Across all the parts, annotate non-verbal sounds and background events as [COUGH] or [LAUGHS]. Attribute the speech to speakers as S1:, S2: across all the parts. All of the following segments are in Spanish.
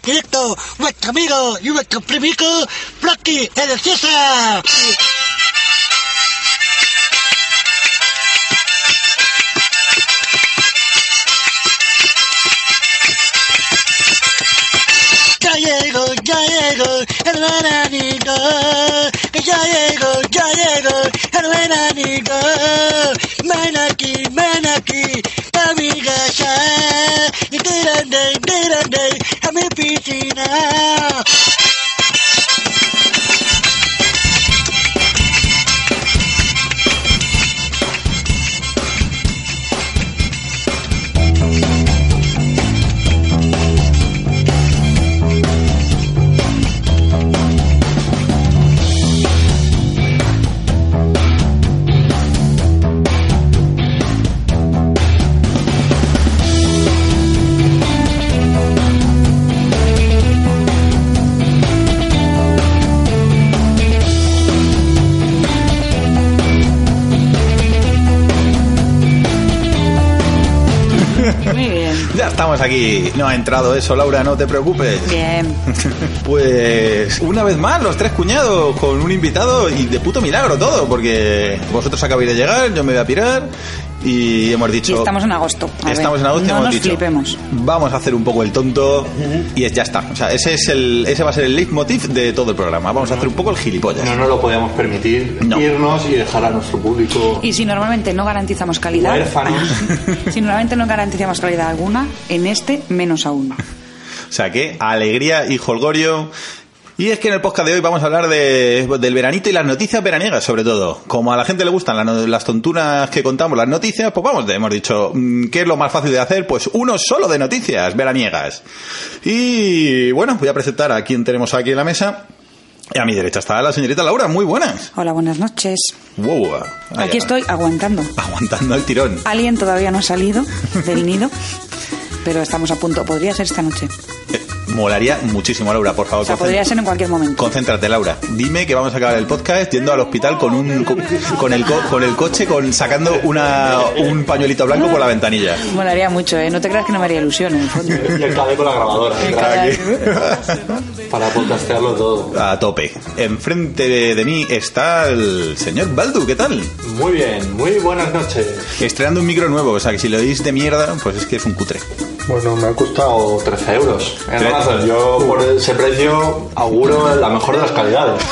S1: directo, vuestro amigo y vuestro primico, Rocky el César. Ya llego, ya llego, el veranito. Ya llego, ya llego, el veranito. Ven aquí, ven aquí, a mi casa. Y tírate, tírate a mi piscina.
S2: Muy bien.
S3: Ya estamos aquí. No ha entrado eso, Laura, no te preocupes. [LAUGHS]
S2: Bien.
S3: Pues una vez más, los tres cuñados con un invitado y de puto milagro todo, porque vosotros acabáis de llegar, yo me voy a pirar y hemos dicho...
S2: Y estamos en agosto. A ver,
S3: Estamos en agosto y
S2: no
S3: hemos
S2: nos
S3: dicho,
S2: flipemos.
S3: Vamos a hacer un poco el tonto y es, ya está. O sea, ese, es el, ese va a ser el leitmotiv de todo el programa. Vamos a hacer un poco el gilipollas.
S4: No, no lo podemos permitir
S3: No.
S4: irnos y dejar a nuestro público
S2: Y si normalmente no garantizamos calidad,
S4: huérfanos.
S2: [LAUGHS] si normalmente no garantizamos calidad alguna, en este menos aún.
S3: O sea que alegría y jolgorio. Y es que en el podcast de hoy vamos a hablar de, del veranito y las noticias veraniegas, sobre todo. Como a la gente le gustan la no- las tontunas que contamos, las noticias, pues vamos, hemos dicho, mm, ¿qué es lo más fácil de hacer? Pues uno solo de noticias veraniegas. Y bueno, voy a presentar a quien tenemos aquí en la mesa. Y a mi derecha está la señorita Laura, muy buenas.
S2: Hola, buenas noches.
S3: Wow. Ahí
S2: Aquí
S3: va.
S2: estoy aguantando.
S3: Aguantando el tirón.
S2: Alguien todavía no ha salido del nido, pero estamos a punto. Podría ser esta noche.
S3: Eh, Molaría muchísimo, Laura, por favor.
S2: O sea,
S3: concéntrate.
S2: podría ser en cualquier momento.
S3: Concéntrate, Laura. Dime que vamos a acabar el podcast yendo al hospital con un co- con el co- con el coche con sacando una un pañuelito blanco por la ventanilla.
S2: Molaría mucho, ¿eh? No te creas que no me haría ilusión, en el fondo.
S4: y acabé con
S2: [LAUGHS]
S4: la grabadora
S2: Cada-
S4: para podcastearlo todo.
S3: A tope. Enfrente de, de mí está el señor Baldu, ¿qué tal?
S4: Muy bien, muy buenas noches.
S3: Estrenando un micro nuevo, o sea que si lo oís de mierda, pues es que es un cutre.
S4: Bueno, me ha costado 13 euros. en
S3: Tre-
S4: Amazon. Yo por ese precio auguro la mejor de las calidades.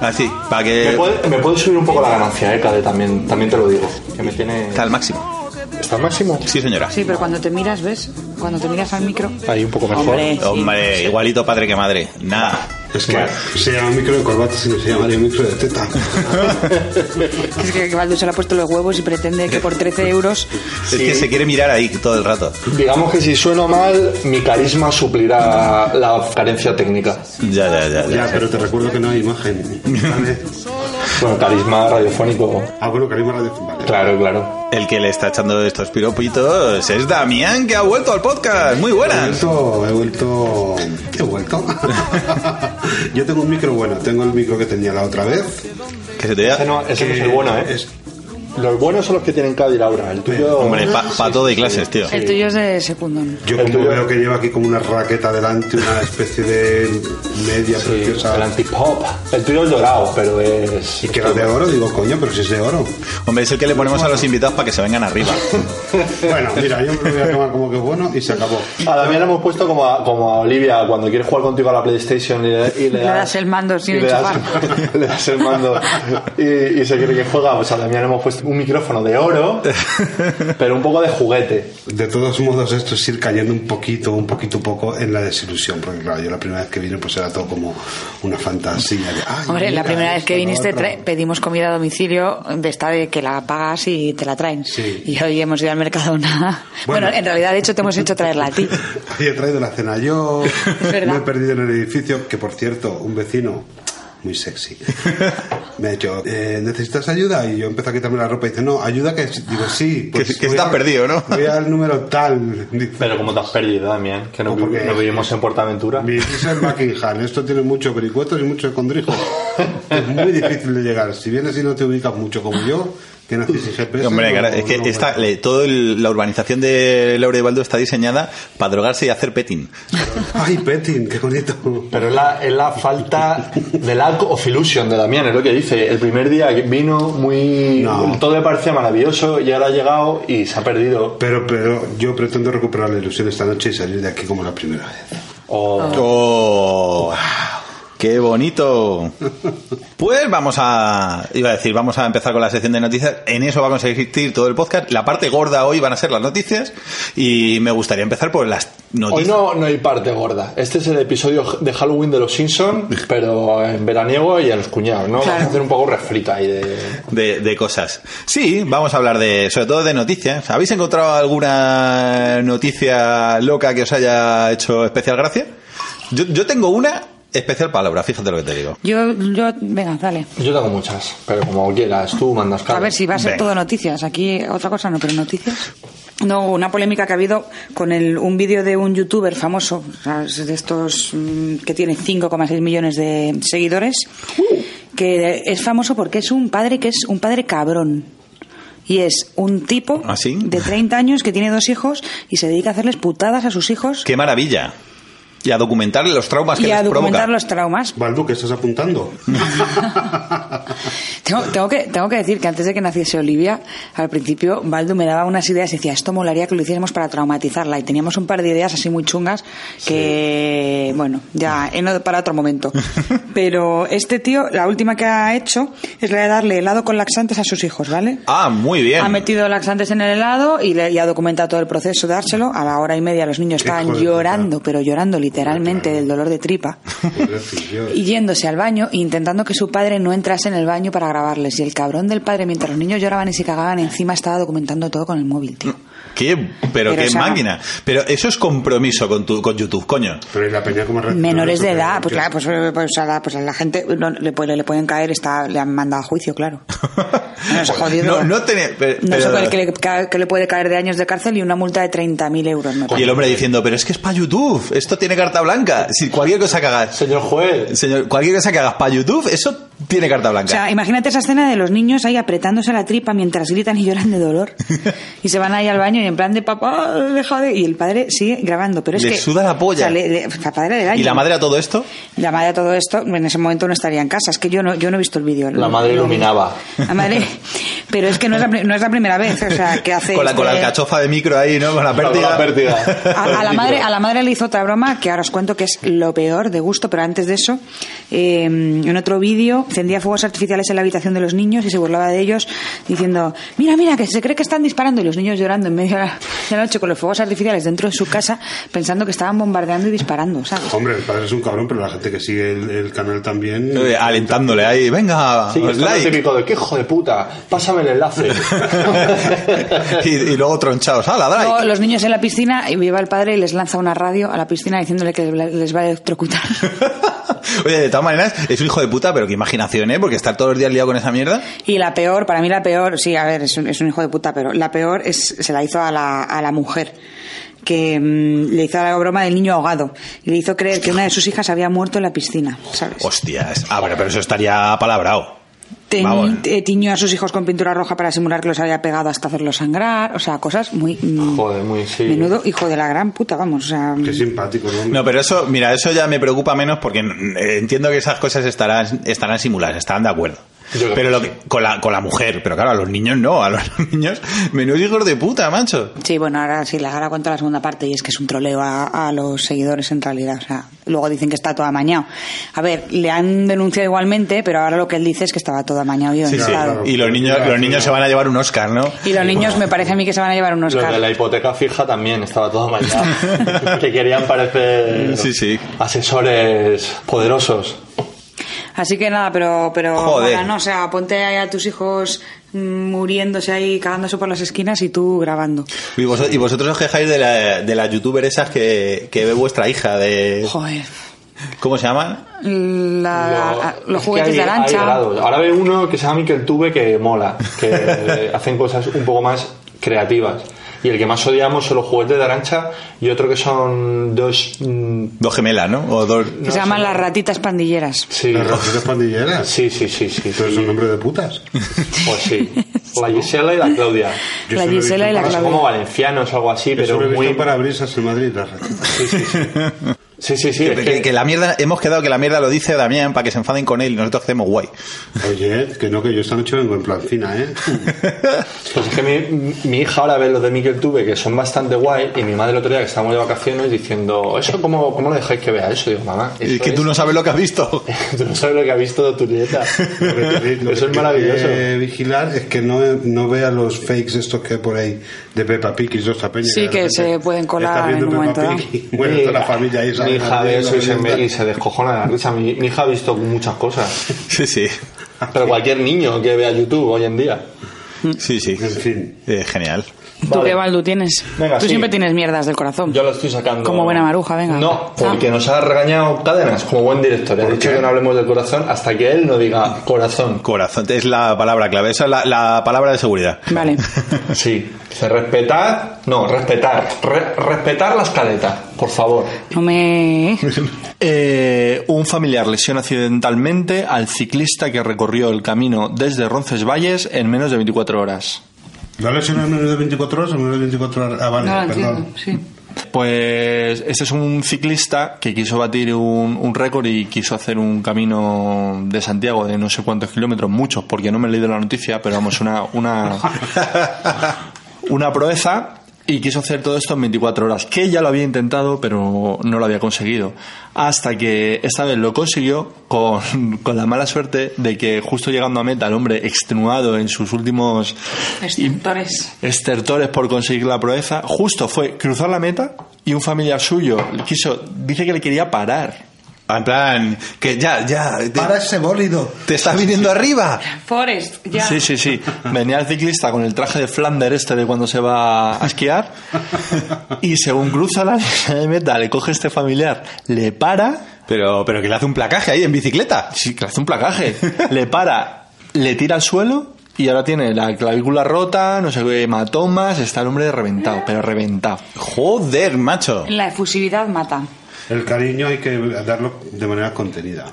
S3: Así, para
S4: Me
S2: Eh.
S3: que
S4: puede, me puede subir un poco la ganancia, eh, Cade, también, también te lo digo. Que me tiene...
S3: está al máximo.
S5: ¿Está al máximo?
S3: Sí, señora.
S2: Sí, pero cuando te miras, ¿ves? Cuando te miras al micro.
S5: Ahí un poco mejor.
S2: Hombre, sí.
S3: Hombre, igualito padre que madre. Nada.
S5: Es que se llama micro de corbata, si no se llamaría micro de
S4: [LAUGHS]
S5: teta.
S2: Es que Baldu se le ha puesto los huevos y pretende que por 13 euros
S3: Es que se quiere mirar ahí todo el rato.
S4: Digamos que si sueno mal, mi carisma suplirá la carencia técnica.
S3: Ya, ya, ya. ya.
S5: ya, pero te recuerdo que no hay imagen. Vale.
S4: Bueno, carisma radiofónico.
S5: Ah, bueno, que radio. Vale.
S4: Claro, claro.
S3: El que le está echando estos piropitos es Damián, que ha vuelto al podcast. Muy
S5: He
S3: buenas.
S5: vuelto, he vuelto, he vuelto. [LAUGHS] Yo tengo un micro bueno, tengo el micro que tenía la otra vez.
S3: Que se te vea.
S4: Ese no, ese no es el bueno, ¿eh?
S5: Es-
S4: Los buenos son los que tienen Cádiz Laura. El tuyo.
S3: Hombre, para todo de clases, tío.
S2: El tuyo es de secundón.
S5: yo
S4: El
S5: como
S4: tuyo.
S5: veo que lleva aquí como una raqueta delante, una especie de media
S4: Sí, el
S5: preciosa
S4: antipop. El tuyo es dorado, pero es.
S5: y que era de oro, digo, coño, pero si es de oro.
S3: Hombre, es el que le ponemos a los invitados para que se vengan arriba.
S5: Bueno, mira, yo me lo voy a tomar como que es bueno y se acabó.
S4: A Damián le hemos puesto como a, como a Olivia cuando quiere jugar contigo a la PlayStation y le, y
S2: Le das el mando sin
S4: [LAUGHS] y le das,
S2: enchufar.
S4: le das el mando y, y se cree que juega. Pues a Damián le hemos puesto un micrófono de [LAUGHS] oro, pero un poco de juguete.
S5: De todos modos, esto es ir cayendo un poquito, un poquito poco en la desilusión, porque claro, yo la primera vez que vine pues era todo como una fantasía. de, "Ay,
S2: Hombre, la
S5: mira,
S2: primera vez que
S5: esto,
S2: viniste
S5: lo
S2: trae-
S5: otro".
S2: pedimos comida a domicilio de esta de que la pagas y te la traen.
S5: Sí.
S2: Y hoy hemos ido al Mercadona. Bueno,
S5: Bueno.
S2: en realidad de hecho te hemos hecho traerla
S5: [LAUGHS]
S2: a ti.
S5: Había traído la
S2: [LAUGHS]
S5: cena yo,
S2: verdad.
S5: me he perdido en el edificio, que por cierto, un vecino
S2: [LAUGHS]
S5: muy sexy me ha dicho, "Eh, ¿necesitas ayuda? Y yo empecé a quitarme la ropa y dice, no, ayuda que... Digo, sí, pues
S3: Que- que
S5: voy
S3: estás
S5: a-
S3: perdido, ¿no?"
S5: Voy al número
S3: [LAUGHS]
S5: tal. Dice,
S4: Pero como te has perdido, Damián, que no,
S5: ¿Cómo
S4: vi-
S5: que?
S4: no vivimos en Portaventura.
S5: Mi piso es Buckingham, esto tiene
S3: [LAUGHS]
S5: muchos vericuetos y muchos escondrijos. Es muy difícil de llegar. Si vienes y no te ubicas mucho como yo, que nací sin GPS.
S3: Hombre,
S5: no,
S3: cara, es que
S5: no,
S3: esta-
S5: bueno.
S3: le- toda el- la urbanización de Laura de Baldo está diseñada para drogarse y hacer petting.
S5: Ay, Petin, qué bonito.
S6: Pero es la, es la falta de lack of illusion de Damián, es lo que dice. El primer día que vino muy...
S5: No.
S6: Todo le parecía maravilloso y ahora ha llegado y se ha perdido.
S5: Pero, pero yo pretendo recuperar la ilusión esta noche y salir de aquí como la primera vez.
S6: O-
S3: Ah. ¡Oh! ¡Qué bonito! Pues vamos a. Iba a decir, vamos a empezar con la sección de noticias. En eso va a consistir todo el podcast. La parte gorda hoy van a ser las noticias. Y me gustaría empezar por las
S6: Hoy
S3: noticias.
S6: no, no hay parte gorda. Este es el episodio de Halloween de los Simpsons, pero en veraniego y a los cuñados, ¿no? Vamos a
S2: Claro.
S6: hacer un poco refrita ahí de...
S3: de, de cosas. Sí, vamos a hablar de, sobre todo de noticias. ¿Habéis encontrado alguna noticia loca que os haya hecho especial gracia? Yo, yo tengo una especial palabra, fíjate lo que te digo.
S2: Yo, yo, venga, dale.
S6: Yo tengo muchas, pero como quieras, tú mandas
S2: A ver si va a ser
S3: Venga.
S2: todo noticias. Aquí otra cosa no, pero noticias. No, una polémica que ha habido con el, un vídeo de un youtuber famoso, ¿sabes? de estos mm, que tiene 5,6 millones de seguidores,
S3: Uh.
S2: que es famoso porque es un padre que es un padre cabrón. Y es un tipo
S3: ¿Ah, sí?
S2: de 30 años que tiene dos hijos y se dedica a hacerles putadas a sus hijos
S3: ¡Qué maravilla! Y a documentar los traumas que
S2: y a
S3: les
S2: documentar
S3: provoca.
S2: los traumas.
S5: Baldu, ¿qué estás apuntando?
S2: Tengo, tengo que, tengo que decir que antes de que naciese Olivia, al principio Baldu me daba unas ideas y decía, esto molaría que lo hiciéramos para traumatizarla. Y teníamos un par de ideas así muy chungas que, bueno, ya en o- para otro
S5: [LAUGHS]
S2: momento. Pero este tío, la última que ha hecho es la de darle helado con laxantes a sus hijos, ¿vale?
S3: Ah, muy
S5: Eh.
S3: bien.
S2: Ha metido laxantes en el helado y, le, y ha documentado todo el proceso de dárselo. A la hora y media los niños
S5: Hijo
S2: estaban
S5: de puta.
S2: llorando, pero llorando literalmente del dolor de
S5: [LAUGHS]
S2: tripa
S5: Pobrecillo.
S2: y yéndose al baño e intentando que su padre no entrase en el baño para grabarles. Y el cabrón del padre, mientras los niños lloraban y se cagaban encima, estaba documentando todo con el móvil, tío.
S3: Qué- pero,
S2: Pero,
S3: qué
S2: o sea,
S3: máquina. Pero eso es compromiso con, tu, con YouTube, coño.
S5: Pero ¿y la peña como re-
S2: Menores
S5: no,
S2: de
S5: no,
S2: edad,
S5: no,
S2: pues
S5: que-
S2: claro, pues, eh, pues a la, pues a la gente no, le, puede- le pueden caer, está, le han mandado a juicio,
S3: [LAUGHS]
S2: claro. No, se ha jodido.
S3: No, no tiene- pero-
S2: No sé
S3: pero-
S2: cuál que le, ca- que le puede caer de años de cárcel y una multa de 30.000 euros. me
S3: Y
S2: parece.
S3: el hombre diciendo, pero es que es para YouTube, esto tiene carta blanca. Si cualquier cosa que hagas,
S6: Señor juez,
S3: señor, cualquier cosa que hagas para YouTube, eso tiene carta
S2: O
S3: blanca.
S2: sea, imagínate esa escena de los niños ahí apretándose la tripa mientras gritan y lloran de
S3: [LAUGHS]
S2: dolor. Y se van ahí al baño y en plan de papá, deja de... Y el padre sigue grabando, pero es
S3: Le
S2: que...
S3: suda la polla.
S2: o sea, le- le- la padre le daña.
S3: ¿Y la madre a todo esto?
S2: La madre a todo esto, en ese momento no estaría en casa. Es que yo no, yo no he visto el vídeo.
S6: la madre iluminaba.
S2: La
S3: [LAUGHS]
S2: madre... Pero es que no es la, pri- no es la primera vez, o sea, que hace...
S3: Con la, con la
S2: este-
S3: alcachofa de micro ahí, ¿no? Con la pérdida.
S6: La pérdida.
S2: a, a la madre, a la madre le hizo otra broma que ahora os cuento que es lo peor de gusto, pero antes de eso, eh, en otro vídeo, encendía fuegos artificiales en la habitación de los niños y se burlaba de ellos diciendo, mira, mira, que se cree que están disparando y los niños llorando en medio de la, de la noche con los fuegos artificiales dentro de su casa pensando que estaban bombardeando y disparando, ¿sabes?
S5: Hombre, el padre es un cabrón, pero la gente que sigue el, el canal también.
S3: [LAUGHS] Eh, Alentándole ahí, venga,
S6: Sí, que está lo
S3: Ah, like.
S6: típico de que hijo de puta, pásame el enlace.
S3: [LAUGHS] y, [LAUGHS] y luego tronchados, ¡hala, dale!
S2: Luego, los niños en la piscina y viva el padre y les lanza una radio a la piscina diciéndole que les va a electrocutar.
S3: [LAUGHS] Oye, de todas maneras, es un hijo de puta, pero qué imaginación, ¿eh? Porque estar todos los días liado con esa mierda.
S2: Y la peor, para mí la peor, sí, a ver, es un, es un hijo de puta, pero la peor es, se la hizo a la, a la mujer, que mm, le hizo la broma del niño ahogado y le hizo creer que una de sus hijas había muerto en la piscina, ¿sabes?
S3: Hostias. Ah, bueno, pero eso estaría palabrado.
S2: Te-
S3: vamos.
S2: eh, tiñó a sus hijos con pintura roja para simular que los había pegado hasta hacerlos sangrar, o sea, cosas muy... mm,
S6: Joder, muy sí.
S2: Menudo hijo de la gran puta, vamos, o sea...
S5: Qué simpático, ¿no?
S3: No, pero eso, mira, eso ya me preocupa menos porque mm, eh, entiendo que esas cosas estarán, estarán simuladas, estarán de acuerdo.
S6: Yo creo
S3: Pero lo que- con, la, con la mujer, pero claro, a los niños no, a los [LAUGHS] niños, menudos hijos de puta, macho.
S2: Sí, bueno, ahora sí, la ahora cuento la segunda parte y es que es un troleo a, a los seguidores en realidad. O sea, luego dicen que está todo amañado. A ver, le han denunciado igualmente, pero ahora lo que él dice es que estaba todo amañado y
S3: Sí, sí.
S2: organizado.
S5: claro.
S3: Y los niños, los niños se van a llevar un Oscar, ¿no?
S2: Y los niños me parece a mí que se van a llevar unos
S6: Lo de la hipoteca fija también estaba todo mal.
S2: [LAUGHS]
S6: ya. que querían parecer
S3: Sí, sí.
S6: asesores poderosos.
S2: Así que nada, pero, pero
S3: Joder.
S2: ahora no, o sea, ponte ahí a tus hijos mm, muriéndose ahí, cagándose por las esquinas y tú grabando.
S3: Y, vos- y vosotros os quejáis de la, de la youtuber esas que, que ve vuestra hija de...
S2: Joder.
S3: ¿Cómo se llaman?
S2: La-
S6: Lo-
S2: a-
S6: es que
S2: los juguetes
S6: hay-
S2: de
S6: hay
S2: arancha.
S6: grados. Ahora veo [LAUGHS] uno que se llama Miquel Tube que mola, que eh, hacen cosas un poco más creativas. Y el que más odiamos son los juguetes de arancha y otro que son dos. mm,
S3: Dos gemelas, ¿no? O dos...
S2: Que se llaman las ratitas pandilleras.
S6: Sí,
S5: Las ratitas pandilleras.
S6: sí, sí, sí. sí,
S5: Pero
S6: sí.
S5: son nombre de putas.
S6: Pues
S2: [LAUGHS]
S6: sí. La Gisela y la Claudia.
S5: Yo
S2: la
S5: solo he visto
S2: Gisela y
S6: Ahora
S2: la
S5: para-
S6: son
S2: Claudia.
S6: como valencianos o algo así,
S5: Yo
S6: pero
S5: solo he
S6: muy.
S5: visto para brisas en Madrid las ratitas.
S6: Sí, sí, sí. Sí, sí, sí,
S3: Que,
S6: es que-
S3: que- que la mierda, hemos quedado que la mierda lo dice Damián para que se enfaden con él y nosotros hacemos guay.
S5: Oye, que no, que yo esta noche vengo en plan fina, ¿eh?
S6: Pues es que mi, mi hija ahora ve los de Miquel Tube que son bastante guay y mi madre el otro día que estábamos de vacaciones diciendo, ¿eso cómo, cómo lo dejáis que vea eso? Digo, mamá,
S3: Y
S6: eso
S3: que tú no sabes lo que has [LAUGHS] visto.
S6: [LAUGHS] tú no sabes lo que ha visto tu nieta.
S5: Lo que te di- lo
S6: eso
S5: que
S6: es maravilloso.
S5: Hay que vigilar es que no, no vea los fakes estos que hay por ahí de Peppa Pig y Rosa Peña.
S2: Sí,
S5: de
S2: que se
S5: repente
S2: pueden colar
S5: estás viendo
S2: en un
S5: Peppa
S2: momento
S5: Pig y muere toda la familia ahí.
S6: Mi
S5: sale
S6: hija ve
S5: corriendo,
S6: eso y se, me-
S5: corriendo.
S6: y se descojona de la risa. Mi, mi hija ha visto muchas cosas.
S3: [LAUGHS] Sí, sí.
S6: Pero cualquier niño que vea YouTube hoy en día.
S2: Mm.
S3: Sí, sí.
S5: En fin.
S3: Eh, genial.
S2: ¿Tú
S6: Vale.
S2: qué baldu tienes?
S6: Venga,
S2: Tú
S6: sigue.
S2: siempre tienes mierdas del corazón.
S6: Yo lo estoy sacando.
S2: Como buena maruja, venga.
S6: No, porque
S2: Ah.
S6: nos ha regañado Cadenas como buen director. Ha dicho que no hablemos del corazón hasta que él no diga corazón.
S3: Corazón, es la palabra clave, esa es la, la palabra de seguridad.
S2: Vale.
S6: Sí, se respetar, no, respetar, re- respetar las caletas, por favor.
S2: No me...
S4: Eh, un familiar lesiona accidentalmente al ciclista que recorrió el camino desde Roncesvalles en menos de 24 horas.
S5: ¿No lesionan menos de 24 horas o menos de 24 horas? Ah, vale,
S2: No lo
S5: perdón.
S2: entiendo, sí.
S4: Pues este es un ciclista que quiso batir un, un récord y quiso hacer un camino de Santiago de no sé cuántos kilómetros, muchos, porque no me he leído la noticia, pero vamos, una, una, una proeza y quiso hacer todo esto en 24 horas, que ya lo había intentado, pero no lo había conseguido. Hasta que esta vez lo consiguió con, con la mala suerte de que justo llegando a meta, el hombre extenuado en sus últimos
S2: Extintores.
S4: estertores por conseguir la proeza, justo fue cruzar la meta y un familiar suyo quiso, dice que le quería parar.
S3: Ah, En plan, que ya, ya, te,
S5: Para ese bólido.
S3: te estás viniendo arriba.
S2: Forest, ya.
S4: Sí, sí, sí. Venía el ciclista con el traje de Flander este de cuando se va a esquiar y según cruza la [LAUGHS] línea de meta le coge este familiar, le para,
S3: Pero, pero que le hace un placaje ahí en bicicleta.
S4: sí, que le hace un placaje, le para, le tira al suelo y ahora tiene la clavícula rota, no sé qué, hematomas, está el hombre reventado, pero reventado.
S3: Joder, macho. [LAUGHS]
S2: La efusividad mata.
S5: El cariño hay que darlo de manera
S6: [LAUGHS]
S5: contenida.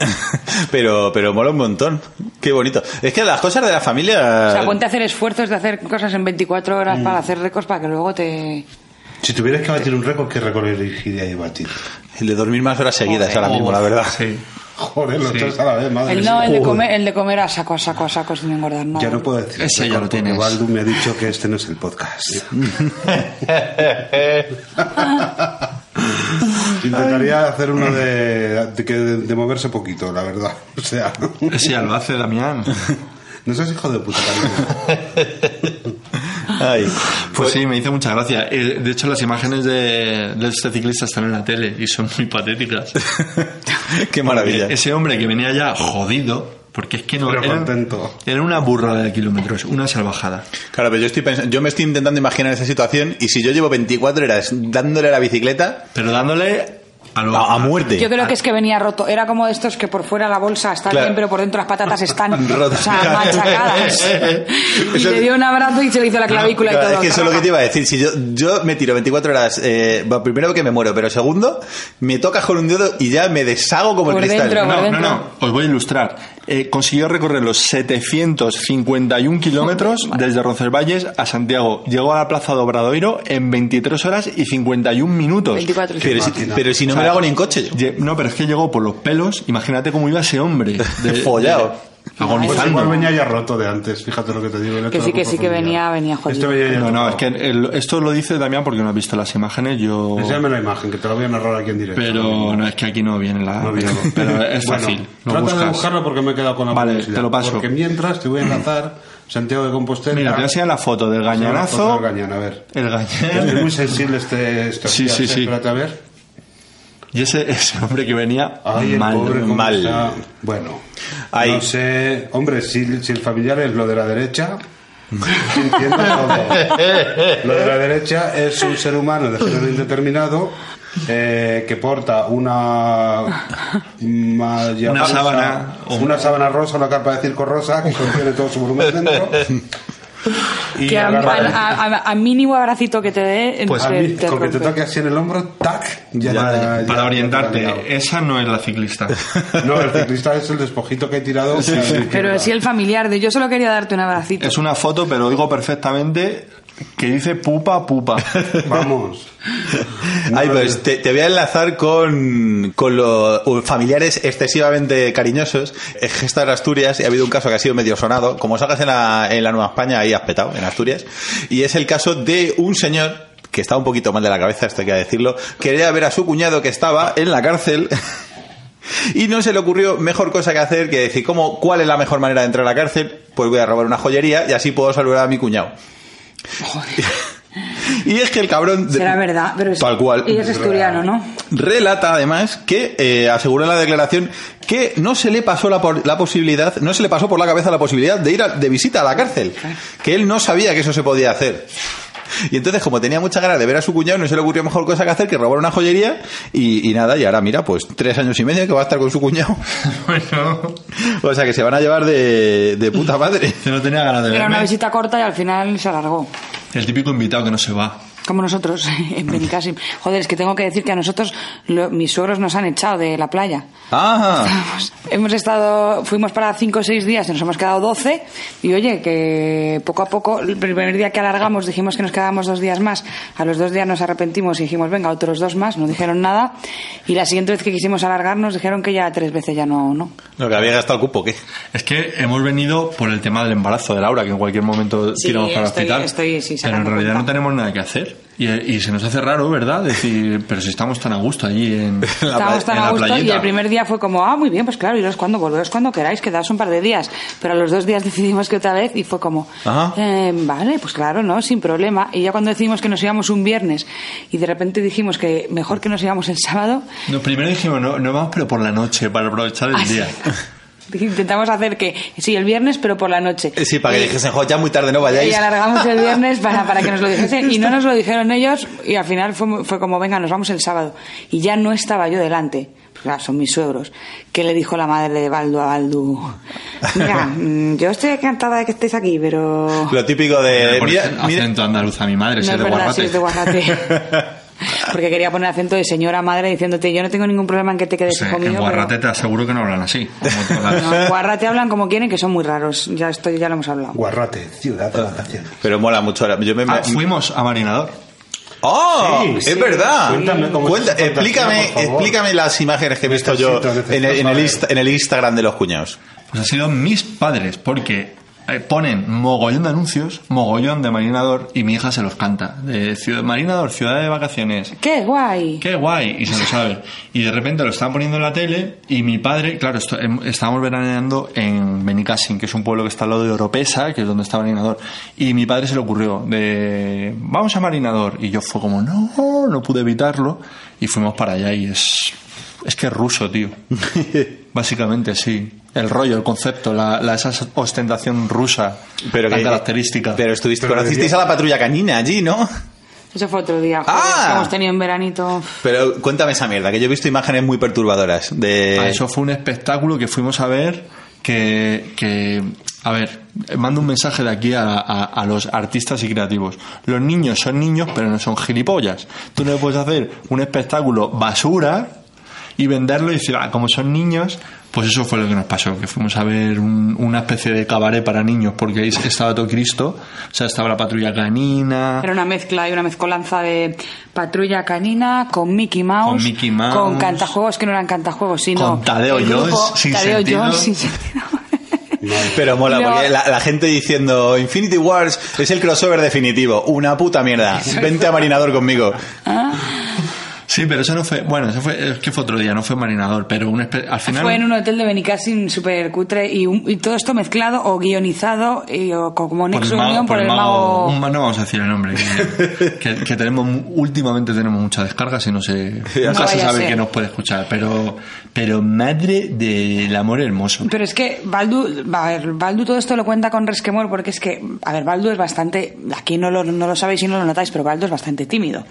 S3: Pero, pero mola un montón. Qué bonito. Es que las cosas de la familia.
S2: O sea, ponte a hacer esfuerzos de hacer cosas en 24
S3: Mm.
S2: horas para hacer récords para que luego te...
S5: Si tuvieras que batir un récord, ¿qué récord elegirías y batir?
S3: El de dormir más horas seguidas ahora mismo, la verdad.
S5: Joder, los tres a la vez, madre
S2: El
S5: mía.
S2: no,
S3: uh.
S2: el de comer, el de comer a saco, a saco, a saco sin engordar nada.
S5: Ya no puedo decir
S4: Ese
S5: el
S4: ya lo
S5: récord, porque
S4: tienes.
S5: Baldu me ha dicho que este no es el podcast. Intentaría hacer uno de, de, que- de moverse poquito, la verdad. [LAUGHS] O sea,
S4: Sí, lo hace Damián.
S5: no seas hijo de puta. cariño.
S3: [LAUGHS] Ay. [LAUGHS]
S4: Pues sí, me hizo mucha gracia. Eh, De hecho, las imágenes de, de este ciclista están en la tele y son muy patéticas.
S3: Qué [LAUGHS] maravilla.
S4: Ese hombre que venía ya jodido, porque es que no
S5: Pero
S4: era,
S5: contento.
S4: era una burrada de kilómetros, una salvajada.
S3: Claro, pero yo estoy pensando, yo me estoy intentando imaginar esa situación y si yo llevo 24 horas dándole a la bicicleta
S4: Pero dándole a, lo-
S3: a, a muerte.
S2: Yo creo
S4: Ah.
S2: que es que venía roto. Era como de estos que por fuera la bolsa está
S3: Claro.
S2: bien, pero por dentro las patatas
S3: [LAUGHS]
S2: están o
S3: Rotas.
S2: sea, machacadas. y
S3: Eso-
S2: le dio un abrazo y se le hizo la clavícula
S3: Claro,
S2: y todo.
S3: Es que eso es lo que te iba a decir. Si yo, yo me tiro 24 horas, eh, bueno, primero que me muero, pero segundo, me tocas con un dedo y ya me deshago como
S2: Por
S3: el cristal.
S2: dentro, por
S4: No, no,
S2: dentro.
S4: no, os voy a ilustrar. Eh, consiguió recorrer los 751 kilómetros desde Roncesvalles a Santiago. Llegó a la plaza de Obradoiro en 23 horas y 51 minutos.
S2: 24.
S3: Pero si,
S5: máquina.
S3: pero si no
S4: O sea,
S3: me lo hago ni en coche yo.
S4: Lle- No, pero es que llegó por los pelos. Imagínate cómo iba ese hombre.
S3: [LAUGHS]
S4: De,
S3: Follado.
S4: de-
S5: Pues igual
S4: agonizando.
S5: venía ya roto de antes, fíjate lo que te digo. era
S2: Que
S5: todo
S2: sí, que
S5: por
S2: sí, que
S5: familia.
S2: venía- venía jodido.
S5: Este venía ya
S4: No, no,
S5: tocado.
S4: es que el- esto lo dice Damián porque no has visto las imágenes. Yo.
S5: Enséñame la imagen, que te la voy a narrar aquí en directo.
S4: Pero no, es que aquí no viene la.
S5: No
S4: pero,
S5: viene.
S4: pero es
S5: Bueno,
S4: fácil. lo
S5: trata de
S4: buscas.
S5: buscarlo porque me he quedado con la
S4: Vale,
S5: curiosidad.
S4: te lo paso.
S5: Porque mientras te voy a enlazar Santiago de Compostela.
S4: Mira, te voy a enseñar la foto del
S5: Foto
S4: gañanazo.
S5: del gañán, a ver.
S4: El
S5: Es [LAUGHS]
S4: gañán.
S5: muy sensible este, este
S4: Eh. Sí,
S5: día,
S4: sí,
S5: ¿eh?
S4: sí.
S5: Espérate a ver.
S4: Y ese, ese hombre que venía
S5: Ay, el
S4: mal.
S5: pobre cómo
S3: mal.
S5: está. Bueno,
S3: Ay.
S5: no sé. Hombre, si, si el familiar es lo de la derecha. [LAUGHS] Entiendo todo. Lo de la derecha es un ser humano de género indeterminado eh, que porta una malla
S4: Una
S5: rosa,
S4: sábana.
S5: una sábana rosa, una carpa de circo rosa que contiene todo su volumen dentro y
S2: que a,
S5: agarra-
S2: a- a- a mínimo abracito que te dé,
S4: Pues
S5: A
S2: te-
S5: mí,
S2: te
S5: con que te
S2: rompe.
S5: toque así en el hombro, tac, ya, ya-
S4: para
S5: ya-
S4: orientarte,
S5: ya te
S4: esa no es la ciclista.
S5: ha ligado. No, el ciclista es el despojito que he tirado.
S2: Pero sí el familiar de yo solo quería darte un abracito.
S4: Es una foto, pero oigo perfectamente que dice pupa,
S5: [LAUGHS]
S4: pupa.
S5: Vamos.
S3: Ay, pues te, te voy a enlazar con, con los familiares excesivamente cariñosos. Es Gesta de Asturias y ha habido un caso que ha sido medio sonado. Como sacas en la, en la Nueva España, ahí has petado, en Asturias. Y es el caso de un señor que estaba un poquito mal de la cabeza, esto hay que decirlo. Quería ver a su cuñado que estaba en la cárcel. [LAUGHS] Y no se le ocurrió mejor cosa que hacer que decir, ¿cómo, ¿cuál es la mejor manera de entrar a la cárcel? Pues voy a robar una joyería y así puedo saludar a mi cuñado. [LAUGHS] y es que el cabrón... de-
S2: Será verdad, pero es,
S3: Tal cual.
S2: y es asturiano, ¿no?
S3: Relata además que eh, aseguró en la declaración que no se le pasó la, por- la posibilidad, no se le pasó por la cabeza la posibilidad de ir a- de visita a la cárcel, que él no sabía que eso se podía hacer. Y entonces, como tenía mucha ganas de ver a su cuñado, no se le ocurrió mejor cosa que hacer que robar una joyería y, y nada, y ahora mira, pues tres años y medio que va a estar con su cuñado. [LAUGHS]
S4: bueno,
S3: O sea que se van a llevar de, de puta [LAUGHS] madre.
S4: yo no tenía
S5: Eh,
S4: ganas de
S2: Era una
S4: verme.
S2: visita corta y al final se alargó.
S4: El típico invitado que no se va.
S2: Como nosotros [LAUGHS] en Benicassim. Joder, es que tengo que decir que a nosotros lo- mis suegros nos han echado de la playa.
S3: Ah,
S2: Vamos, Hemos estado, fuimos para cinco o seis días, nos hemos quedado 12 y oye, que poco a poco, el primer día que alargamos dijimos que nos quedábamos dos días más, a los dos días nos arrepentimos y dijimos, venga, otros dos más, no dijeron nada y la siguiente vez que quisimos alargarnos dijeron que ya tres veces ya no, no.
S3: lo que había gastado cupo, ¿qué?
S4: Es que hemos venido por el tema del embarazo de Laura, que en cualquier momento
S2: Sí,
S4: tiramos para el
S2: estoy-
S4: hospital.
S2: estoy, sí,
S4: pero en
S2: sacando
S4: realidad
S2: cuenta.
S4: no tenemos nada que hacer. Y, y se nos hace raro, ¿verdad? Decir, [LAUGHS] pero si estamos tan a gusto
S2: [LAUGHS]
S4: allí en,
S2: Estábamos tan
S4: en
S2: a
S4: la
S2: gusto y
S4: playita.
S2: el primer día fue como, ah, muy bien, pues claro, iros cuando volveros cuando queráis, quedaos un par de días. Pero a los dos días [LAUGHS] decidimos que otra vez y fue como,
S3: Ajá.
S2: eh, vale, pues claro, no, sin problema. Y ya cuando decidimos que nos íbamos un viernes y de repente dijimos que mejor que nos íbamos el sábado, [LAUGHS]
S4: No, primero dijimos, no, no vamos, pero por la noche, para aprovechar el
S2: Ay, [LAUGHS]
S4: día.
S3: Eh,
S2: intentamos hacer que, sí, el viernes, pero por la noche.
S3: Eh,
S4: Eh,
S3: Sí, para que dijesen, "Jo, ya muy tarde, no vayáis.
S2: Y alargamos el
S4: [LAUGHS]
S2: viernes para, para que nos lo dijesen. Y no nos lo dijeron ellos. Y al final fue, mu- fue como, venga, nos vamos el sábado. Y ya no estaba yo delante. Pues claro, son mis suegros. ¿Qué le dijo la madre de Baldu a Baldu? Mira, mm, yo estoy encantada de que estéis aquí, pero...
S3: Lo típico de...
S4: Por
S3: mira-
S4: ese
S3: mira-
S4: acento andaluz a mi madre,
S2: no
S4: se
S2: es
S4: de
S2: verdad,
S4: Guarrate.
S2: sois de Guarrate.
S4: [LAUGHS]
S2: Porque quería poner acento de señora madre diciéndote, yo no tengo ningún problema en que te quedes
S4: Sí,
S2: conmigo.
S4: en
S2: pero-
S4: Guarrate te aseguro que no hablan
S2: [LAUGHS]
S4: así. como en todas
S2: No,
S4: las- [LAUGHS]
S2: en Guarrate hablan como quieren, que son muy raros. Ya, esto ya lo hemos hablado.
S5: Guarrate, ciudad de vacaciones.
S3: Pero mola mucho. ahora. Yo me,
S4: Ah, fuimos a Marinador.
S3: ¡Oh!
S5: Sí,
S3: es
S5: sí.
S3: verdad.
S5: Cuéntame cómo
S3: Cuenta-
S5: es esa fantasía,
S3: explícame,
S5: por favor.
S3: explícame las imágenes que he visto yo
S5: Necesito, necesito
S3: en el, en el
S5: saber.
S3: Insta- en el Instagram de los cuñados.
S4: Pues han sido mis padres, porque eh, ponen mogollón de anuncios, mogollón de Marinador, y mi hija se los canta. De ciudad, Marinador, ciudad de vacaciones.
S2: ¡Qué guay!
S4: Qué guay, y se lo sabe. Y de repente lo estaban poniendo en la tele y mi padre, claro, esto- em- estábamos veraneando en Benicassin, que es un pueblo que está al lado de Oropesa, que es donde está Marinador. Y mi padre se le ocurrió de, vamos a Marinador. Y yo fue como, no, no pude evitarlo. Y fuimos para allá y es, es que es
S3: [LAUGHS]
S4: ruso, tío. Básicamente, sí. El rollo, el concepto, la, la- esa ostentación rusa
S3: Pero
S4: tan
S3: que-
S4: característica.
S3: Pero estuviste,
S5: Pero
S3: conocisteis a la patrulla canina allí, ¿no?
S2: Eso fue otro día.
S3: Ah.
S2: joder, que hemos tenido en veranito.
S3: Pero cuéntame esa mierda, que yo he visto imágenes muy perturbadoras de...
S4: Ah, Eso fue un espectáculo que fuimos a ver que, que- a ver, mando un mensaje de aquí a, a- a los artistas y creativos. Los niños son niños, pero no son gilipollas. Tú no puedes hacer un espectáculo basura y venderlo y decir, ah, como son niños, pues eso fue lo que nos pasó, que fuimos a ver un- una especie de cabaret para niños, porque ahí estaba todo Cristo, o sea, estaba la patrulla canina.
S2: Era una mezcla y una mezcolanza de patrulla canina con Mickey Mouse.
S4: Con Mickey Mouse.
S2: con cantajuegos que no eran cantajuegos, sino.
S4: Con Tadeo
S2: el grupo
S4: Jones, sin
S2: Tadeo
S4: sentido.
S2: Jones, sin sentido.
S3: Pero mola,
S2: Luego-
S3: porque la, la gente diciendo Infinity Wars es el crossover definitivo. Una puta
S2: [LAUGHS]
S3: mierda. Vente a Marinador conmigo.
S4: Sí, pero eso no fue, bueno, eso fue, es que fue otro día, no fue marinador, pero un espe- al final...
S2: Fue en un hotel de Benicassin super cutre y, un- y todo esto mezclado o guionizado y, o como
S4: por
S2: Nexo
S4: el mago,
S2: Unión
S4: por el mago- un
S2: mago.
S4: ma- no vamos a decir el nombre [LAUGHS] que, que- que tenemos mu- últimamente tenemos muchas descargas y no sé nunca se
S2: vaya a
S4: sabe
S2: ser.
S4: que nos puede escuchar pero pero madre del amor hermoso
S2: Pero es que Baldu, a ver, Baldu todo esto lo cuenta con resquemor porque es que, a ver, Baldu es bastante, aquí no lo, no lo sabéis y no lo notáis, pero Baldu es bastante tímido.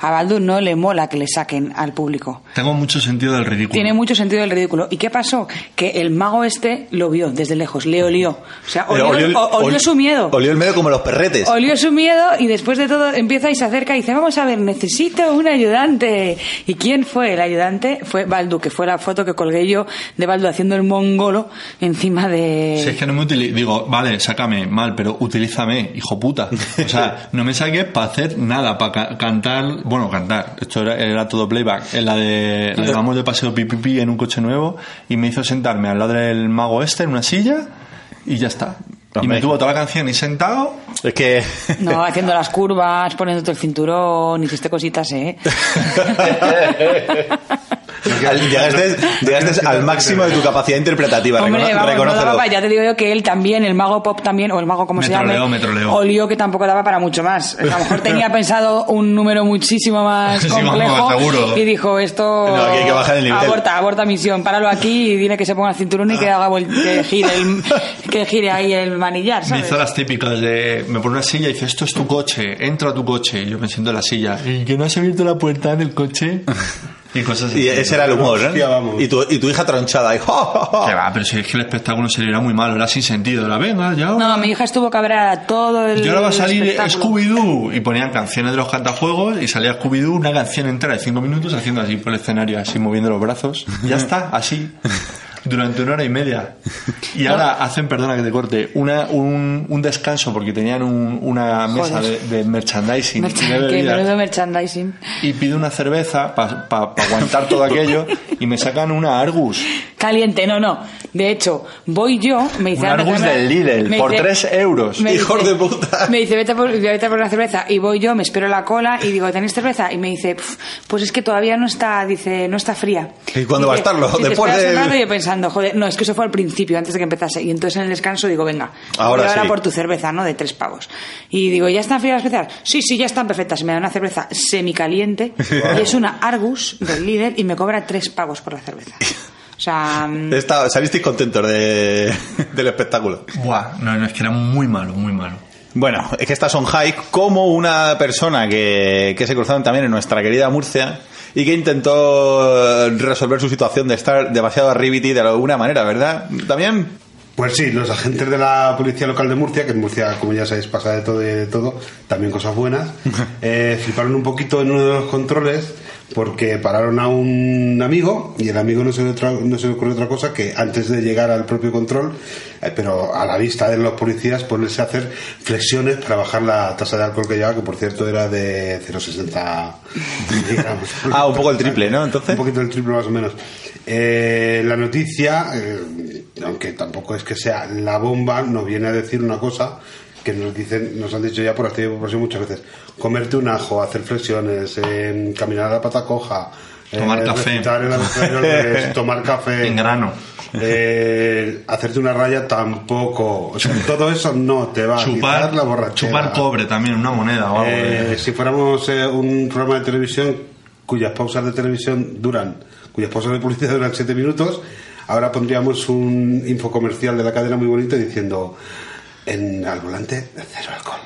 S2: A Baldu no le mola que le saquen al público.
S4: Tengo mucho sentido del ridículo.
S2: Tiene mucho sentido el ridículo. ¿Y qué pasó? Que el mago este lo vio desde lejos, le olió. O sea,
S3: Pero
S2: olió,
S3: el-
S2: o- olió
S3: ol-
S2: su miedo.
S3: Olió el miedo como los perretes.
S2: Olió su miedo y después de todo empieza y se acerca y dice, vamos a ver, necesito un ayudante. ¿Y quién fue el ayudante? Fue Baldu, que fue la foto que colgué yo de Baldu haciendo el mongolo encima de...
S4: Si es que no me utilizo, digo, vale, sácame, mal, pero utilízame, hijo puta. O sea, no me saques para hacer nada, para cantar, bueno, cantar, esto era, era todo playback, en la de, la de vamos de paseo pipipi en un coche nuevo, y me hizo sentarme al lado del mago este en una silla, y ya está. Y
S3: Hombre.
S4: Pues me tuvo toda la canción y sentado,
S3: Es que.
S2: No, haciendo las curvas, poniéndote el cinturón, hiciste cositas, ¿eh?
S3: al- llegaste
S4: [LAUGHS]
S3: llegaste al máximo de tu capacidad interpretativa.
S2: Hombre,
S3: recono-
S2: vamos, no
S3: reconócelo.
S2: daba para- ya te digo yo que él también, el mago pop también, o el mago como
S4: Me
S2: se llama,
S4: troleó, me troleó.
S2: olió que tampoco daba para mucho más. A lo mejor
S4: [LAUGHS]
S2: tenía pensado un número muchísimo más
S4: Sí, vamos,
S2: complejo
S4: seguro.
S2: y dijo esto,
S3: No, aquí hay que bajar el nivel.
S2: aborta, aborta misión, páralo aquí y dile que se ponga el cinturón y
S4: Ah.
S2: que haga vuel- que gire,
S4: [LAUGHS]
S2: el, que gire ahí el manillar,
S4: me
S2: ¿sabes?
S4: hizo las típicas de, me pone una silla y dice, esto es tu coche, entra a tu coche, y yo me siento en la silla, y que no has abierto la puerta del coche, [LAUGHS] y cosas así.
S3: Y ese era el humor,
S5: Hostia,
S3: ¿eh?
S5: vamos.
S3: Y tu, y tu hija tronchada. ahí,
S2: Oh.
S4: Que va, pero si es que el espectáculo sería muy malo, era sin sentido. La venga, ya.
S2: No, mi hija estuvo cabreada todo el
S4: y ahora va a salir
S2: espectáculo.
S4: Scooby-Doo. Y ponían canciones de los cantajuegos y salía Scooby-Doo una canción entera de cinco minutos haciendo así por el escenario, así moviendo los brazos.
S2: [LAUGHS]
S4: Y ya está, así. Durante una hora y media. Y ahora hacen, perdona que te corte, una, un, un descanso porque tenían un- una mesa de,
S2: Joder.
S4: de merchandising. y de
S2: Merchan- que
S4: bebidas
S2: menudo merchandising.
S4: y pido una cerveza para
S2: [LAUGHS]
S4: aguantar todo aquello y me sacan una Argus.
S2: Caliente, no, no. De hecho, voy yo, me dice...
S4: Un
S2: "Anda,
S4: Argus
S2: tráeme-".
S4: del Lidl,
S2: Me
S4: por
S2: dice-
S4: tres euros.
S2: me
S3: Hijos
S2: dice-
S3: de puta.
S2: Me dice, vete a, por, vete a por una cerveza. Y voy yo, me espero la cola y digo, ¿tenéis cerveza? Y me dice, "Pf, pues es que todavía no está, dice, no está fría.
S3: ¿Y cuándo va a
S2: Dice,
S3: estarlo?
S2: "Si te
S3: Después
S2: esperas un
S3: del-
S2: rato", y yo pensando, joder, no, es que eso fue al principio, antes de que empezase. Y entonces en el descanso digo, venga,
S3: Ahora
S2: voy ahora
S3: sí.
S2: por tu cerveza, ¿no? De tres pavos. Y digo, ¿ya están frías las cervezas? Sí, sí, ya están perfectas. Y me da una cerveza semicaliente y es una Argus del líder y me cobra tres pavos por la cerveza. O sea,
S3: [LAUGHS]
S2: mm,
S3: Está- salisteis contentos de- [LAUGHS] del espectáculo.
S4: Buah, no, no, es que era muy malo, muy malo.
S3: Bueno, es que estas son high como una persona que, que se cruzaron también en nuestra querida Murcia y que intentó resolver su situación de estar demasiado arribity de alguna manera, ¿verdad? También
S5: Pues sí, los agentes de la policía local de Murcia, que en Murcia, como ya sabéis, pasa de todo y de todo, también
S3: [LAUGHS]
S5: cosas buenas, eh, fliparon un poquito en uno de los controles porque pararon a un amigo y el amigo no se, le otra- no se le ocurrió otra cosa que antes de llegar al propio control, eh, pero a la vista de los policías, ponerse a hacer flexiones para bajar la tasa de alcohol que llevaba, que por cierto era de 0,60 miligramos.
S3: [LAUGHS] Ah, un poco el triple, ¿no? Entonces.
S5: Un poquito el triple más o menos. Eh, la noticia, eh, aunque tampoco es que sea la bomba, nos viene a decir una cosa que nos dicen, nos han dicho ya por activa y por pasiva muchas veces. Comerte un ajo, hacer flexiones, eh, caminar a la pata coja, eh,
S4: Tomar café.
S5: recitar el abecedario
S4: [LAUGHS]
S5: al revés, pues, tomar café.
S4: En grano.
S5: Eh, hacerte una raya tampoco. O sea, todo eso no te va a
S4: Chupar,
S5: quitar la borrachera.
S4: chupar cobre también, una moneda o algo.
S5: Eh, si fuéramos eh, un programa de televisión cuyas pausas de televisión duran, cuyas pausas de publicidad duran 7 minutos, ahora pondríamos un infocomercial de la cadena muy bonito diciendo en al volante cero
S3: [LAUGHS]
S5: alcohol.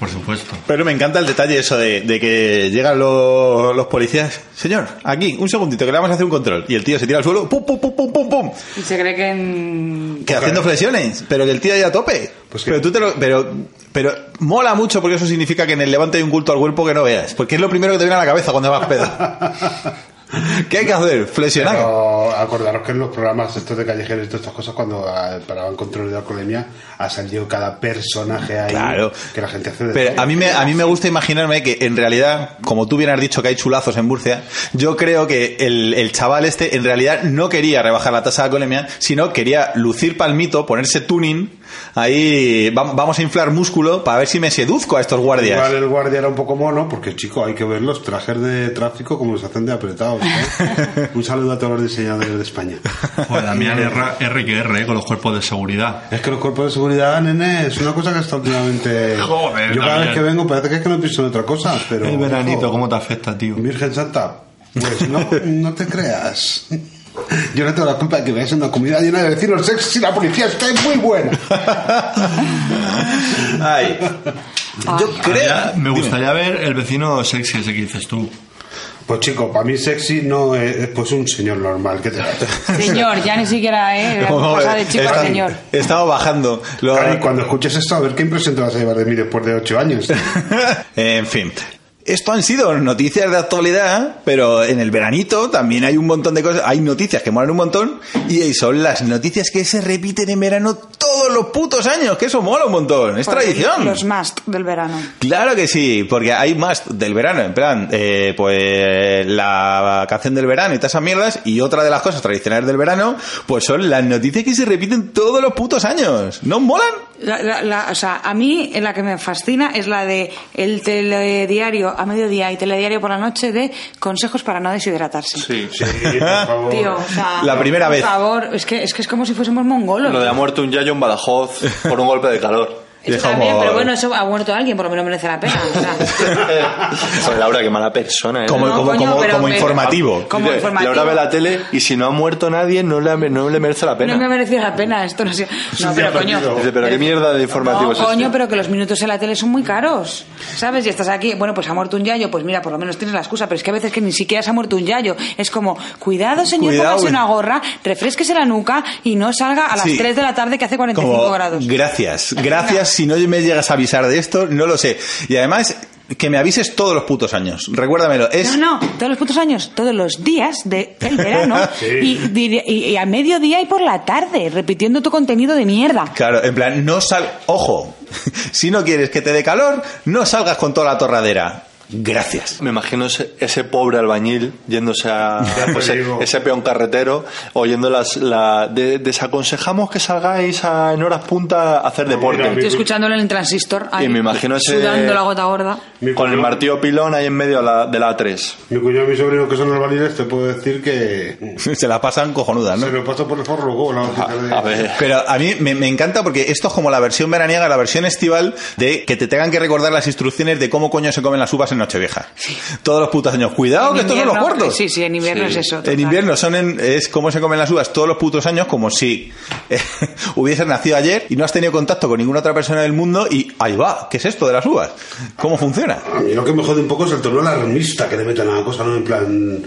S4: Por supuesto.
S3: Pero me encanta el detalle eso de, de que llegan los, los policías. Señor, aquí, un segundito, que le vamos a hacer un control. Y el tío se tira al suelo, pum, pum, pum, pum, pum, pum.
S2: y se cree que en...
S3: Que haciendo flexiones, pero que el tío ya a tope.
S5: Pues que-
S3: pero tú te lo, pero, pero mola mucho porque eso significa que en el levante hay un culto al cuerpo que no veas. Porque es lo primero que te viene a la cabeza cuando vas pedo.
S5: [LAUGHS]
S3: ¿Qué hay que hacer? Flexionar.
S5: Pero acordaros que en los programas estos de callejeros y todas estas cosas, cuando ah, paraban control de alcoholemia, ha salido cada personaje ahí
S3: Claro.
S5: que la gente hace de
S3: Pero a mí, me, a mí me gusta imaginarme que en realidad, como tú bien has dicho que hay chulazos en Murcia, yo creo que el, el chaval este en realidad no quería rebajar la tasa de alcoholemia, sino quería lucir palmito, ponerse tuning, ahí va- vamos a inflar músculo para ver si me seduzco a estos guardias.
S5: Igual el guardia era un poco mono, porque chico, hay que ver los trajes de tráfico como los hacen de
S4: [LAUGHS]
S5: apretados. ¿eh? un saludo a todos los diseñadores de España.
S4: Joder, Damián R, R que R, eh, con los cuerpos de seguridad.
S5: Es que los cuerpos de seguridad, nene, es una cosa que está últimamente.
S4: Joder,
S5: Yo cada vez
S4: Damián.
S5: que vengo parece que es que no pienso en otra cosa, pero.
S4: El veranito,
S5: ojo,
S4: ¿cómo te afecta, tío?
S5: Virgen Santa, pues no, no te creas. Yo no tengo la culpa de que veas una comunidad llena de vecinos sexy y la policía está muy buena.
S3: Ay. Yo creo.
S4: Ahora, me gustaría ver el vecino sexy ese que dices tú.
S5: Pues chico, para mí sexy no es, es, pues un señor normal. ¿Qué te pasa?
S2: Señor, ya ni siquiera,
S3: [LAUGHS]
S2: ¿eh? Pasa de chico a
S3: Estaba-
S2: señor.
S3: Estaba bajando. Lo-
S5: Cari, cuando escuches esto, a ver qué impresión te vas a llevar de mí después de
S4: [LAUGHS]
S5: ocho años.
S3: [LAUGHS] en fin. Esto han sido noticias de actualidad, pero en el veranito también hay un montón de cosas. Hay noticias que molan un montón y son las noticias que se repiten en verano todos los putos años, que eso mola un montón. Es
S2: Por
S3: tradición.
S2: Los must del verano.
S3: Claro que sí, porque hay más del verano, en plan, eh, pues la canción del verano y todas esas mierdas, y otra de las cosas tradicionales del verano, pues son las noticias que se repiten todos los putos años. ¿No molan?
S2: La- la- la- o sea, a mí eh, la que me fascina es la de el telediario a mediodía y telediario por la noche de consejos para no deshidratarse.
S4: Sí.
S5: Sí, por favor.
S2: Tío, o sea,
S3: Oh. La primera
S2: por
S3: vez.
S2: favor, es que, es que es como si fuésemos mongolos.
S4: Lo de ha muerto un yayo en Badajoz por un golpe de [LAUGHS] calor.
S2: Eso
S3: Es
S2: también,
S3: como-
S2: pero bueno, eso ha muerto alguien, por lo menos merece la pena. o sea.
S4: Joder, Laura, qué mala persona.
S3: [LAUGHS]
S4: ¿eh?
S3: Como,
S2: No,
S3: como,
S2: coño,
S3: como,
S2: pero-
S3: como
S2: pero-
S3: informativo.
S2: como
S4: Dice,
S2: informativo.
S4: Laura ve la tele y si no ha muerto nadie, no le, no le merece la pena.
S2: No me ha merecido la pena esto, no sé. No,
S5: un
S2: pero
S5: día
S2: coño.
S5: perdido.
S4: Dice, pero qué mierda de informativo
S2: No,
S4: es este.
S2: coño, pero que los minutos en la tele son muy caros. ¿Sabes? Y estás aquí, bueno, pues ha muerto un yayo, pues mira, por lo menos tienes la excusa, pero es que a veces que ni siquiera se ha muerto un yayo. Es como, cuidado, señor,
S3: Cuidado. eh.
S2: póngase una gorra, refresquese la nuca y no salga a las
S3: Sí.
S2: 3 de la tarde que hace 45
S3: Como,
S2: grados. [LAUGHS]
S3: Gracias, gracias. si no me llegas a avisar de esto, no lo sé. Y además, que me avises todos los putos años. Recuérdamelo. Es
S2: No, no, todos los putos años, todos los días de- del
S3: [LAUGHS]
S2: verano
S5: Sí.
S2: y, dir- y- y a mediodía y por la tarde, repitiendo tu contenido de mierda.
S3: Claro, en plan, no sal... Ojo, [LAUGHS] si no quieres que te dé calor, no salgas con toda la torradera. Gracias. [LAUGHS]
S4: Me imagino ese, ese pobre albañil yéndose a
S5: [LAUGHS] Ya te
S4: pues, e-
S5: digo.
S4: ese peón carretero oyendo las la, de- desaconsejamos que salgáis a- en horas punta a hacer
S5: mira,
S4: deporte
S5: mira.
S2: Estoy escuchándolo en el transistor, ahí,
S4: Y me imagino ese-
S2: sudando la gota gorda.
S5: Mi
S4: con el
S5: cuñado-
S4: martillo pilón ahí en medio de la, de la A3.
S5: Mi cuñado y mi sobrino, que son albañiles, te puedo decir que
S3: Se la pasan cojonudas,
S5: se
S3: ¿no?
S5: lo paso por el forro luego. La hostia de-
S4: A ver.
S3: Pero a mí me, me encanta porque esto es como la versión veraniega, la versión estival de que te tengan que recordar las instrucciones de cómo coño se comen las uvas en Nochevieja. Todos los putos años. Cuidado que
S2: En
S3: estos son los
S2: invierno-
S3: cuartos.
S2: Sí, sí, en invierno
S4: Sí.
S2: es eso.
S3: En
S2: total.
S3: invierno son en- es como se comen las uvas todos los putos años, como si eh, [LAUGHS] hubieses nacido ayer y no has tenido contacto con ninguna otra persona del mundo y ahí va, ¿qué es esto de las uvas? ¿Cómo funciona?
S5: A mí lo que me jode un poco es el tono alarmista que le meten a la cosa, ¿no? En plan,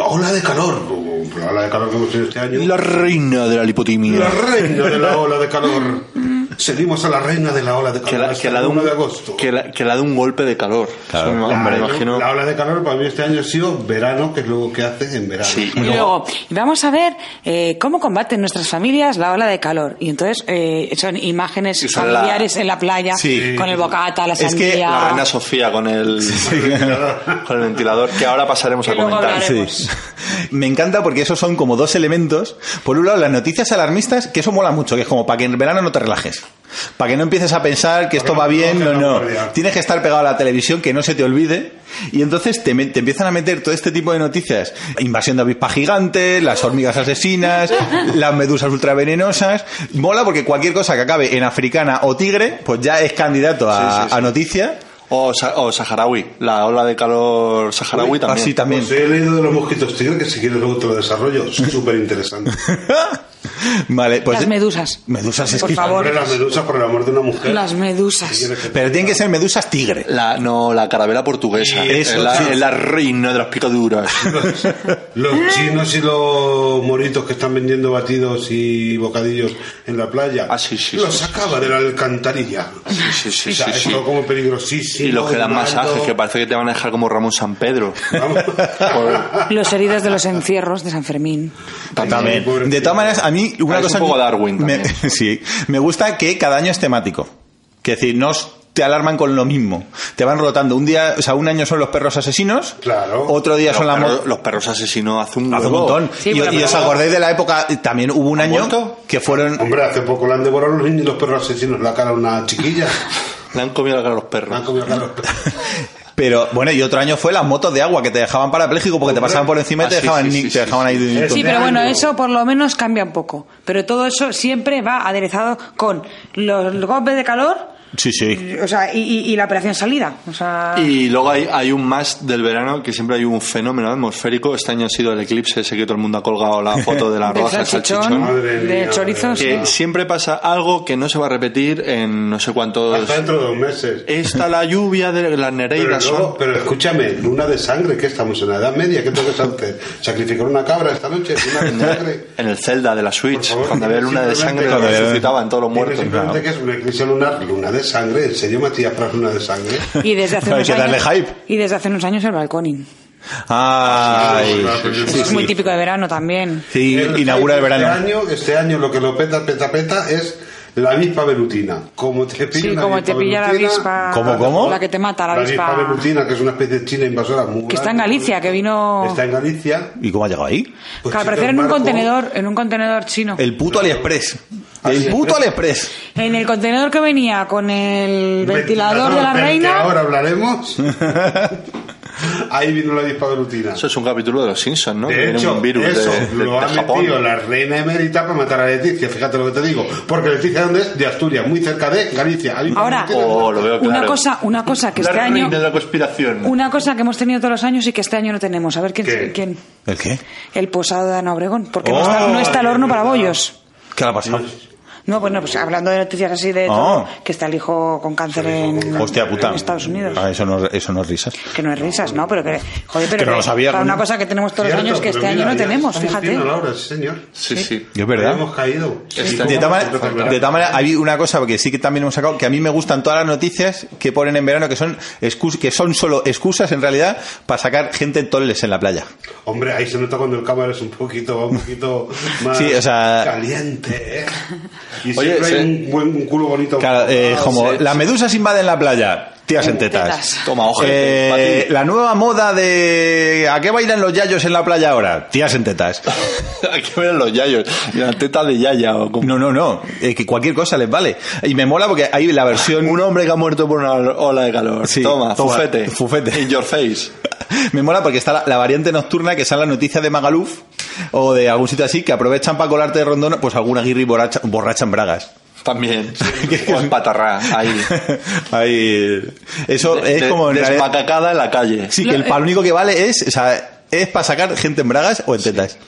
S5: ola de calor. o La ola de calor que hemos tenido este año.
S4: La reina de la lipotimia.
S5: La reina de la ola de calor.
S2: Mm.
S5: Seguimos a la reina de la ola de calor.
S4: que la,
S5: hasta
S4: que la de
S5: el
S4: un,
S5: 1 de agosto.
S4: que la- que la de un golpe de calor.
S3: Claro.
S4: Eso me-
S5: La-
S4: me imagino.
S5: La ola de calor para mí este año ha sido verano, que es lo que haces en verano.
S4: Sí.
S2: Y luego, vamos a ver eh, cómo combaten nuestras familias la ola de calor. Y entonces eh, son imágenes
S4: Y son la-
S2: familiares en la playa,
S3: Sí.
S2: con el bocata, la
S3: Es
S2: sandía...
S3: que
S4: La reina Sofía con el, con el ventilador, que ahora pasaremos
S2: Que
S4: a
S2: luego
S4: comentar.
S2: hablaremos.
S3: Sí. [LAUGHS] Me encanta porque esos son como dos elementos. Por un lado, las noticias alarmistas, que eso mola mucho, que es como para que en verano no te relajes. Para que no empieces a pensar que esto
S5: Para
S3: va
S5: que no
S3: bien,
S5: te
S3: no, no.
S5: acuerdes.
S3: Tienes que estar pegado a la televisión, que no se te olvide. Y entonces te, me- te empiezan a meter todo este tipo de noticias. Invasión de avispas gigantes, las hormigas asesinas, las medusas ultravenenosas. Mola porque cualquier cosa que acabe en africana o tigre, pues ya es candidato a,
S4: Sí, sí, sí.
S3: a noticia. [LAUGHS]
S4: O, sa- o saharaui, la ola de calor saharaui también.
S3: Así también.
S5: Pues he leído de los mosquitos tigre, que si quieres luego te
S3: [LAUGHS]
S5: lo desarrollo. Súper interesante.
S3: vale, pues.
S2: Las medusas.
S3: Medusas es
S2: Por
S3: que-
S2: favor.
S5: Hombre, las medusas por el amor de una mujer.
S2: Las
S5: Si
S2: medusas.
S5: quieres que-
S3: Pero tienen que ser medusas tigre.
S4: La, no, la carabela portuguesa.
S3: Sí, eso,
S4: es, la,
S3: sí.
S4: es la reina de las picaduras.
S5: Los chinos y los moritos que están vendiendo batidos y bocadillos en la playa.
S4: Ah, sí, sí,
S5: Los
S4: sí,
S5: sacaba de la alcantarilla.
S4: Sí, sí, sí,
S5: o sea,
S4: sí, sí.
S5: esto como peligrosísimo.
S4: Y los que dan
S5: malo.
S4: masajes, que parece que te van a dejar como Ramón San Pedro. [LAUGHS]
S5: Vamos.
S2: Los heridos de los encierros de San Fermín.
S3: También.
S4: Eh,
S5: Pobrecito.
S3: De todas maneras, a mí una
S4: Es
S3: cosa...
S4: un poco
S3: que-
S4: Darwin
S3: me, [LAUGHS]
S4: también.
S3: sí. Me gusta que cada año es temático. Que es decir, no os- te alarman con lo mismo. Te van rotando. Un día, o sea, un año son los perros asesinos.
S5: Claro.
S3: Otro día son
S4: los,
S3: las...
S4: perros,
S3: mo-
S4: los perros asesinos hace un,
S3: Hace un
S4: huevo.
S3: montón.
S2: Sí,
S3: y,
S2: bueno,
S3: y
S2: pero-
S3: os acordáis de la época, también hubo un año
S4: muerto?
S3: que fueron...
S5: Hombre, hace poco le han devorado los niños y los perros asesinos la cara a una chiquilla.
S4: [LAUGHS] Le han comido la cara a los
S5: Le han
S4: perros.
S5: comido la cara a los
S4: Pues-
S5: perros.
S3: Pero bueno, y otro año fue las motos de agua que te dejaban parapléjico porque te pasaban por encima y
S4: Ah,
S3: te
S4: sí,
S3: dejaban,
S4: sí,
S3: ni-
S4: sí,
S3: te
S4: sí,
S3: dejaban ahí...
S5: sí.
S3: con-
S2: Sí, pero bueno,
S5: año.
S2: eso por lo menos cambia un poco. Pero todo eso siempre va aderezado con los golpes de calor,
S3: Sí, sí.
S2: O sea, y, y- y la operación salida. O sea,
S4: Y luego hay, hay un más del verano que siempre hay un fenómeno atmosférico. Este año ha sido el eclipse ese que todo el mundo ha colgado la foto
S2: [LAUGHS]
S4: de la
S2: del
S4: rodaja del
S2: salchichón,
S4: salchichón.
S5: Madre mía,
S2: de
S5: madre
S2: chorizos.
S4: Que siempre pasa algo que no se va a repetir en no sé cuántos.
S5: Hasta dentro de dos meses.
S4: Está la lluvia de las
S5: Pero,
S4: nereidas.
S5: luego-
S4: son-
S5: pero escúchame, luna de sangre, ¿qué estamos en la Edad Media? ¿Qué tengo que hacer? ¿Sacrificar una cabra esta noche? ¿Luna de
S4: [LAUGHS]
S5: sangre?
S4: En el Zelda de la
S5: Por
S4: Switch,
S5: favor,
S4: cuando había luna de sangre,
S5: simplemente-
S4: cuando resucitaban todos los
S5: Dime
S4: muertos.
S5: Simplemente que es una eclipse lunar, luna de sangre. ¿En serio, Matías Pras, luna de
S4: [LAUGHS]
S5: sangre?
S2: Y desde hace
S3: [LAUGHS] Hay
S2: unos
S3: que darle
S2: años,
S3: hype.
S2: Y desde hace unos años el balconing.
S4: Ah,
S3: Ay, sí,
S2: Es muy
S3: sí.
S2: típico de verano también.
S3: Sí,
S5: El-
S3: inaugura el
S5: Este
S3: verano.
S5: año, este año lo que lo peta, peta, peta es la avispa velutina. Como te pilla,
S2: Sí,
S5: una
S2: como te pilla la avispa.
S3: ¿Cómo, cómo?
S2: La que te mata, la
S5: La avispa
S2: avispa.
S5: velutina, que es una especie de china invasora muy
S2: Que está en
S5: grande.
S2: Galicia, que vino.
S5: Está en Galicia.
S3: ¿Y cómo ha llegado ahí?
S5: Pues
S2: que al
S5: chica,
S2: parecer en un
S5: barco-
S2: contenedor, en un contenedor chino.
S3: El puto AliExpress. El
S5: AliExpress.
S3: puto AliExpress.
S2: En el contenedor que venía con el ventilador de la
S5: del que
S2: reina.
S5: ahora hablaremos. [LAUGHS] Ahí vino la avispa velutina.
S4: Eso es un capítulo de los Simpsons, ¿no? que
S5: De
S4: tienen
S5: hecho,
S4: un virus
S5: eso
S4: de, de-
S5: lo
S4: de
S5: ha
S4: Japón.
S5: metido la reina emérita para matar a Leticia, fíjate lo que te digo. Porque Leticia, ¿dónde es? De Asturias, muy cerca de Galicia. Ahí
S2: Ahora,
S5: tiene-
S4: Oh, lo veo
S2: una
S4: claro.
S2: cosa, una cosa que
S4: La
S2: este
S4: reina
S2: año.
S4: de la conspiración.
S2: Una cosa que hemos tenido todos los años y que este año no tenemos. A ver quién.
S5: ¿Qué?
S2: quién
S3: ¿El qué?
S2: el posado de Ana Obregón. Porque no,
S3: Oh,
S2: está, no está el horno para bollos.
S3: ¿Qué le ha pasado?
S2: No, bueno, pues hablando de noticias así de todo, que está el hijo con cáncer en,
S3: Ah. Hostia puta.
S2: en Estados Unidos.
S3: Ah, eso no, eso no es risas.
S2: Que no es risas, ¿no? Pero que, joder, pero
S3: Que no lo sabía,
S2: para
S3: coño.
S2: una cosa que tenemos todos
S5: Cierto,
S2: los años que
S5: pero
S2: este año no
S5: mira, ya
S2: tenemos,
S5: estamos
S2: fíjate.
S5: fino, Laura, sí, señor.
S4: Sí, sí. [LAUGHS]
S3: Es verdad.
S5: Hemos caído.
S4: Este
S5: ¿Y
S3: De
S5: cómo
S3: tal
S5: te toca el
S3: manera,
S5: verano?
S3: de tal manera, hay una cosa que sí que también hemos sacado, que a mí me gustan todas las noticias que ponen en verano, que son excus- que son solo excusas en realidad para sacar gente en toles en la playa.
S5: Hombre, ahí se nota cuando el cámara es un poquito, un poquito más
S3: Sí, o sea-
S5: caliente, ¿eh? Y
S4: Oye,
S5: siempre hay
S4: se-
S5: un, buen, un culo bonito.
S3: Claro, eh,
S5: Ah,
S3: como
S4: sí,
S3: las
S4: sí.
S3: medusas invaden la playa, tías en
S2: tetas.
S3: tetas.
S4: Toma, ojete,
S3: Eh,
S4: pa' ti.
S3: la nueva moda de ¿a qué bailan los yayos en la playa ahora? Tías en tetas.
S4: Hay que ver los yayos. La teta de yaya o como...
S3: No, no, no, eh, que cualquier cosa les vale. Y me mola porque hay la versión
S4: Un hombre que ha muerto por una ola de calor.
S3: Sí,
S4: toma,
S3: toma,
S4: fufete.
S3: fufete.
S4: In your face.
S3: [LAUGHS] Me mola porque está la, la variante nocturna que sale la noticia de Magaluf o de algún sitio así que aprovechan para colarte de rondona pues alguna guirri borracha, borracha en bragas.
S4: También. O en patarrá, ahí.
S3: [LAUGHS] Ahí, eh, eso es
S4: De-
S3: como en realidad-
S4: desmacacada en la calle.
S3: Sí, que el para lo único que vale es, o sea, es para sacar gente en bragas o en tetas.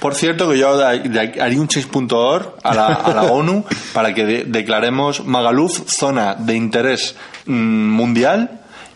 S4: Por cierto, que yo de ahí- de ahí haría un chis.org a la,
S3: [LAUGHS]
S4: a la ONU para que de- declaremos Magaluf zona de interés mm, mundial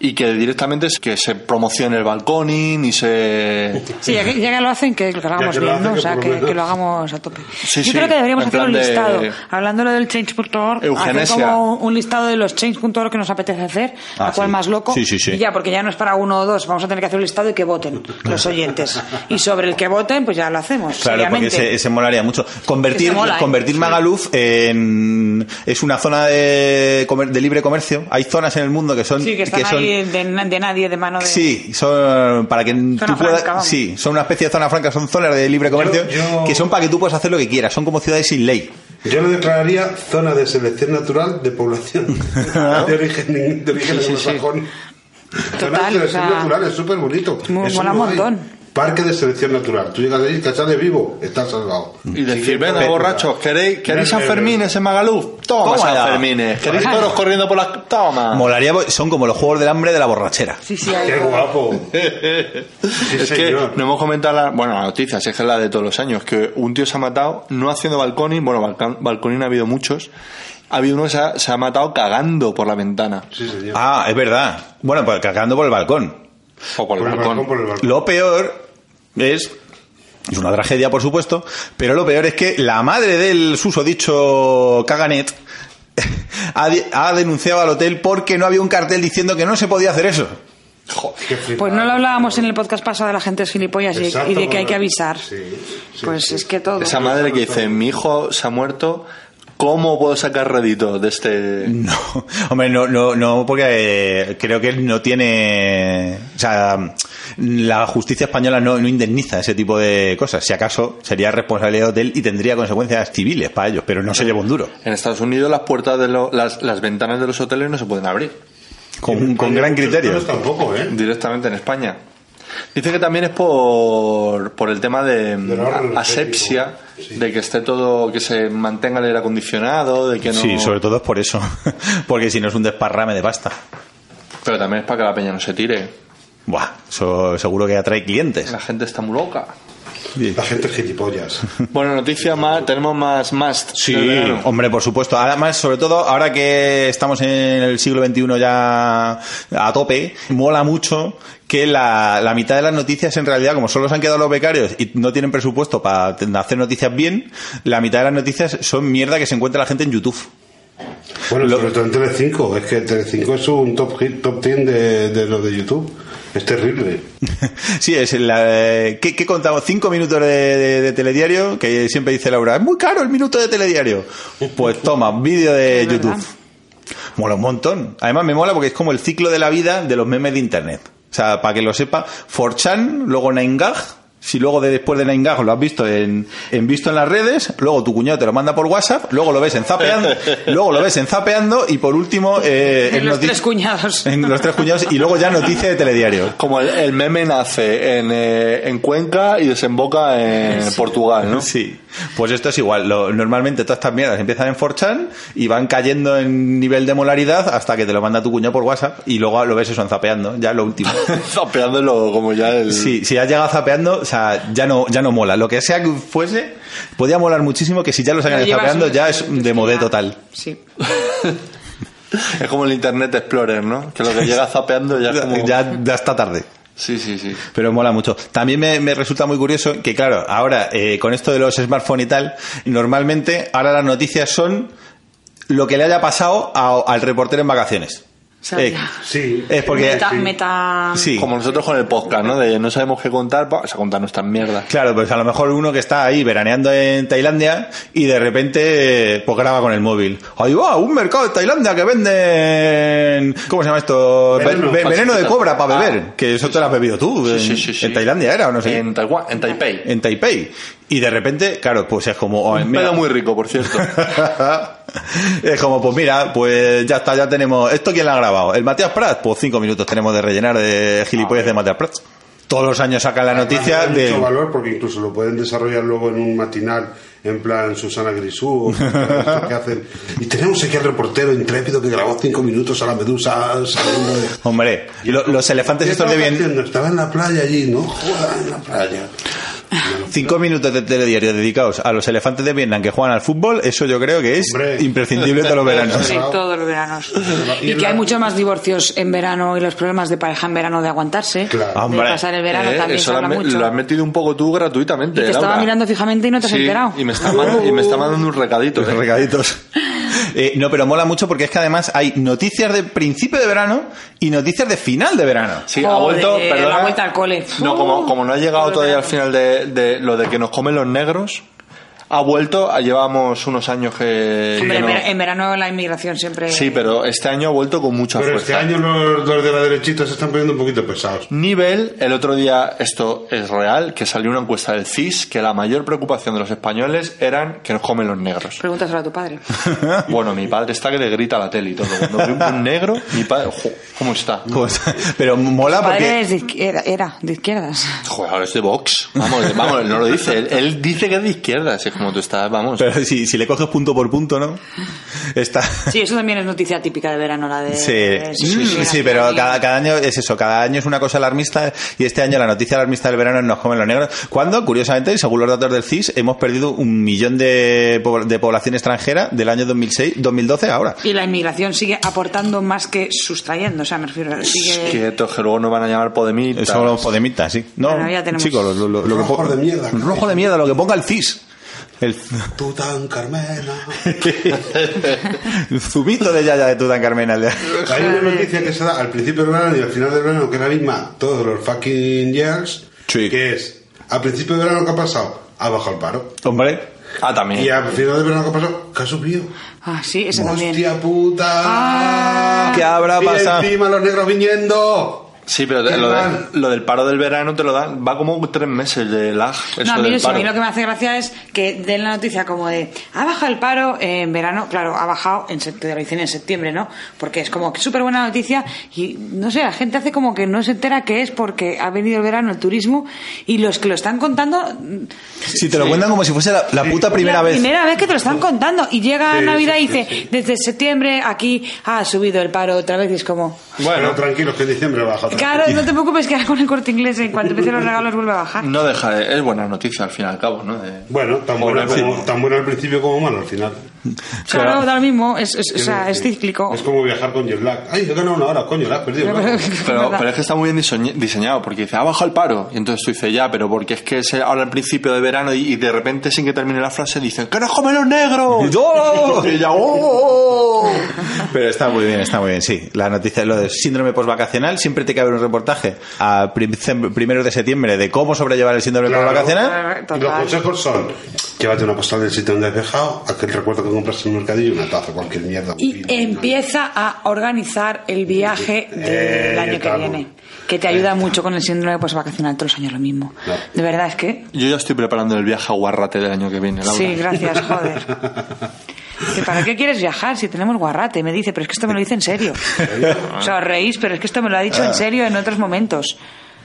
S4: y que directamente es que se promocione el balconing y se...
S2: Sí, ya que, ya que lo hacen, que lo hagamos
S5: que lo
S2: bien, ¿no?
S5: hacen, pues que
S2: O sea,
S5: por lo
S2: que,
S5: menos.
S2: que lo hagamos a tope.
S4: Sí,
S2: Yo
S4: sí,
S2: creo que deberíamos
S4: en
S2: hacer un
S4: plan de-
S2: listado. Hablando de lo del change.org, hacer
S4: Eugenesia.
S2: como un listado de los change.org que nos apetece hacer,
S3: Ah,
S2: a cuál
S3: sí.
S2: más loco.
S3: Sí, sí, sí.
S2: Y ya, porque ya no es para uno o dos, vamos a tener que hacer un listado y que voten
S3: [LAUGHS]
S2: los oyentes. Y sobre el que voten, pues ya lo hacemos.
S3: Claro, porque
S2: seriamente.
S3: ese, ese molaría mucho.
S2: Que
S3: Convertir,
S2: se mola, ¿eh?
S3: convertir Magaluf en, es una zona de, comer- de libre comercio. Hay zonas en el mundo que son,
S2: Sí, que están
S3: son-
S2: ahí eh, de, na- de nadie, de mano de...
S3: Sí, son para que tú puedas.
S2: franca, vamos.
S3: sí, son una especie de zona franca, son zonas de libre comercio
S5: yo-
S3: que son para que tú puedas hacer lo que quieras. Son como ciudades sin ley.
S5: Yo lo declararía zona de selección natural de población de origen, de origen anglosajón. Zona
S2: Total,
S5: de
S2: o
S5: selección
S2: sea,
S5: natural es súper bonito.
S2: mo-
S5: Eso
S2: mola
S5: no
S2: un
S5: hay.
S2: montón.
S5: Parque de selección natural. Tú llegas allí, te sales vivo, estás salvado.
S4: Y decir, venga,
S5: Pero-
S4: borrachos, ¿queréis, queréis San Fermín ese Magaluf? Toma,
S3: Toma ya.
S4: San Fermín. eh. ¿Queréis toros corriendo por las...
S5: Ah.
S4: Toma.
S3: Molaría, son como los juegos del hambre de la borrachera.
S2: Sí, sí, hay
S5: Qué
S2: todo.
S5: guapo. Sí,
S4: [LAUGHS] es
S5: señor.
S4: que no hemos comentado la, bueno, la noticia, si es que es la de todos los años, que un tío se ha matado no haciendo balconing, bueno, balca- balconing ha habido muchos, ha habido uno que se ha, se ha matado cagando por la ventana
S5: Sí, señor.
S3: Ah, es verdad. Bueno, pues cagando por el balcón.
S4: o por el
S5: por el
S4: balcón.
S5: balcón, por el balcón.
S3: Lo peor es. Es una tragedia, por supuesto, pero lo peor es que la madre del susodicho Caganet [LAUGHS] ha, de- ha denunciado al hotel porque no había un cartel diciendo que no se podía hacer eso. [LAUGHS]
S5: Qué flipado.
S2: Pues no lo hablábamos en el podcast pasado de la gente es gilipollas y-
S5: Exacto,
S2: y de que hay
S5: bueno.
S2: que avisar.
S5: Sí, sí,
S2: pues
S5: sí.
S2: es que todo.
S4: Esa madre que dice, mi hijo se ha muerto, ¿cómo puedo sacar rédito de este...?
S5: Mm.
S3: No, hombre, no, no, no, porque eh, creo que él no tiene. O sea, la justicia española no, no indemniza ese tipo de cosas. Si acaso sería responsabilidad de él y tendría consecuencias civiles para ellos, pero no se lleva un duro.
S4: En Estados Unidos las puertas de lo- las, las ventanas de los hoteles no se pueden abrir
S3: Con, con
S5: Oye,
S3: gran
S5: muchos
S3: criterio.
S5: toros Tampoco, ¿eh?
S4: directamente en España. Dice que también es por, por el tema de
S5: Del ahorro
S4: mm, asepsia,
S5: energético. Sí.
S4: de que esté todo, que se mantenga el aire acondicionado, de que no.
S3: Sí, sobre todo es por eso. [LAUGHS] Porque si no es un desparrame de pasta.
S4: Pero también es para que la peña no se tire.
S3: Buah, eso seguro que atrae clientes.
S4: La gente está muy
S3: [LAUGHS]
S4: loca.
S5: La gente es gilipollas.
S4: Bueno, noticia más, tenemos más más.
S3: Sí, hombre, por supuesto. Además, sobre todo, ahora que estamos en el siglo XXI ya a tope, mola mucho que la, la mitad de las noticias, en realidad, como solo se han quedado los becarios y no tienen presupuesto para hacer noticias bien, la mitad de las noticias son mierda que se encuentra la gente en YouTube.
S5: Bueno,
S3: Lo-
S5: sobre todo en Telecinco. Es que Telecinco es un top hit, top 10 de, de lo de YouTube. Es terrible.
S3: [LAUGHS] Sí, es la, eh, ¿qué, qué contamos? Cinco minutos de, de- de telediario, que siempre dice Laura, es muy caro el minuto de telediario. Pues toma, un vídeo
S2: [LAUGHS]
S3: de
S2: Es verdad.
S3: YouTube. Mola un montón. Además me mola porque es como el ciclo de la vida de los memes de internet. O sea, para que lo sepa, 4chan, luego 9gag, si luego de, después de 9gag lo has visto en, en visto en las redes, luego tu cuñado te lo manda por WhatsApp, luego lo ves en
S2: [LAUGHS]
S3: zapeando, luego lo ves en zapeando y por último eh,
S2: En [LAUGHS] los
S3: noti-
S2: tres cuñados.
S3: en los tres cuñados y luego ya noticia de telediario.
S4: Como el, el meme nace en, eh, en Cuenca y desemboca en Portugal,
S3: [LAUGHS]
S4: ¿no?
S3: Sí, pues esto es igual. Lo- normalmente todas estas mierdas empiezan en 4chan y van cayendo en nivel de molaridad hasta que te lo manda tu cuñado por WhatsApp y luego lo ves eso en zapeando, ya lo
S4: [LAUGHS]
S3: último.
S4: [LAUGHS] Zapeándolo como ya el.
S3: Sí, si has llegado zapeando, o sea, ya no, ya no mola. Lo que sea que fuese, podía molar muchísimo que si ya lo
S2: Lo
S3: sacan de
S2: llevas
S3: zapeando
S2: un-
S3: ya es de modé
S2: ya-
S3: total.
S2: Sí.
S4: Es como el Internet Explorer, ¿no? Que lo
S3: [LAUGHS]
S4: que llega zapeando ya es como.
S3: Ya, ya está tarde.
S4: Sí, sí, sí.
S3: Pero mola mucho. También me, me resulta muy curioso que, claro, ahora eh, con esto de los smartphones y tal, normalmente ahora las noticias son lo que le haya pasado a- al reportero en vacaciones.
S2: O sea,
S3: Eh,
S2: ya.
S5: Sí.
S3: Es porque-
S2: Meta,
S5: Sí.
S2: meta-
S3: Sí.
S4: Como nosotros con el podcast, ¿no? De no sabemos qué contar, vamos a contar nuestras mierdas.
S3: Claro, pues a lo mejor uno que está ahí veraneando en Tailandia y de repente eh, pues graba con el móvil. Ahí va, un mercado de Tailandia que venden... ¿Cómo se llama esto? Ve- ve- Veneno,
S5: Veneno.
S3: de cobra para
S4: Ah,
S3: beber. que eso te lo has bebido tú.
S4: Sí,
S3: en,
S4: sí, sí, sí.
S3: en Tailandia era o no sé.
S4: En Taiwán, en Taipei.
S3: en Taipei. Y de repente, claro, pues es como... oh,
S4: Un
S3: mira.
S4: pedo muy rico, por [LAUGHS] cierto.
S3: [LAUGHS] es como, pues mira, pues ya está, ya tenemos. ¿Esto quién lo ha grabado? ¿El Matías Prats? Pues cinco minutos tenemos de rellenar de gilipollas de Matías Prats. Todos los años sacan la noticia
S5: Además, le da mucho
S3: de.
S5: valor porque incluso lo pueden desarrollar luego en un matinal en plan Susana
S3: [LAUGHS]
S5: Grisú o esto que hacen y tenemos aquí al reportero intrépido que grabó cinco minutos a la medusa saliendo de-
S3: Hombre, lo- los elefantes
S5: ¿Qué
S3: estos de
S5: estabas
S3: bien.
S5: haciendo? estaba en la playa allí no joda en la playa
S3: Cinco minutos de telediario dedicados a los elefantes de Vietnam que juegan al fútbol, eso yo creo que es
S5: Hombre.
S3: imprescindible todos los veranos.
S2: Sí, todos los veranos. Y que hay muchos más divorcios en verano y los problemas de pareja en verano de aguantarse.
S5: Claro.
S2: De
S3: Hombre.
S2: pasar el verano
S4: Eh,
S2: también se
S4: eso lo,
S2: habla
S4: has me-
S2: mucho.
S4: lo has metido un poco tú gratuitamente.
S2: Y te estaba
S4: Laura.
S2: mirando fijamente y no te has
S4: Sí,
S2: enterado.
S4: Y me está, mand- y me está mandando un recadito.
S3: Los
S4: eh.
S3: recaditos. Eh, no, pero mola mucho porque es que además hay noticias de principio de verano y noticias de final de verano.
S4: Sí, ha
S2: Joder,
S4: vuelto,
S2: la
S4: perdona.
S2: vuelta al cole. Uh.
S4: No, como, como no ha llegado
S2: Joder.
S4: todavía al final de, de lo de que nos comen los negros, ha vuelto, ah, llevamos unos años que...
S2: Hombre,
S4: que
S2: en
S4: no-
S2: ver- en verano la inmigración siempre...
S4: Sí, pero este año ha vuelto con mucha
S5: pero
S4: fuerza.
S5: este año los dos de la derechita se están poniendo un poquito pesados
S4: Nivel, el otro día, esto es real, que salió una encuesta del CIS que la mayor preocupación de los españoles eran que nos comen los negros.
S5: [LAUGHS]
S2: Pregúntaselo a tu padre.
S4: Bueno, mi padre está que le grita a la tele y todo. Cuando ve un- un negro, mi padre, jo, ¿cómo está?
S3: [LAUGHS] Pues, pero mola
S2: Tu padre
S3: porque.
S2: es de izquierda- era de izquierdas.
S4: Joder, ahora es de Vox. Vamos, vamos, él no lo dice. Él, él dice que es de izquierda, así como tú estás, vamos.
S3: Pero si, si le coges punto por punto, ¿no? Está.
S2: Sí, eso también es noticia típica de verano, la de...
S3: Sí,
S2: de-
S3: Mm, sí,
S2: migración
S3: pero
S2: y-
S3: cada, cada año es eso, cada año es una cosa alarmista y este año la noticia alarmista del verano nos comen los negros. Cuando, curiosamente, según los datos del CIS, hemos perdido un millón de, po- de población extranjera del año 2006, 2012 a ahora.
S2: Y la inmigración sigue aportando más que sustrayendo, o sea, me refiero... Sigue...
S4: Quietos, que luego nos van a llamar Podemita.
S3: Eso los podemitas, sí. No,
S2: Bueno, ya tenemos.
S3: chicos, lo, lo- lo- lo que
S5: Rojo
S3: po-
S5: de mierda.
S3: Rojo de mierda, lo que ponga el CIS. El [LAUGHS]
S5: tú tan Carmela
S3: el zumito de Yaya de Tutancarmena. el de-
S5: Hay una noticia que se da al principio del verano y al final del verano, que es la misma todos los fucking years,
S3: Sí.
S5: que es, al principio del verano, ¿qué ha pasado? Ha bajado el paro.
S3: Hombre,
S4: Ah, también.
S5: Y al
S3: Mm.
S5: final del verano, ¿qué ha pasado? Que ha subido.
S2: Ah, sí, esa también.
S5: ¡Hostia puta!
S2: Ah.
S3: ¿qué habrá
S5: Y
S3: pasado?
S5: encima los negros viniendo.
S4: Sí, pero te-
S5: Qué
S4: lo, de-
S5: mal.
S4: lo del paro del verano te lo dan, va como tres meses de lag. Eso
S2: No, a mí,
S4: del
S2: eso, a
S4: paro.
S2: mí lo que me hace gracia es que den la noticia como de ha bajado el paro en verano, claro, ha bajado en septiembre, dicen en septiembre, ¿no? Porque es como que súper buena noticia y no sé, la gente hace como que no se entera que es porque ha venido el verano, el turismo y los que lo están contando mm,
S3: Si te lo cuentan como si fuese la, la puta primera
S2: la
S3: vez.
S2: primera vez que te lo están contando y llega
S5: Sí,
S2: Navidad
S5: sí,
S2: y dice desde septiembre aquí ha subido el paro otra vez y es como
S5: Bueno, tranquilos, que en diciembre baja. otra vez.
S2: claro, no te preocupes que ahora con el corte inglés en cuanto empiecen los regalos vuelve a bajar.
S5: Mm.
S4: No deja de- Es buena noticia al fin y al cabo, ¿no? De-
S5: Bueno, tan
S4: Pobre
S5: bueno, como-
S4: Hacienda.
S5: tan bueno al principio como malo al final.
S2: Claro, da lo mismo, es, es- o sea, es cíclico. [LAUGHS]
S5: Es como viajar con jet lag. Ay, he ganado una hora, coño, la has perdido. ¿no?
S4: Pero,
S2: Verdad.
S4: pero es que está muy bien diseñ- diseñado, porque dice, ha bajado el paro. Y entonces tú dices, ya, pero porque es que es ahora al principio de verano y, y de repente, sin que termine la frase, dicen, ¡que nos comen los negros!
S3: ¡Yo!
S4: Y ya, ¡oh!
S3: Pero está muy bien, está muy bien, sí. La noticia de lo de síndrome postvacacional, siempre te cabe un reportaje a prim- primeros de septiembre de cómo sobrellevar el síndrome
S5: Claro.
S3: postvacacional.
S2: Ah, Total.
S5: Y los consejos son: llévate una postal del sitio donde has viajado, aquel recuerdo que compraste en el mercadillo, una taza, cualquier mierda. un
S2: Y
S5: vino,
S2: empieza a organizar el viaje del
S5: Eh,
S2: año que
S5: claro.
S2: viene, que te ayuda mucho con el síndrome postvacacional todos los años lo mismo.
S5: No.
S2: De verdad es que
S4: Yo ya estoy preparando el viaje a Guarrate del año que viene, Laura.
S2: sí, gracias,
S5: [LAUGHS]
S2: joder. Que ¿Para qué quieres viajar si tenemos guarrate? Me dice, pero es que esto me lo dice en serio. O sea, os reís, pero es que esto me lo ha dicho en serio en otros momentos.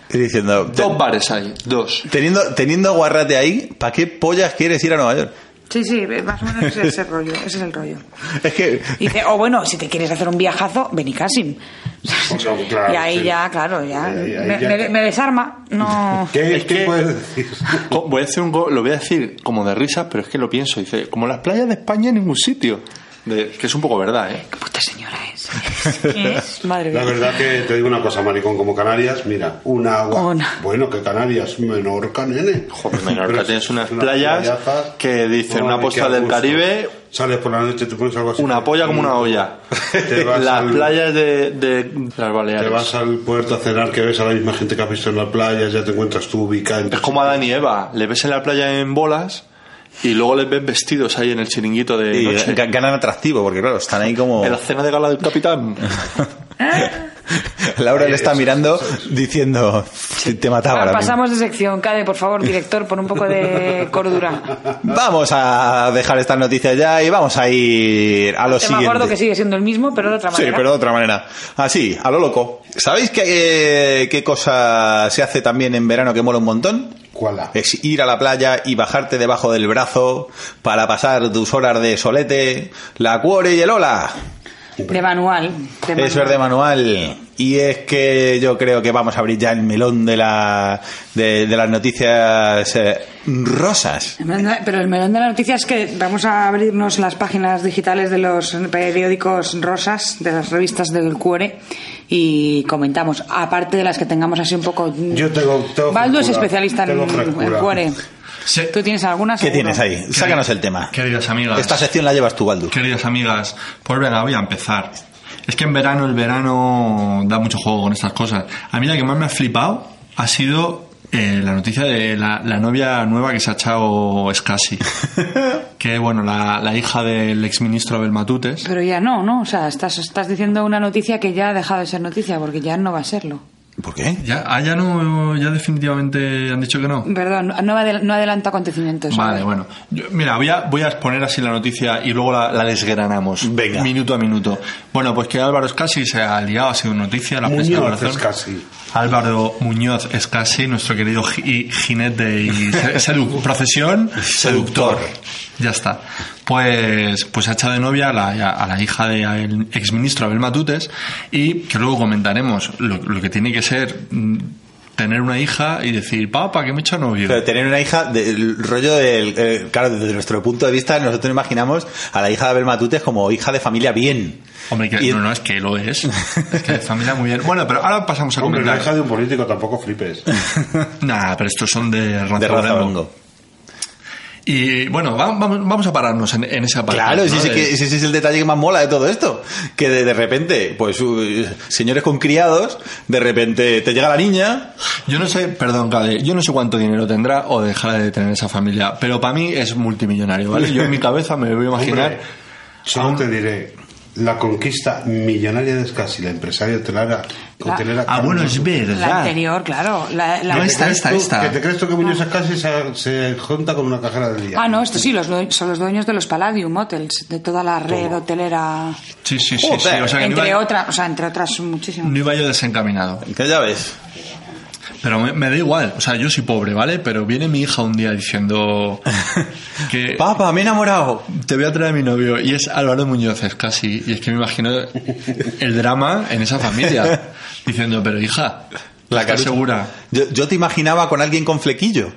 S3: Y diciendo, te-
S4: Dos bares hay, dos.
S3: teniendo, teniendo a guarrate ahí, ¿para qué pollas quieres ir a Nueva York?
S2: Sí, sí, más o menos ese es el rollo. Ese es el rollo.
S3: Es que
S2: Y dice, o bueno, si te quieres hacer un viajazo, ven y Casim.
S5: Bueno, claro,
S2: y ahí
S5: sí.
S2: ya, claro, ya.
S5: Ahí- ahí
S2: me,
S5: ya-
S2: me- me desarma. No.
S5: ¿Qué,
S4: Es
S5: qué
S4: que-
S5: puedes decir?
S4: Co- Voy a hacer un go- lo voy a decir como de risa, pero es que lo pienso. Dice, como las playas de España en ningún sitio. De- que es un poco verdad, ¿eh?
S2: Qué puta señora es. Es- Madre
S5: La
S2: mía.
S5: verdad que te digo una cosa, maricón, como Canarias, mira, un agua.
S2: Una.
S5: Bueno, que Canarias, Menorca, nene.
S4: Joder, Menorca,
S5: Pero es-
S4: tienes unas
S5: unas
S4: playas
S5: playazas.
S4: que dicen, una
S5: Ay,
S4: posta
S5: qué a
S4: del
S5: gusto.
S4: Caribe.
S5: Sales por la noche, te pones algo así.
S4: Una polla como una olla.
S5: Te vas
S4: Las
S5: al-
S4: playas de, de las
S5: Te
S4: Baleares.
S5: vas al puerto a cenar, que ves a la misma gente que has visto en la playa, ya te encuentras tú ubicada. en-
S4: Es como Adán y Eva. Le ves en la playa en bolas y luego les ves vestidos ahí en el chiringuito de
S3: y
S4: noche.
S3: ga- ganan atractivo, porque claro, están ahí
S4: [LAUGHS]
S3: como...
S4: En la cena de gala del capitán.
S3: Laura le está mirando diciendo, "Te- te
S2: Ah,
S3: mataba ahora mismo".
S2: pasamos de sección. Cade, por favor, director, por un poco de cordura.
S3: Vamos a dejar estas noticias ya y vamos a ir a lo
S2: Tema gordo
S3: siguiente.
S2: que sigue siendo el mismo, pero de otra
S3: Sí,
S2: manera.
S3: pero de otra manera. Así, a lo loco. ¿Sabéis qué, eh, qué cosa se hace también en verano que mola un montón?
S5: ¿Cuál? la?
S3: Es ir a la playa y bajarte debajo del brazo para pasar tus horas de solete, la cuore y el hola.
S2: De manual. de manual.
S3: Eso es de manual. Y es que yo creo que vamos a abrir ya el melón de, la, de, de las noticias eh, rosas.
S2: Pero el melón de la noticia es que vamos a abrirnos las páginas digitales de los periódicos rosas, de las revistas del Cuore, y comentamos, aparte de las que tengamos así un poco...
S5: Yo tengo- tengo
S2: Baldu es
S5: frescura,
S2: especialista en,
S5: tengo
S2: en
S5: frescura.
S2: Cuore.
S4: [LAUGHS] Sí.
S2: ¿Tú tienes algunas?
S3: ¿Qué tienes ahí? Sácanos el tema.
S4: Queridas amigas.
S3: Esta sección la llevas tú, Baldu.
S4: Queridas amigas, pues venga, voy a empezar. Es que en verano, el verano da mucho juego con estas cosas. A mí la que más me ha flipado ha sido eh, la noticia de la, la novia nueva que se ha echado Scassi. que bueno, la, la hija del exministro Abel Matutes.
S2: Pero ya no, ¿no? O sea, estás, estás diciendo una noticia que ya ha dejado de ser noticia, porque ya no va a serlo.
S3: ¿Por qué?
S4: Ya, ah, ya no, ya definitivamente han dicho que no.
S2: Perdón, no, adel- no adelanto acontecimientos.
S4: Vale,
S2: ¿sabes?
S4: bueno. Yo- mira, voy a, voy a exponer así la noticia y luego la, la desgranamos.
S3: Venga.
S4: Minuto a minuto. Bueno, pues que Álvaro Escasi se ha liado, ha sido noticia. La prensa de
S5: Muñoz
S4: corazón.
S5: es casi.
S4: Álvaro Muñoz Escasi, nuestro querido gi- jinete y sedu- profesión seductor. Ya está. Pues, pues ha echado de novia a la, a la hija del exministro Abel Matutes y que luego comentaremos lo, lo que tiene que ser mm, tener una hija y decir, papá, que me he hecho novio.
S3: Pero tener una hija del rollo del. eh, claro, desde nuestro punto de vista, nosotros imaginamos a la hija de Abel Matutes como hija de familia bien.
S4: Hombre, que
S3: Y-
S4: no, no, es que lo
S3: [LAUGHS]
S4: es. Es que de familia muy bien. Bueno, pero ahora pasamos a
S5: Hombre, la
S4: comentar.
S5: hija de un político tampoco flipes.
S4: Nah, pero estos son de raza,
S3: De raza
S4: Blanco.
S3: bongo.
S4: Y bueno, va- vamos, vamos a pararnos en, en esa parte.
S3: Claro,
S4: ¿no?
S3: ese, es el
S4: De-
S3: que- ese es el detalle que más mola de todo esto. Que de, de repente, pues, uh, señores con criados, de repente te llega la niña.
S4: Yo no sé, perdón, Cade, yo no sé cuánto dinero tendrá o dejará de tener esa familia, pero para mí es multimillonario, ¿vale? Yo en mi cabeza me voy a imaginar.
S5: Hombre, solo te diré la conquista millonaria de Scassi, la empresaria hotelera. hotelera
S7: Ah, bueno, es verdad.
S2: La anterior, claro. La, la-
S7: No,
S5: ¿Te
S7: esta,
S5: crees
S7: esta,
S5: tú-
S7: esta.
S5: ¿Que te crees tú que Muñoz Scassi se, se junta con una cajera del día?
S2: Ah, no, esto sí, los due- son los dueños de los Palladium Hotels, de toda la red hotelera,
S4: Sí, sí, sí.
S3: Joder.
S4: sí, O sea, que no
S2: entre
S4: iba,
S2: otras, o sea, entre otras
S4: no
S2: muchísimas.
S4: iba yo desencaminado.
S3: Que ya ves.
S4: Pero me, me da igual. O sea, yo soy pobre, ¿vale? Pero viene mi hija un
S3: [LAUGHS]
S4: día diciendo que...
S3: Papá, me he enamorado.
S4: Te voy a traer a mi novio y es Álvaro Muñoz, es casi. Y es que me imagino el drama en esa [LAUGHS] familia. Diciendo, pero hija, la cara
S3: carucha.
S4: segura.
S3: Yo, yo te imaginaba con alguien con flequillo.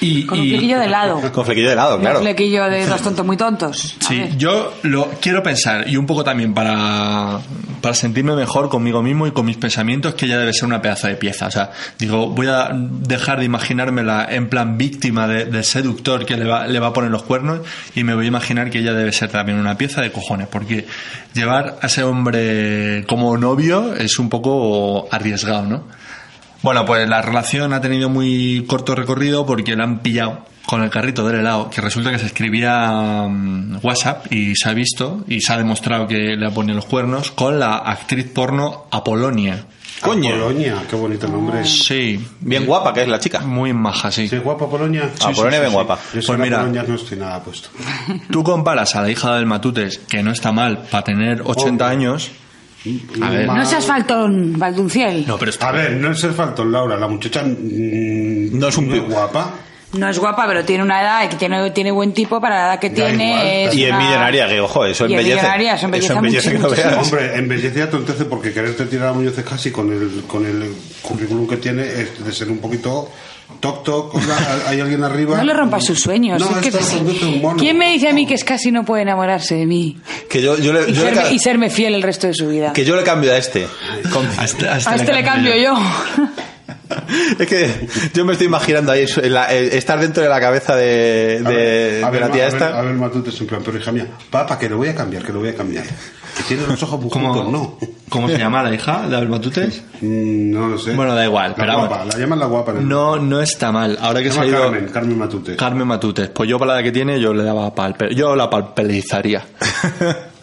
S4: Y,
S2: Con un
S4: y-
S2: flequillo de lado.
S3: Con flequillo de lado, claro.
S2: Un flequillo de dos tontos muy tontos. A
S4: Sí,
S2: ver.
S4: yo lo quiero pensar y un poco también para, para sentirme mejor conmigo mismo y con mis pensamientos que ya debe ser una pedazo de pieza. O sea, digo, voy a dejar de imaginármela en plan víctima de- del seductor que le va, le va a poner los cuernos y me voy a imaginar que ella debe ser también una pieza de cojones porque llevar a ese hombre como novio es un poco arriesgado, ¿no? Bueno, pues la relación ha tenido muy corto recorrido porque la han pillado con el carrito del helado, que resulta que se escribía mm, WhatsApp y se ha visto y se ha demostrado que le ha ponido los cuernos con la actriz porno Apolonia.
S3: Coño.
S5: Polonia, qué bonito
S2: Ah.
S5: nombre. Sí,
S4: Sí,
S3: Bien guapa que es la chica.
S4: muy maja, sí.
S5: guapa Polonia.
S3: Ah, Polonia bien guapa.
S5: Yo
S4: Pues
S5: soy
S4: mira.
S5: mira. Polonia no estoy nada puesto.
S4: Tú comparas a la hija del Matutes, que no está mal para tener 80
S5: Hombre.
S4: años. A ver.
S2: No seas faltón, Valdunciel. No.
S4: pero
S5: A ver, no es el faltón, Laura. La muchacha mm,
S3: No es un pi-
S5: guapa.
S2: es guapa, pero tiene una edad que tiene, tiene buen tipo para la edad que
S5: Da
S2: tiene.
S5: igual,
S2: es
S3: Y es
S2: una-
S3: millonaria, que ojo, eso
S2: Y es
S3: embellece.
S2: millonaria, eso embellece mucho,
S3: que no [LAUGHS]
S2: mucho.
S3: veas.
S5: Hombre, embellece a tu entonces porque quererte tirar a Muñoz de casi con el, con el currículum que tiene es de ser un poquito toc toc. hola, hay alguien arriba.
S2: No le rompas sus sueños.
S5: No,
S2: es que es
S5: esto
S2: así.
S5: es un mono.
S2: ¿Quién me dice a mí que es casi no puede enamorarse de mí
S3: Que yo, yo le,
S2: y,
S3: yo le
S2: serme,
S3: ca-
S2: y serme fiel el resto de su vida?
S3: que yo le cambio a este. Con-
S4: A este, a este
S2: A este le cambio yo.
S3: [LAUGHS] es que yo me estoy imaginando ahí su- la- eh, estar dentro de la cabeza de,
S5: A
S3: de-
S5: ver, a
S3: de
S5: ver,
S3: la
S5: ma-
S3: tía
S5: a ver,
S3: esta.
S5: A ver, Matute es en plan, pero hija mía, papá, que lo voy a cambiar, que lo voy a cambiar. Que tiene los ojos bujucos,
S4: ¿Cómo,
S5: no.
S4: ¿Cómo se llama la hija del Matutes?
S5: Mm, no lo sé.
S4: Bueno, da igual,
S5: La
S4: pero
S5: guapa,
S4: vamos.
S5: la llaman la guapa. ¿no?
S4: No, no está mal. Ahora que
S5: Se
S4: se ha
S5: llama
S4: ido...
S5: Carmen, Carmen Matute.
S4: Carmen Matutes, pues yo para la que tiene yo le daba palpe, yo la
S5: [LAUGHS]
S4: palpelizaría.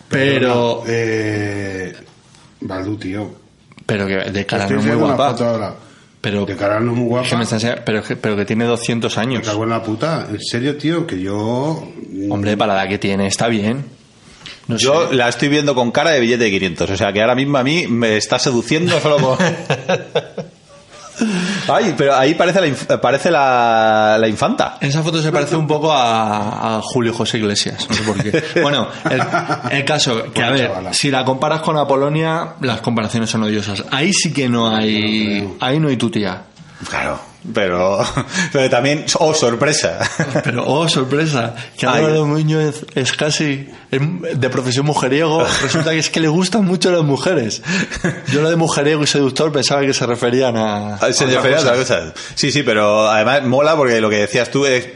S4: pero
S5: Eh... Baldu, tío.
S4: pero que de cara
S5: Estoy
S4: no es muy
S5: viendo una foto
S4: guapa.
S5: ahora.
S4: Pero
S5: De cara no es muy guapa.
S4: es que me está enseñando- pero, que, pero que tiene 200
S5: Me
S4: años.
S5: cago en la puta. En serio, tío, que yo... mm,
S4: Hombre, para la que tiene está bien. No
S3: Yo
S4: sé.
S3: la estoy viendo con cara de billete de 500. O sea, que ahora mismo a mí me está seduciendo solo por... Ay, pero ahí parece la, inf- parece la, la infanta.
S4: En esa foto se parece un poco a, a Julio José Iglesias, no sé por
S5: [LAUGHS]
S4: qué. Bueno, el, el caso que a
S5: Buena
S4: ver,
S5: chavala.
S4: si la comparas con Apolonia, las comparaciones son odiosas. Ahí sí que no hay, ahí no hay tutía.
S3: Claro. Pero, pero también... ¡Oh, sorpresa!
S4: Pero, oh, sorpresa, que
S3: Ay.
S4: Álvaro Muñoz es casi em, de profesión mujeriego. [LAUGHS] Resulta que es que le gustan mucho las mujeres. Yo lo de mujeriego y seductor pensaba que se referían a.
S3: Ah, se
S4: a otra
S3: refería a
S4: cosa.
S3: otra cosa. Sí, sí, pero además mola porque lo que decías tú es...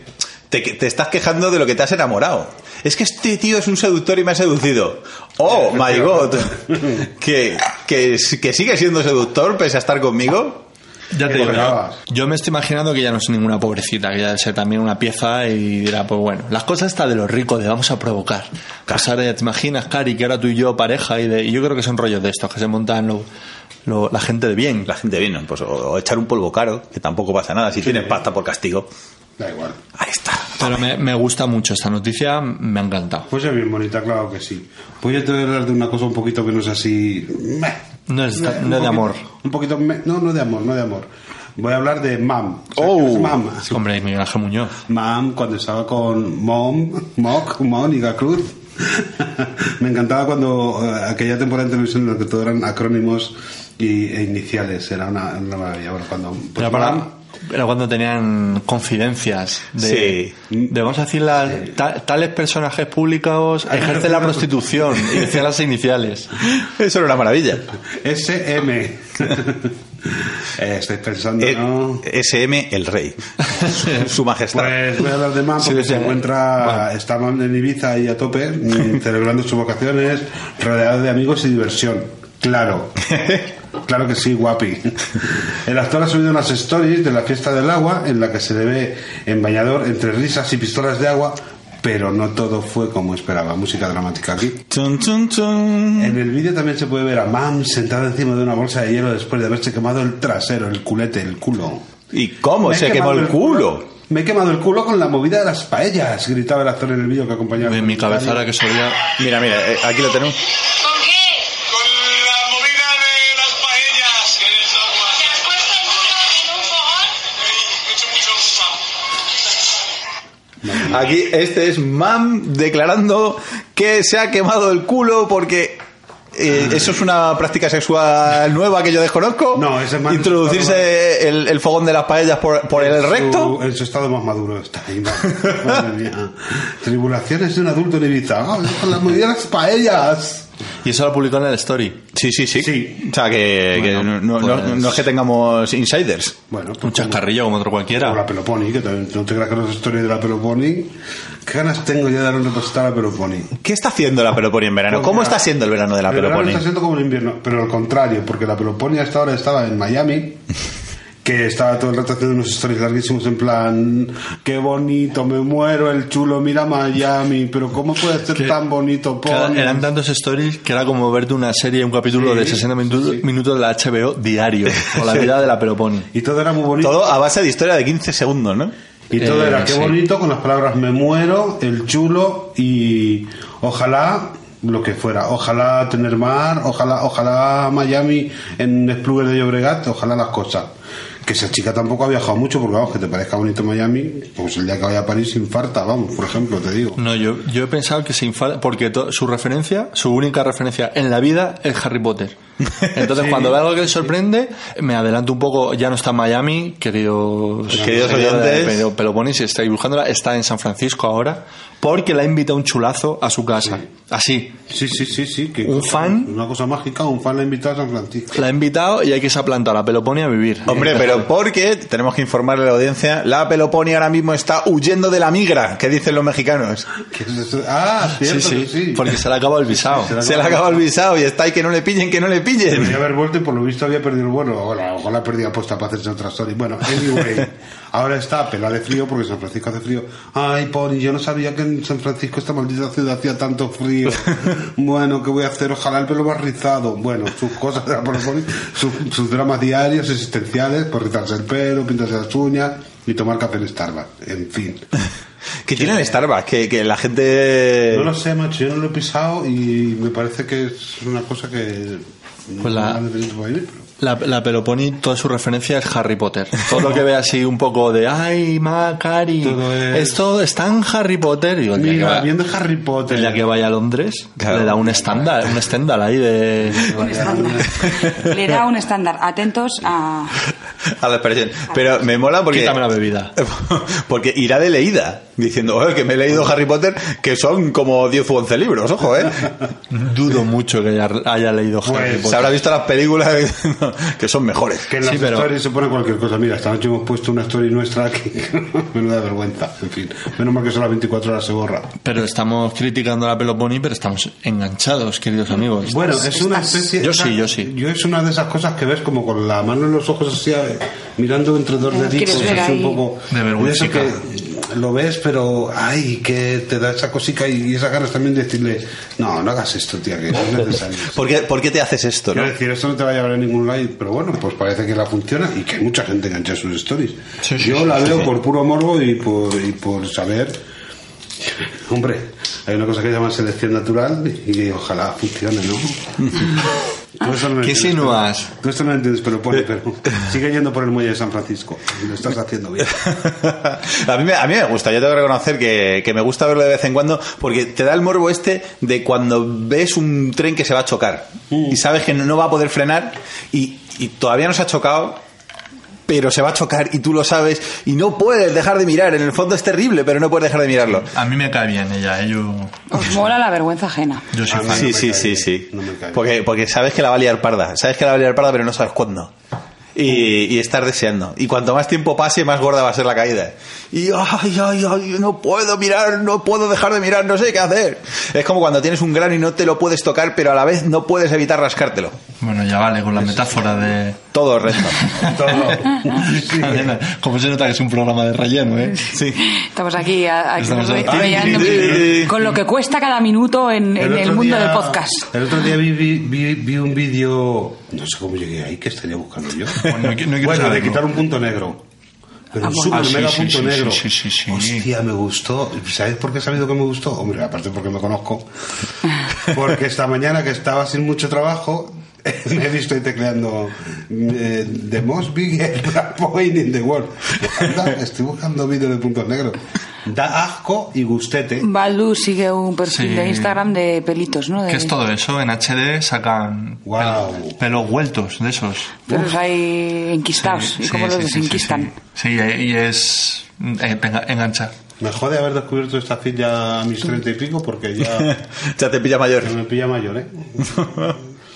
S3: Te, te estás quejando de lo que te has enamorado. Es que este tío es un seductor y me ha seducido.
S5: [LAUGHS]
S3: ¡Oh, my God! ¿Que, que, que sigue siendo seductor pese a estar conmigo?
S4: Ya te
S5: Qué
S4: digo, yo,
S5: bravas.
S4: yo me estoy imaginando que ya no es ninguna pobrecita, que ya debe ser también una pieza y dirá, pues bueno, las cosas están de los ricos, de vamos a provocar. Pues ahora ya te imaginas, Cari, que ahora tú y yo pareja, y, de- y yo creo que son rollos de estos, que se montan lo- lo- la gente de bien.
S3: La gente viene, pues, o, o echar un polvo caro, que tampoco pasa nada, si tienes pasta por castigo.
S5: Da igual.
S3: Ahí está.
S4: Pero me, me gusta mucho esta noticia, me ha encantado.
S5: Pues es bien bonita, claro que sí. Pues yo te voy a hablar de una cosa un poquito que no es así... meh.
S4: No es, no es
S5: Meh, un
S4: de
S5: poquito-
S4: amor.
S5: Un poquito... meh. No, no de amor, no de amor. Voy a hablar de Mam. ¿Sabes
S3: Oh.
S5: qué es Mam?
S4: Hombre, Miguel Ángel Muñoz.
S5: Mam, cuando estaba con Mom, [LAUGHS] Mock, Mónica Cruz. [LAUGHS] Me encantaba cuando eh, aquella temporada en televisión en la que todo eran acrónimos y, e iniciales. Era una, una maravilla. Bueno, cuando, pues,
S4: Era, para-
S5: Mam,
S4: era cuando tenían confidencias de,
S3: Sí.
S4: de, vamos a decir, las- ta- tales personajes públicos ejercen la prostitución y decían las iniciales.
S3: Eso era una maravilla.
S5: SM.
S4: [LAUGHS]
S5: [LAUGHS] Eh, estoy pensando,
S3: El-
S5: ¿no?
S3: SM, Eh, el rey. [LAUGHS] Su, su majestad.
S5: Pues voy a hablar de Mam
S4: Sí,
S5: porque
S4: sí.
S5: se encuentra, está Mam en Ibiza ahí a
S4: [LAUGHS]
S5: tope, mm, celebrando sus vacaciones, rodeado de amigos y diversión.
S4: [LAUGHS]
S5: Claro. Claro que sí, guapi. El actor ha subido unas stories de la fiesta del agua en la que se le ve en bañador entre risas y pistolas de agua pero no todo fue como esperaba. Música dramática aquí.
S3: Chun, chun, chun.
S5: En el vídeo también se puede ver a Mam sentada encima de una bolsa de hielo después de haberse quemado el trasero, el culete, el culo.
S3: ¿Y cómo?
S5: Me he
S3: Se quemó
S5: quemado
S3: el culo.
S5: Me he quemado el culo con la movida de las paellas, gritaba el actor en el vídeo que acompañaba.
S4: En mi cabeza ahora que sabía.
S3: Mira, mira, eh, aquí lo tenemos.
S7: ¿Con qué? Con la movida de las paellas que les agua. ¿Te has puesto el culo en un fogón? he hecho mucho spam.
S3: Aquí este es Mam declarando que se ha quemado el culo porque eh, eso es una práctica sexual nueva que yo desconozco.
S5: No, ese Mam-
S3: Introducirse el, el fogón de las paellas por, por el
S5: Su-
S3: recto.
S5: en su estado más maduro está ahí. madre- madre mía. Tribulaciones de un adulto en Ibiza. Ah, con la movida de las paellas.
S4: Y eso lo publicó en el story.
S3: Sí, sí, sí.
S5: Sí.
S3: O sea, que,
S4: Bueno,
S3: que no, no- no-
S4: pues-
S3: no es que tengamos insiders.
S5: Bueno, pues
S4: Un chascarrillo como otro
S5: como la
S4: cualquiera.
S5: Peloponi, que también, no te creas que no es historia de la Peloponi. ¿Qué ganas tengo yo de dar una repostada a la Peloponi?
S3: ¿Qué está haciendo la Peloponi en verano?
S5: Pues
S3: ¿Cómo
S5: mira,
S3: está siendo el verano de
S4: Ah,
S3: la
S5: el verano
S3: Peloponi?
S5: está siendo como el invierno, pero al contrario, porque la Peloponi hasta ahora estaba
S4: [LAUGHS]
S5: en Miami, que estaba todo el rato haciendo unos stories larguísimos en plan, qué bonito, me muero el chulo, mira Miami, pero ¿cómo puede ser
S4: Que-
S5: tan bonito?
S4: Cada-
S5: Pon?
S4: eran tantos stories que era como verte una serie, un capítulo
S5: Sí,
S4: de 60 minutos,
S5: sí, sí.
S4: minutos de la HBO diario. O la vida de la Peloponi.
S5: Y todo era muy bonito.
S3: Todo a base de historia de 15 segundos, ¿no?
S5: Y todo
S4: Eh,
S5: era qué
S4: sí.
S5: bonito, con las palabras me muero, el chulo y ojalá lo que fuera, ojalá tener mar, ojalá, ojalá Miami en Spluger de Llobregat, ojalá las cosas. Que esa chica tampoco ha viajado mucho, porque vamos, que te parezca bonito Miami, pues el día que vaya a París se infarta, vamos, por ejemplo, te digo.
S4: No, yo, yo he pensado que se infarta porque to- su referencia, su única referencia en la vida es
S3: [LAUGHS]
S4: Harry Potter. Entonces, cuando veo algo que le sorprende, me adelanto un poco. Ya no está en Miami, queridos,
S3: Queridos
S4: señores de
S3: oyentes.
S4: Pero Peloponis, si estáis buscándola, está en San Francisco ahora porque la invita un chulazo a su casa. Así,
S5: Sí, sí, sí, sí. Que
S4: ¿Un
S5: cosa-
S4: fan?
S5: Una cosa mágica, un fan la ha invitado a San Francisco. [LAUGHS]
S4: la ha invitado y hay que irse a plantar a Peloponi a vivir.
S3: Hombre, pero porque tenemos que informarle a la audiencia, la Peloponi ahora mismo está huyendo de la migra, que dicen los mexicanos.
S5: ¿Qué es eso? Ah,
S4: Sí,
S5: cierto,
S4: sí,
S5: que sí.
S4: porque se le acaba el visado.
S5: se la-
S3: Se le acaba el visado y está ahí que no le pillen, que no le
S5: Debería
S3: pillen.
S5: haber vuelto y por lo visto había perdido el vuelo. Ojalá, ojalá perdí apuesta para hacerse otra story. Bueno, anyway,
S4: [LAUGHS]
S5: ahora está pelada de frío porque San Francisco hace frío. Ay, Pony, yo no sabía que en San Francisco esta maldita ciudad hacía
S4: [LAUGHS]
S5: tanto frío. Bueno, ¿qué voy a hacer? Ojalá el pelo más rizado. Bueno, sus cosas, [LAUGHS] de la Pony, sus, sus dramas diarios, existenciales, por rizarse el pelo, pintarse las uñas y tomar café en Starbucks. En fin.
S3: Que tienen Starbucks, que, que la gente...
S5: No lo sé, macho, yo no lo he pisado y me parece que es una cosa que... no
S4: Pues la-
S5: me da derecho para ir, pero-
S4: La, la Peloponi, toda su referencia es Harry Potter. Todo lo que ve así un poco de, ay, Macari,
S5: Todo es-
S4: esto está en Harry Potter. Y el, día que
S5: Mira,
S4: va-
S5: viendo Harry Potter.
S4: el día que vaya a Londres,
S3: Claro.
S4: le da un estándar, un estándar ahí [LAUGHS] de...
S2: Le da un estándar. Atentos a.
S3: A la expresión. Pero me mola porque...
S4: Quítame la bebida.
S3: [LAUGHS] Porque irá de leída, diciendo, "Oh, que me he leído Harry Potter, que son como 10 u 11 libros, ojo,
S5: [LAUGHS]
S3: ¿eh?
S4: Dudo mucho que haya, haya leído Harry
S5: Pues,
S4: Potter.
S3: Se habrá visto las películas [LAUGHS] diciendo que son mejores.
S5: Que en las
S4: Sí, pero-
S5: stories se pone cualquier cosa. Mira, esta noche hemos puesto una story nuestra aquí. [LAUGHS] Menuda vergüenza. En fin, menos mal que solo a 24 horas se borra.
S4: Pero estamos criticando a la Peloponi, pero estamos enganchados, queridos amigos.
S5: Bueno, es una especie.
S4: Yo
S5: esa-
S4: sí, yo sí.
S5: Yo es una de esas cosas que ves como con la mano en los ojos así, a- mirando entre dos
S2: Quieres
S5: deditos,
S2: ver
S5: así
S2: ahí.
S5: un poco.
S4: De vergüenza.
S5: eso que lo ves, pero ay, que te da esa cosica y, y esas ganas también de decirle, no, no hagas esto, tía, que no es necesario.
S3: ¿Por qué, por qué te haces esto, no?
S5: Quiero decir, esto no te va a llevar a ningún like, pero bueno, pues parece que la funciona y que hay mucha gente engancha sus stories.
S4: Sí, sí,
S5: Yo
S4: sí,
S5: la
S4: sí,
S5: veo
S4: sí.
S5: por puro morbo y por, y por saber. [LAUGHS] Hombre, hay una cosa que se llama selección natural y ojalá funcione,
S4: [LAUGHS]
S5: ¿no? Tú esto no lo
S4: ¿Qué
S5: entiendes,
S4: insinúas?
S5: pero- Tú esto no lo entiendes,
S4: [LAUGHS]
S5: pero pone, pero sigue yendo por el muelle de San Francisco. y Lo estás haciendo bien.
S3: [LAUGHS] a, mí me, a mí me gusta, yo tengo que reconocer que, que me gusta verlo de vez en cuando porque te da el morbo este de cuando ves un tren que se va a chocar y sabes que no, no va a poder frenar y, y todavía no se ha chocado pero se va a chocar y tú lo sabes y no puedes dejar de mirar, en el fondo es terrible pero no puedes dejar de mirarlo.
S4: A mí me cae bien ella, ¿eh? yo,
S2: Os mola la vergüenza ajena.
S4: yo soy
S5: A mí
S4: fan.
S5: Ah, no me
S3: Sí, sí,
S5: cae
S3: sí,
S5: bien,
S3: sí.
S5: no me cae bien.
S3: Porque, porque sabes que la va a liar parda, sabes que la va a liar parda pero no sabes cuándo. y, y estar deseando. Y cuanto más tiempo pase, más gorda va a ser la caída. Y ay, ay, ay, no puedo mirar, no puedo dejar de mirar, no sé qué hacer. Es como cuando tienes un grano y no te lo puedes tocar, pero a la vez no puedes evitar rascártelo.
S4: Bueno, ya vale, con la metáfora de...
S3: Todo recto.
S4: Como se nota que es un programa de relleno, ¿eh?
S3: Sí.
S2: Estamos aquí, a- a-
S4: Estamos
S2: estoy
S4: aquí.
S2: mirando
S3: Sí.
S2: con lo que cuesta cada minuto en, en el
S5: otro
S2: mundo
S5: día-
S2: del podcast.
S5: El otro día vi, vi- vi- vi un vídeo, no sé cómo llegué ahí, que estaría buscando yo.
S4: Bueno, no qui- no quiero
S5: bueno de
S4: saberlo.
S5: quitar un punto negro. Pero un
S2: Ah,
S5: super
S4: ah, sí,
S5: mega
S4: sí,
S5: punto
S4: sí,
S5: negro.
S4: sí, sí, sí, sí.
S5: Hostia, me gustó. ¿Sabes por qué he sabido que me gustó? Hombre, aparte porque
S4: [LAUGHS]
S5: me conozco. Porque esta mañana que estaba sin mucho trabajo, [LAUGHS] me he visto ahí tecleando eh, The Most Biggest Black Point in the World. Anda, estoy buscando vídeos de puntos negros. Da asco y gustete.
S2: Baldu sigue un perfil
S4: Sí.
S2: de Instagram de pelitos, ¿no? De-
S4: ¿Qué es todo eso? En HD sacan
S5: Guau.
S4: pelo- pelos vueltos de esos.
S2: Pelos ahí enquistados.
S4: Sí,
S2: ¿Y
S4: sí,
S2: cómo los
S4: sí, sí,
S2: desenquistan?
S4: Sí, sí. Sí, y es eh, enga- engancha.
S5: Me jode haber descubierto esta fila a mis treinta y pico porque
S3: [LAUGHS]
S5: ya
S3: [LAUGHS] ya te pilla mayor.
S5: me pilla mayor, ¿eh?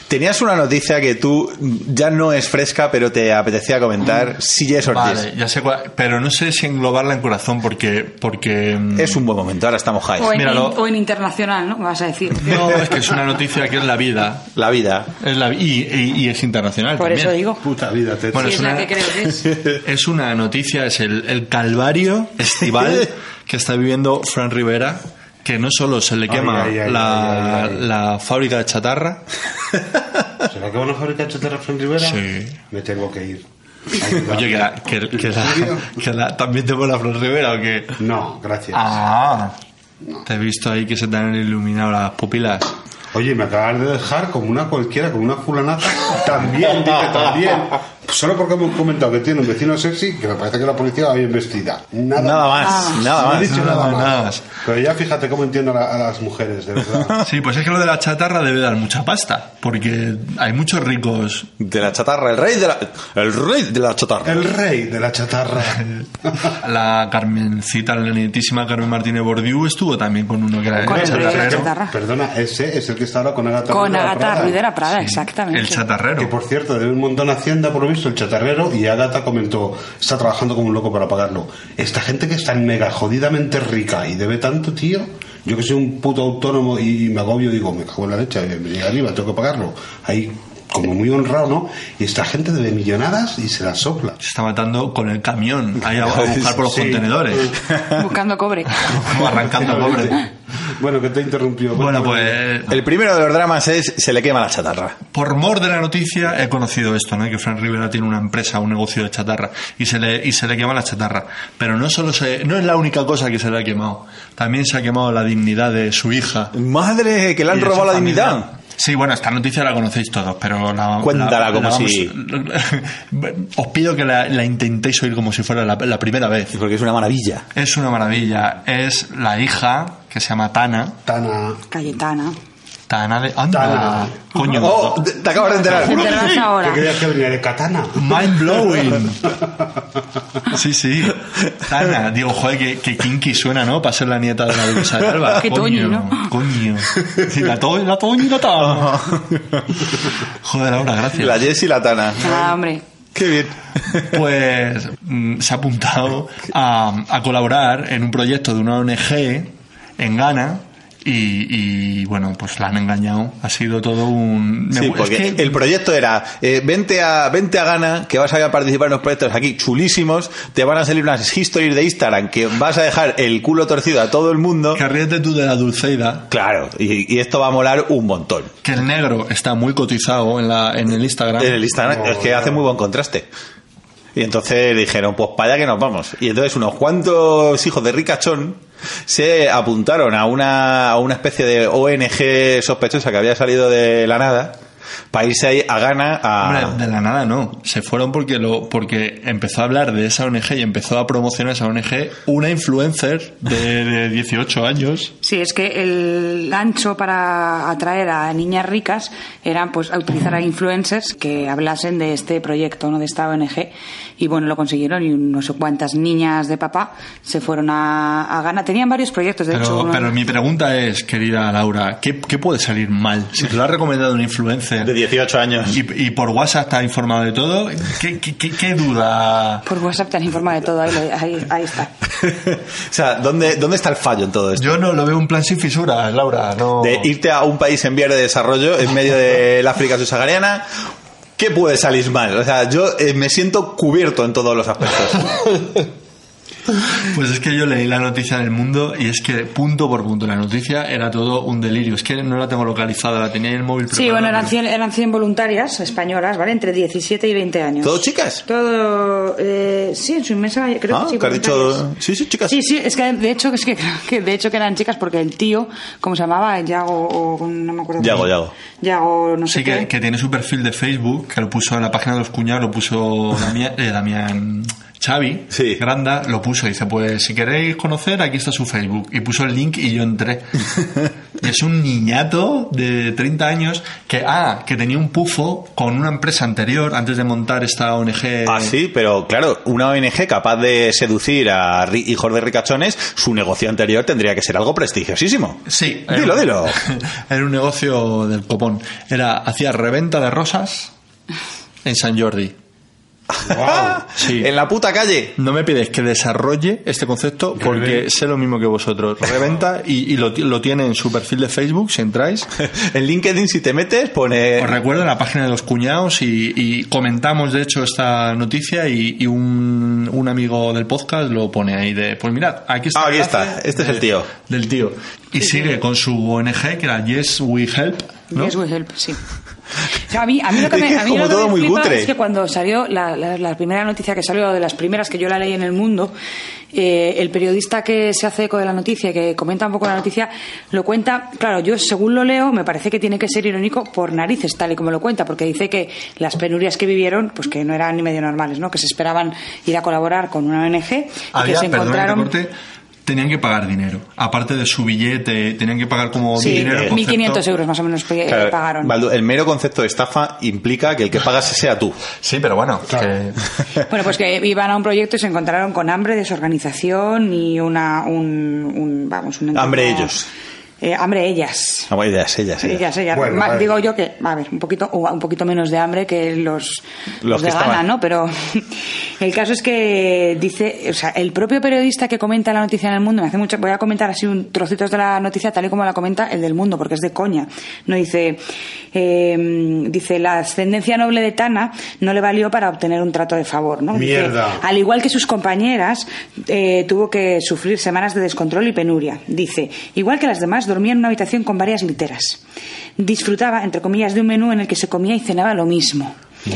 S3: Tenías una noticia que tú ya no es fresca, pero te apetecía comentar. Si es Ortiz.
S4: Vale, ya sé cuál, pero no sé si englobarla en corazón porque porque
S2: [LAUGHS]
S4: mm,
S3: Es un buen momento, ahora estamos high.
S2: O, en,
S4: Míralo.
S2: o en internacional, ¿no? Vas a decir.
S4: no es que es una noticia que es la vida,
S3: La vida.
S4: es la y, y- y es internacional.
S2: Por eso
S4: también.
S2: digo.
S5: Puta vida, te
S4: Bueno,
S2: Sí,
S4: es
S2: es la
S4: una-
S2: que creo que es.
S4: [LAUGHS] Es una noticia, es el, el calvario
S2: [LAUGHS]
S4: estival que está viviendo Fran Rivera, que no solo se le
S5: Ay,
S4: quema
S5: ay, ay,
S4: la,
S5: ay, ay, ay.
S4: la fábrica de chatarra,
S5: ¿Será que van a fabricar chatarra Fran Rivera?
S4: Sí.
S5: Me tengo que ir.
S4: oye, que la, que, que la-
S5: ¿En serio?
S4: [LAUGHS] que la- también te pone la Fran Rivera o qué?
S5: No, gracias.
S4: Ah, te he visto ahí que se te han iluminado las pupilas.
S5: Oye, me acabas de dejar como una cualquiera, como una fulanata. También, dice, también. Solo porque hemos comentado que tiene un vecino sexy que me parece que la policía va bien vestida. Nada,
S3: Nada más, nada
S5: No he
S3: más.
S5: dicho
S4: nada
S5: nada,
S4: más.
S5: más. Pero ya fíjate cómo entiendo a, la- a las mujeres,
S4: [LAUGHS]
S5: de verdad.
S4: Sí, pues es que lo de la chatarra debe dar mucha pasta, porque hay muchos ricos
S3: De la chatarra, el rey de la, el rey de la chatarra.
S5: El rey de la chatarra.
S4: La Carmencita, la netísima Carmen Martínez Bordiú estuvo también con uno que era
S2: Con
S4: el
S2: el
S4: chatarrero.
S2: chatarra.
S5: Perdona, ese es el que está ahora con Agatha
S2: Con
S5: Ruidera
S2: Agatha
S5: Prada.
S2: Ruidera Prada, exactamente.
S4: El chatarrero.
S5: Que por cierto, debe un montón a Hacienda por lo visto el chatarrero y Agata comentó, está trabajando como un loco para pagarlo. Esta gente que es tan mega jodidamente rica y debe tanto, tío. Yo que soy un puto autónomo y me agobio, digo, me cago en la leche, me llega arriba, tengo que pagarlo. Ahí, como muy honrado, ¿no? Y esta gente debe millonadas y se las sopla.
S4: Se está matando con el camión, ahí a, a buscar por los
S5: [LAUGHS] Sí. [LAUGHS]
S4: contenedores,
S2: Buscando
S4: [LAUGHS]
S2: cobre.
S4: como arrancando pobre.
S5: Bueno, que te interrumpió.
S4: Bueno, pues
S3: El primero de los dramas es se le quema la chatarra.
S4: por mor de la noticia he conocido esto, ¿no? Que Fran Rivera tiene una empresa, un negocio de chatarra y se le y se le quema la chatarra, pero no solo se no es la única cosa que se le ha quemado, también se ha quemado la dignidad de su hija.
S3: Madre, que le han
S4: Y de
S3: robado
S4: su
S3: la
S4: familia.
S3: dignidad.
S4: Sí, bueno, esta noticia la conocéis todos, pero la
S3: Cuéntala
S4: la-
S3: como
S4: la
S3: si-
S4: [LAUGHS] Os pido que la, la intentéis oír como si fuera la, la primera vez.
S3: Porque es una maravilla.
S4: Es una maravilla. Es la hija, que se llama Tana.
S5: Tana.
S2: Cayetana.
S4: Tana de... ¡Anda!
S5: Tana.
S4: Coño.
S3: Oh, te, te acabas de
S2: Te
S3: [LAUGHS] enterar.
S2: enteras
S5: ¿Qué
S2: ahora.
S5: creías que venía
S2: [LAUGHS]
S5: de katana?
S4: Mind
S3: [LAUGHS]
S4: blowing. Sí, sí. Tana. Digo, joder, que, que kinky suena, ¿no? Para ser la nieta de la dulce de Alba.
S2: Qué
S4: coño,
S2: toñi, ¿no?
S4: Coño. Sí, la toñi, la toñi, la
S3: [LAUGHS]
S4: Tana. Joder, Laura, gracias.
S3: La Jess y la Tana.
S2: Ah, hombre.
S3: Qué bien.
S4: pues mm, se ha apuntado a, a colaborar en un proyecto de una ONG en Ghana y, y, bueno, pues la han engañado. Ha sido todo un... me
S3: Sí,
S4: gu- es
S3: porque
S4: que-
S3: el proyecto era eh, vente a vente a Ghana, que vas a participar en unos proyectos aquí chulísimos, te van a salir unas histories de Instagram que vas a dejar el culo torcido a todo el mundo.
S4: que ríete tú de la Dulceida,
S3: Claro, y, y esto va a molar un montón.
S4: que el negro está muy cotizado en, la, en el Instagram.
S3: En el Instagram
S5: No,
S3: es que
S5: no.
S3: hace muy buen contraste. Y entonces dijeron, pues para allá que nos vamos. Y entonces unos cuantos hijos de ricachón se apuntaron a una, a una especie de ONG sospechosa que había salido de la nada para irse ahí a Ghana a...
S4: Hombre, de la nada no. Se fueron porque lo porque empezó a hablar de esa ONG y empezó a promocionar esa ONG una influencer de, de 18 años.
S2: Sí, es que el ancho para atraer a niñas ricas era pues a utilizar a influencers que hablasen de este proyecto, no de esta ONG. Y bueno, lo consiguieron y no sé cuántas niñas de papá se fueron a, a Ghana. Tenían varios proyectos, de hecho.
S4: Pero,
S2: uno-
S4: pero mi pregunta es, querida Laura, ¿qué, qué puede salir mal? Si te lo ha recomendado un ser.
S3: De 18 años.
S4: Y, y por WhatsApp está informado de todo. ¿Qué, qué, qué- qué duda?
S2: Por WhatsApp te han informado de todo, ahí, lo- ahí- ahí
S4: [LAUGHS]
S2: está.
S3: [LAUGHS] o sea, ¿dónde, ¿dónde está el fallo en todo esto?
S4: Yo no lo veo un plan sin fisuras, Laura. No.
S3: De irte a un país en vías de desarrollo, en medio
S4: [LAUGHS]
S3: del África subsahariana, ¿qué puede salir mal? O sea, yo eh, me siento cubierto en todos los aspectos.
S4: [LAUGHS] Pues es que yo leí la noticia del mundo y es que punto por punto la noticia era todo un delirio. Es que no la tengo localizada, la tenía en el móvil.
S2: Sí,
S4: preparada,
S2: bueno, eran
S4: pero-
S2: 100, eran 100 voluntarias españolas, ¿vale? Entre 17 y 20 años.
S3: ¿Todo chicas?
S2: Todo, eh, sí, en su inmensa mayoría, creo
S3: Ah,
S2: que sí.
S3: que has dicho...
S2: voluntarias.
S3: Sí, sí, chicas.
S2: Sí, sí, es que de hecho es que, [LAUGHS] que de hecho que eran chicas porque el tío, ¿cómo se llamaba? Yago o no me acuerdo.
S3: Yago,
S2: cómo-
S3: Yago.
S2: Yago, no sé
S4: Sí, que,
S2: qué.
S4: que tiene su perfil de Facebook, que lo puso en la página de los cuñados,
S3: [LAUGHS]
S4: lo puso Damián, eh, Damián Xavi,
S3: Sí.
S4: Granda, lo puso. Dice, pues si queréis conocer, aquí está su Facebook. Y puso el link y
S3: [LAUGHS]
S4: yo entré. y es un niñato de 30 años que, ah, que tenía un pufo con una empresa anterior antes de montar esta ONG.
S3: Ah, sí, pero claro, una ONG capaz de seducir a ri- hijos de ricachones, su negocio anterior tendría que ser algo prestigiosísimo. [LAUGHS]
S4: Sí.
S3: Dilo,
S4: era-
S3: dilo.
S4: [LAUGHS] Era un negocio del copón. Era, hacía reventa de rosas en San Jordi.
S5: Guau.
S4: Sí.
S3: En la puta calle. [LAUGHS]
S4: No me pides que desarrolle este concepto porque sé lo mismo que vosotros. Reventa y, y lo, ti- lo tiene en su perfil de Facebook, si [LAUGHS] entráis.
S3: En LinkedIn, si te metes, pone.
S4: Os recuerdo la página de los cuñados y, y comentamos, de hecho, esta noticia y, y un, un amigo del podcast lo pone ahí de, pues mirad, aquí está.
S3: Ah, aquí
S4: el
S3: está.
S4: enlace
S3: Este es
S4: de-
S3: el tío.
S4: Del tío. Y sigue con su ONG, que era Yes We Help. ¿no?
S2: Yes, we help, sí. O sea, a mí, a mí lo que
S3: Es que
S2: me,
S3: es
S2: a mí
S3: [LAUGHS] como
S2: lo que
S3: todo
S2: me
S3: muy
S2: flipa
S3: cutre.
S2: es que cuando salió la, la- la primera noticia que salió, de las primeras que yo la leí en el mundo, eh, el periodista que se hace eco de la noticia, que comenta un poco la noticia, lo cuenta, claro, yo según lo leo, me parece que tiene que ser irónico por narices, tal y como lo cuenta, porque dice que las penurias que vivieron, pues que no eran ni medio normales, ¿no? Que se esperaban ir a colaborar con una ONG y que
S4: Había,
S3: ¿eh?
S2: se
S4: perdona que te
S2: encontraron...
S4: corte, tenían que pagar dinero. Aparte de su billete, tenían que pagar como
S2: Sí,
S4: dinero. concepto.
S2: 1.500 euros más o menos que eh,
S3: Claro,
S2: pagaron.
S3: Baldu, el mero concepto de estafa implica que el que pagas sea tú.
S4: Sí, pero bueno, que-
S2: Bueno, pues que iban a un proyecto y se encontraron con hambre, desorganización y una, un, un- vamos, un entorno-
S3: Hambre ellos.
S2: Eh, hambre ellas.
S3: Ah, bueno, ellas, ellas, ellas.
S2: Ellas, ellas.
S5: Bueno,
S2: Ma-
S5: vale.
S2: Digo yo que, a ver, un poquito, o un poquito menos de hambre que los,
S3: Los que
S2: de Ghana,
S3: estaban.
S2: ¿no? Pero [LAUGHS] el caso es que dice, o sea, el propio periodista que comenta la noticia en el mundo, me hace mucho, voy a comentar así un trocitos de la noticia tal y como la comenta el del mundo, porque es de coña. No dice, eh, dice, la ascendencia noble de Tana no le valió para obtener un trato de favor, ¿no? Dice,
S5: Mierda.
S2: al igual que sus compañeras, eh, tuvo que sufrir semanas de descontrol y penuria. Dice, igual que las demás, dormía en una habitación con varias literas. Disfrutaba, entre comillas, de un menú en el que se comía y cenaba lo mismo.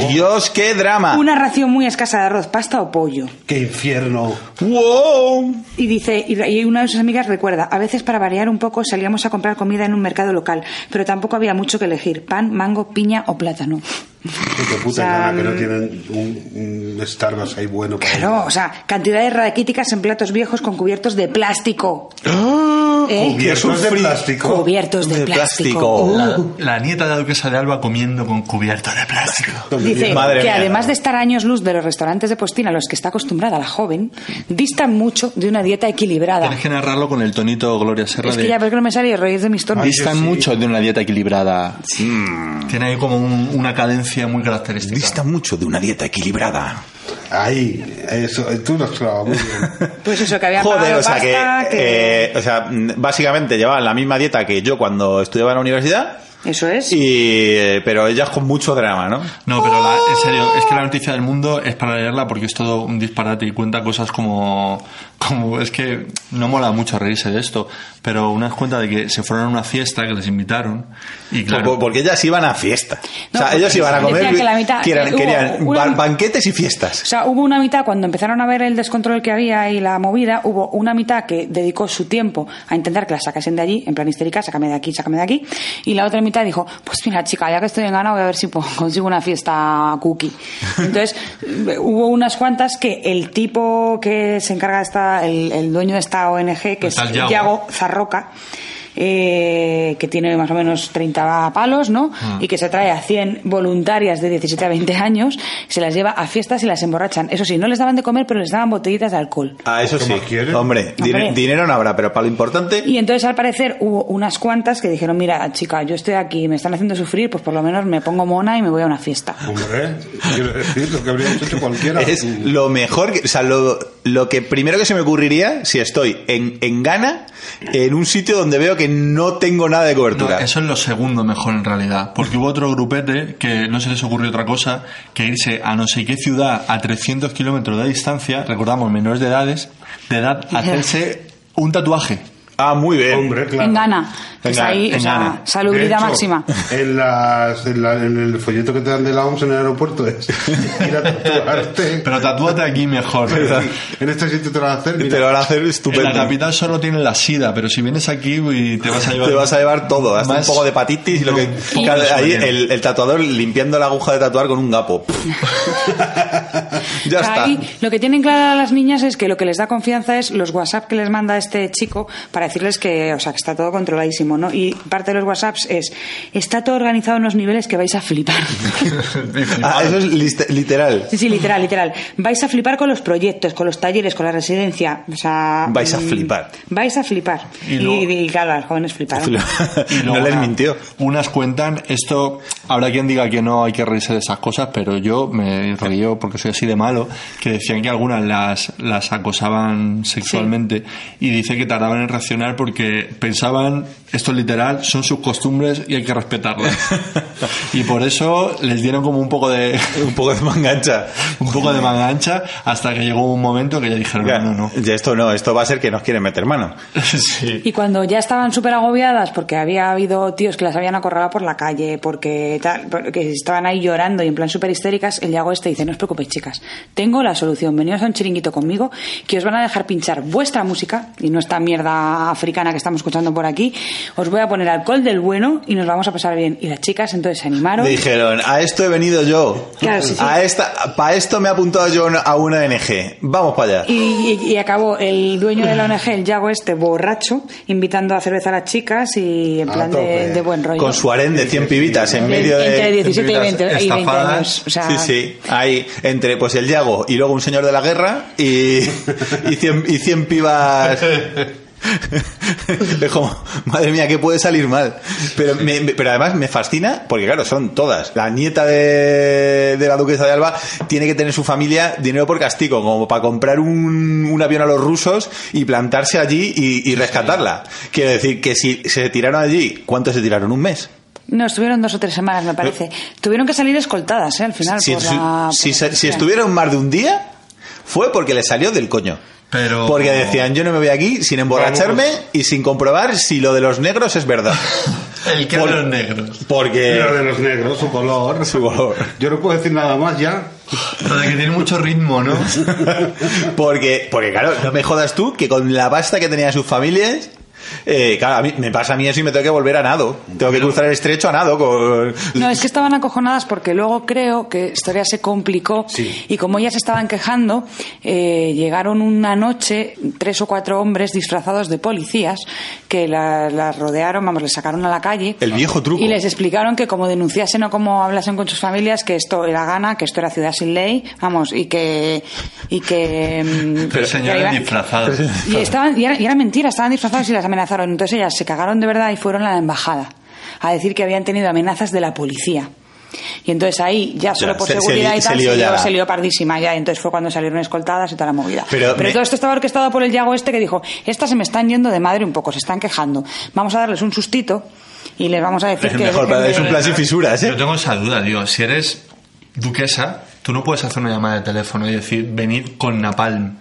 S3: Dios, qué drama.
S2: Una ración muy escasa de arroz, pasta o pollo.
S5: ¡Qué infierno!
S3: Wow.
S2: Y dice, y y una de sus amigas recuerda, a veces para variar un poco salíamos a comprar comida en un mercado local, pero tampoco había mucho que elegir, pan, mango, piña o plátano.
S5: Qué puta
S2: sea,
S5: gana que no
S2: mm,
S5: tienen un, un Starbucks ahí bueno. para
S2: Claro, o sea, cantidades raquíticas en platos viejos con cubiertos de plástico. ¿Eh?
S5: Cubiertos de
S3: sufrí.
S5: plástico.
S2: Cubiertos de,
S3: De
S2: plástico.
S3: plástico.
S2: Uh.
S4: la, la nieta de la duquesa de Alba comiendo con cubierto de plástico.
S2: Dice
S3: Madre
S2: que
S3: mía.
S2: además de estar años luz de los restaurantes de postín a los que está acostumbrada la joven, distan mucho de una dieta equilibrada.
S4: Tienes que narrarlo con el tonito Gloria Serra
S2: Es que
S4: de-
S2: ya ves que no me sale y os reís de mis tonos.
S4: Distan mucho de una dieta equilibrada. Mm. Tiene ahí como un- una cadencia muy característica.
S3: Dista mucho de una dieta equilibrada.
S5: Ahí, eso, eh, tú lo has clavado muy
S2: [LAUGHS]
S5: bien.
S2: Pues eso, que había
S3: Joder,
S2: pagado
S3: o sea
S2: pasta,
S3: que, eh, o sea, mm, básicamente llevaban la misma dieta que yo cuando estudiaba en la universidad,
S2: Eso es.
S3: y eh, pero ellas con mucho drama, ¿no?
S4: No, pero la- en serio, es que la noticia del mundo es para leerla porque es todo un disparate y cuenta cosas como, como es que no mola mucho reírse de esto, pero una cuenta de que se fueron a una fiesta que les invitaron y
S3: Por-
S4: claro,
S3: Porque ellas iban a fiesta.
S2: No,
S3: o sea,
S2: porque
S3: ellas iban a
S2: decían
S3: comer,
S2: que la mitad-
S3: quieran-
S2: eh, hubo
S3: querían
S2: una-
S3: ba- banquetes y fiestas.
S2: O sea, hubo una mitad, cuando empezaron a ver el descontrol que había y la movida, hubo una mitad que dedicó su tiempo a intentar que la sacasen de allí, en plan histérica, sácame de aquí, sácame de aquí. Y la otra mitad dijo, pues mira, chica, ya que estoy en gana, voy a ver si po- [LAUGHS] consigo una fiesta cookie. Entonces, eh, hubo unas cuantas que el tipo que se encarga de esta, el, el dueño de esta ONG, que
S4: El tal
S2: es
S4: Yago.
S2: Yago Zarroca, eh, que tiene más o menos 30 palos, ¿no? Y que se trae a 100 voluntarias de 17 a 20 años, se las lleva a fiestas y las emborrachan. Eso sí, no les daban de comer, pero les daban botellitas de alcohol.
S3: Ah, eso
S5: ¿Qué
S3: sí.
S5: más quieres?
S3: Hombre,
S2: No,
S3: dine-
S2: hombre.
S3: dinero no habrá, pero para lo importante.
S2: Y entonces al parecer hubo unas cuantas que dijeron, mira, chica, yo estoy aquí, me están haciendo sufrir, pues por lo menos me pongo mona y me voy a una fiesta.
S5: Hombre, quiero decir, lo que habría hecho cualquiera.
S3: Es lo mejor, que- o sea, lo, lo que primero que se me ocurriría si estoy en, en Ghana, en un sitio donde veo que no tengo nada de cobertura.
S4: No, eso es lo segundo mejor en realidad, porque hubo otro grupete que no se les ocurrió otra cosa que irse a no sé qué ciudad a 300 kilómetros de distancia, recordamos, menores de edades, de edad, a hacerse un tatuaje.
S3: Ah, muy bien.
S5: Hombre, claro.
S2: En Ghana, que
S3: En
S2: está
S3: Ghana,
S2: ahí,
S4: en
S2: o sea,
S4: Ghana.
S5: De
S2: salubridad
S5: hecho, [LAUGHS]
S2: máxima.
S5: En, las- en la- en el folleto que te dan de la OMS en el aeropuerto es ir a tatuarte.
S4: [LAUGHS] Pero tatúate aquí mejor.
S5: en este sitio te lo vas a hacer.
S3: Te
S5: Mira,
S3: lo van a hacer
S4: En la
S3: estupendo.
S4: capital solo tiene la sida, pero si vienes aquí y te vas a llevar...
S3: Te vas a llevar todo, hasta
S4: Más-
S3: un poco de hepatitis y lo
S4: no,
S3: que.
S4: un poco
S3: Cada-
S4: de
S3: ahí
S4: suerte.
S3: el, el tatuador limpiando la aguja de tatuar con un
S4: [LAUGHS]
S3: gapo. ya
S2: O sea,
S3: está.
S2: ahí lo que tienen claro las niñas es que lo que les da confianza es los WhatsApp que les manda este chico para decirles que, o sea, que está todo controladísimo, ¿no? Y parte de los WhatsApps es, está todo organizado en unos niveles que vais a flipar. [LAUGHS]
S3: Ah, eso es list- literal.
S2: Sí, sí, literal, literal. Vais a flipar con los proyectos, con los talleres, con la residencia. O sea.
S3: Vais a
S2: mm,
S3: flipar.
S2: Vais a flipar.
S4: Y
S2: Y,
S4: luego-
S2: y claro, las jóvenes fliparon.
S4: Y
S3: [LAUGHS] no
S4: luego
S3: les
S4: una-
S3: mintió.
S4: Unas cuentan, esto, habrá quien diga que no hay que reírse de esas cosas, pero yo me río porque soy así de malo, que decían que algunas las, las acosaban sexualmente y dice que tardaban en reaccionar porque pensaban, esto es literal, son sus costumbres y hay
S3: [LAUGHS]
S4: que respetarlas. y por eso les dieron como un poco de... [LAUGHS]
S3: Un poco de mangancha.
S4: Un poco de manga ancha hasta que llegó un momento que ya dijeron,
S3: Ya, [LAUGHS]
S4: no, no.
S3: ya esto no, esto va a ser que nos quieren meter mano.
S4: sí.
S2: Y cuando ya estaban súper agobiadas porque había habido tíos que las habían acorralado por la calle, porque tal, que estaban ahí llorando y en plan súper histéricas, el Yago este dice, no os preocupéis chicas, tengo la solución, venidos a un chiringuito conmigo que os van a dejar pinchar vuestra música y no esta mierda africana que estamos escuchando por aquí, os voy a poner alcohol del bueno y nos vamos a pasar bien. Y las chicas entonces se animaron.
S3: Dijeron, a esto he venido yo.
S2: Claro, sí, sí.
S3: A esta, para esto me he apuntado yo a una ONG. Vamos para allá.
S2: Y, y- y acabó el dueño de la ONG, el Yago este, borracho, invitando a cerveza a las chicas y en
S5: A
S2: plan
S5: tope.
S2: de, de buen rollo.
S3: Con su harén de 100 pibitas en
S2: Entre-
S3: medio de...
S2: entre 17 y
S3: 100 pibitas
S2: 20 y 20
S3: estafadas.
S2: años, o sea-
S3: Sí, sí. Ahí, entre pues el Yago y luego un señor de la guerra y, y, 100, y 100 pibas... Es como, madre mía, que puede salir mal. Pero, me- me- pero además me fascina, porque claro, son todas. La nieta de, de la duquesa de Alba tiene que tener su familia dinero por castigo, como para comprar un, un avión a los rusos y plantarse allí y, y rescatarla. Quiero decir que si se tiraron allí, ¿cuánto se tiraron? ¿Un mes?
S2: No, estuvieron dos o tres semanas, me parece. Tuvieron que salir escoltadas, ¿eh? Al final.
S3: Si,
S2: por la-
S3: si-
S2: por
S3: si-
S2: la
S3: si
S2: policía.
S3: estuvieron más de un día, fue porque le salió del coño.
S4: Pero...
S3: Porque decían, yo no me voy aquí sin emborracharme y sin comprobar si lo de los negros es verdad.
S4: [LAUGHS] El que
S3: Por-
S4: de los negros.
S3: Porque...
S5: Lo de los negros, su
S3: [LAUGHS]
S5: color.
S3: Su color.
S5: Yo no puedo decir nada más ya.
S4: Lo de que tiene mucho
S3: [LAUGHS]
S4: ritmo, ¿no?
S3: Porque, porque claro, no me jodas tú que con la pasta que tenían sus familias. eh, claro, a mí, me pasa a mí eso y me tengo que volver a nado. Tengo que cruzar el estrecho a nado. Con... [LAUGHS]
S2: No, es que estaban acojonadas porque luego creo que la historia se complicó
S5: Sí.
S2: y como ellas estaban quejando, eh, llegaron una noche tres o cuatro hombres disfrazados de policías que la- las rodearon, vamos, les sacaron a la calle.
S3: El viejo truco.
S2: Y les explicaron que como denunciasen o como hablasen con sus familias, que esto era gana, que esto era ciudad sin ley, vamos, y que... Y que
S3: [LAUGHS]
S2: mm, que
S4: Tres señores
S2: iba-
S4: disfrazados.
S2: Y, estaban, y, era, y era mentira, estaban disfrazados y las amenazaron. Entonces ellas se cagaron de verdad y fueron a la embajada a decir que habían tenido amenazas de la policía. Y entonces ahí, ya solo
S3: Ya,
S2: por
S3: se- se
S2: seguridad
S3: li-
S2: y
S3: se
S2: tal,
S3: lió
S2: se lió,
S3: ya.
S2: se lió pardísima ya. Y entonces fue cuando salieron escoltadas y toda la movida.
S3: Pero me-
S2: todo esto estaba orquestado por el Yago este que dijo, estas se me están yendo de madre un poco, se están quejando. Vamos a darles un sustito y les vamos a decir que...
S3: Mejor
S2: dejen
S3: para darles
S2: de-
S3: un plan sin fisuras,
S4: Yo
S3: ¿eh?
S4: tengo esa duda, tío. Si eres duquesa, tú no puedes hacer una llamada de teléfono y decir, venid con Napalm,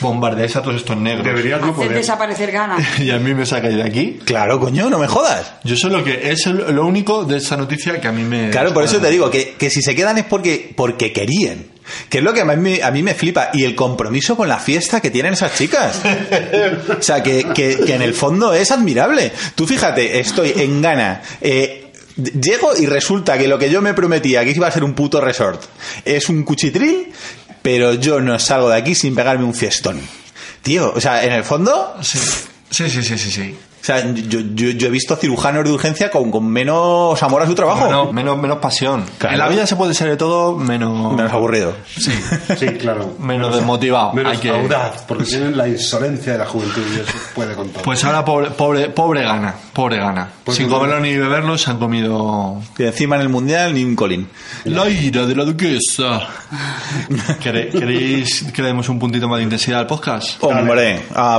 S4: bombardeáis a todos estos negros.
S5: Deberías
S3: Pues
S5: no
S2: Hacer
S5: poder.
S2: desaparecer gana.
S4: [LAUGHS] Y a mí me sacáis de aquí.
S3: Claro, coño, no me jodas.
S4: Yo sé lo que es el- lo único de esa noticia que a mí me.
S3: Claro, por eso te digo que, que si se quedan es porque, porque querían. Que es lo que a mí, a mí me flipa. Y el compromiso con la fiesta que tienen esas chicas. O sea, que, que- que en el fondo es admirable. Tú fíjate, estoy en Ghana. eh, d- llego y resulta que lo que yo me prometía, que iba a ser un puto resort, es un cuchitril, pero yo no salgo de aquí sin pegarme un fiestón. Tío, o sea, en el fondo,
S4: Sí, sí, sí, sí. sí, sí.
S3: sea, yo, yo- yo he visto cirujanos de urgencia con, con menos amor a su trabajo.
S4: Menos, menos, menos pasión.
S3: Claro.
S4: En la vida se puede ser de todo menos,
S3: Menos aburrido.
S5: Sí, claro.
S4: menos desmotivado.
S5: Menos
S4: Hay que-
S5: audaz, porque tienen la insolencia de la juventud y eso puede contar.
S4: Pues ahora pobre, pobre, pobre gana, pobre gana.
S5: Pues
S4: Sin
S5: no.
S4: comerlo ni beberlo se han comido
S3: Y encima en el mundial ni un colín.
S4: la ira de la duquesa. ¿Quere- ¿Queréis que le demos un puntito más de intensidad al podcast?
S3: Hombre, a,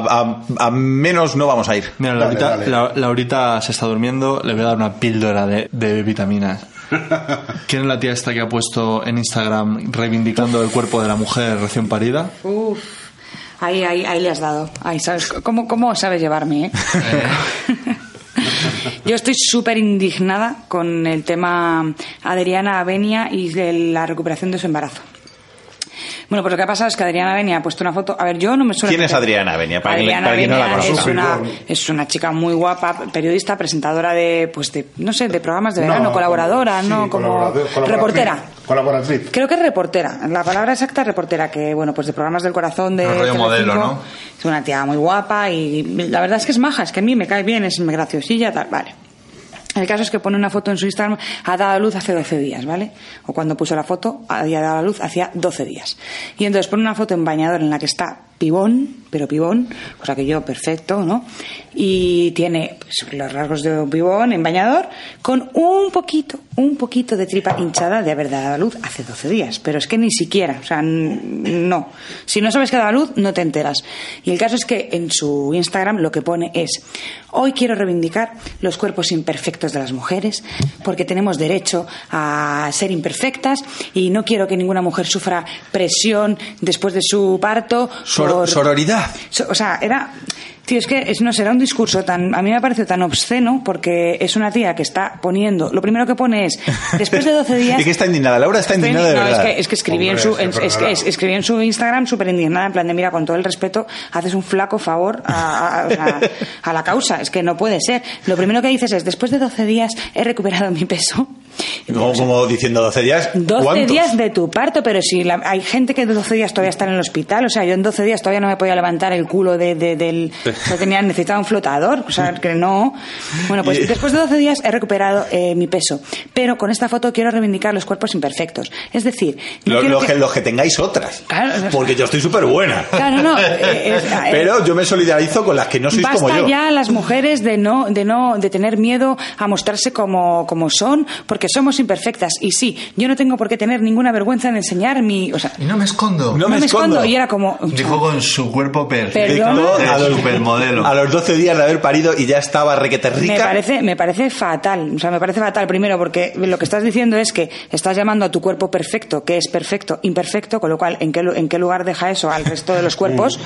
S3: a- a menos no vamos a ir.
S4: Mira,
S5: Dale,
S4: Laurita,
S5: dale.
S4: La- Laurita se está durmiendo, le voy a dar una píldora de,
S3: [LAUGHS]
S4: de vitaminas. ¿Quién es la tía esta que ha puesto en Instagram reivindicando el cuerpo de la mujer recién parida?
S2: Uf. Ahí, ahí, ahí le has dado. Ahí, ¿sabes? ¿Cómo, cómo sabes
S3: [LAUGHS]
S2: llevarme, eh? Yo estoy súper indignada con el tema Adriana Avenia y de la recuperación de su embarazo. Bueno, pues lo que ha pasado es que Adriana Avenia ha puesto una foto. A ver, yo no me suena.
S3: ¿Quién es Adriana Avenia? Para quien-
S2: Adriana
S3: para quien no la
S2: Avenia
S3: conozca.
S2: es una, es una chica muy guapa, periodista, presentadora de, pues de, no sé, de programas de verano,
S5: No,
S2: colaboradora,
S5: sí,
S2: ¿no? Como
S5: colaborador- colaboratriz.
S2: reportera.
S5: Colaboratriz.
S2: Creo que es reportera, la palabra exacta es reportera, que bueno, pues de programas del corazón de.
S4: Un rollo
S2: Telecinco.
S4: modelo, ¿no?
S2: Es una tía muy guapa y la verdad es que es maja, es que a mí me cae bien, es graciosilla, tal, vale. El caso es que pone una foto en su Instagram, ha dado a luz hace 12 días, ¿vale? O cuando puso la foto, había dado a luz hacía 12 días. Y entonces pone una foto en bañador en la que está pibón, pero pibón, cosa que yo perfecto, ¿no? Y tiene pues, los rasgos de un pibón en bañador, con un poquito, un poquito de tripa hinchada de haber dado a luz hace 12 días. Pero es que ni siquiera, o sea, n- no. Si no sabes que ha dado a luz, no te enteras. Y el caso es que en su Instagram lo que pone es, hoy quiero reivindicar los cuerpos imperfectos de las mujeres, porque tenemos derecho a ser imperfectas y no quiero que ninguna mujer sufra presión después de su parto.
S3: Sor-
S2: por-
S3: Sororidad.
S2: So- O sea, era. Tío, es que es, no será un discurso tan. A mí me ha parecido tan obsceno porque es una tía que está poniendo. Lo primero que pone es. Después de
S3: [LAUGHS]
S2: 12 días.
S3: Y que está indignada. Laura está
S2: Estoy
S3: indignada
S2: indi-
S3: de
S2: no,
S3: verdad.
S2: Es que, es que escribí, en
S5: Hombre,
S2: su,
S5: es que
S2: en- es que
S5: perdona.
S2: es- escribí en su Instagram súper indignada, en plan de, mira, con todo el respeto, haces un flaco favor a, a- o sea, a la causa. Es que no puede ser. Lo primero que dices es, después de 12 días he recuperado mi peso.
S3: Como, como diciendo 12 días.
S2: 12
S3: ¿cuántos?
S2: días de tu parto, pero si la- hay gente que 12 días todavía está en el hospital, o sea, yo en 12 días todavía no me podía levantar el culo de, de- del... O sea, tenía, necesitaba un flotador, o sea, que no... Bueno,
S3: Y-
S2: pues después de 12 días he recuperado eh, mi peso, pero con esta foto quiero reivindicar los cuerpos imperfectos. Es decir... no
S3: Los,
S2: quiero
S3: los
S2: que-
S3: que, los que tengáis otras.
S2: Claro, o sea-
S3: porque yo estoy súper buena.
S2: Claro, no, eh,
S3: [LAUGHS]
S2: es- eh,
S3: Pero yo me solidarizo con las que no sois
S2: Basta
S3: como yo.
S2: ya a las mujeres de no, de no, de tener miedo a mostrarse como, como son, porque somos imperfectas. Y sí, yo no tengo por qué tener ninguna vergüenza en enseñar mi, o sea,
S4: Y no me escondo.
S3: No
S2: no,
S3: me
S2: me, escondo.
S3: escondo.
S2: Y era como,
S4: Dijo con su cuerpo perfecto.
S2: Perdón.
S3: Dictó
S4: Es supermodelo.
S3: a los 12 días de haber parido y ya estaba requete rica.
S2: Me parece, me parece fatal. O sea, me parece fatal primero porque lo que estás diciendo es que estás llamando a tu cuerpo perfecto, que es perfecto, imperfecto, con lo cual, ¿en qué, lu- en qué lugar deja eso al resto de los cuerpos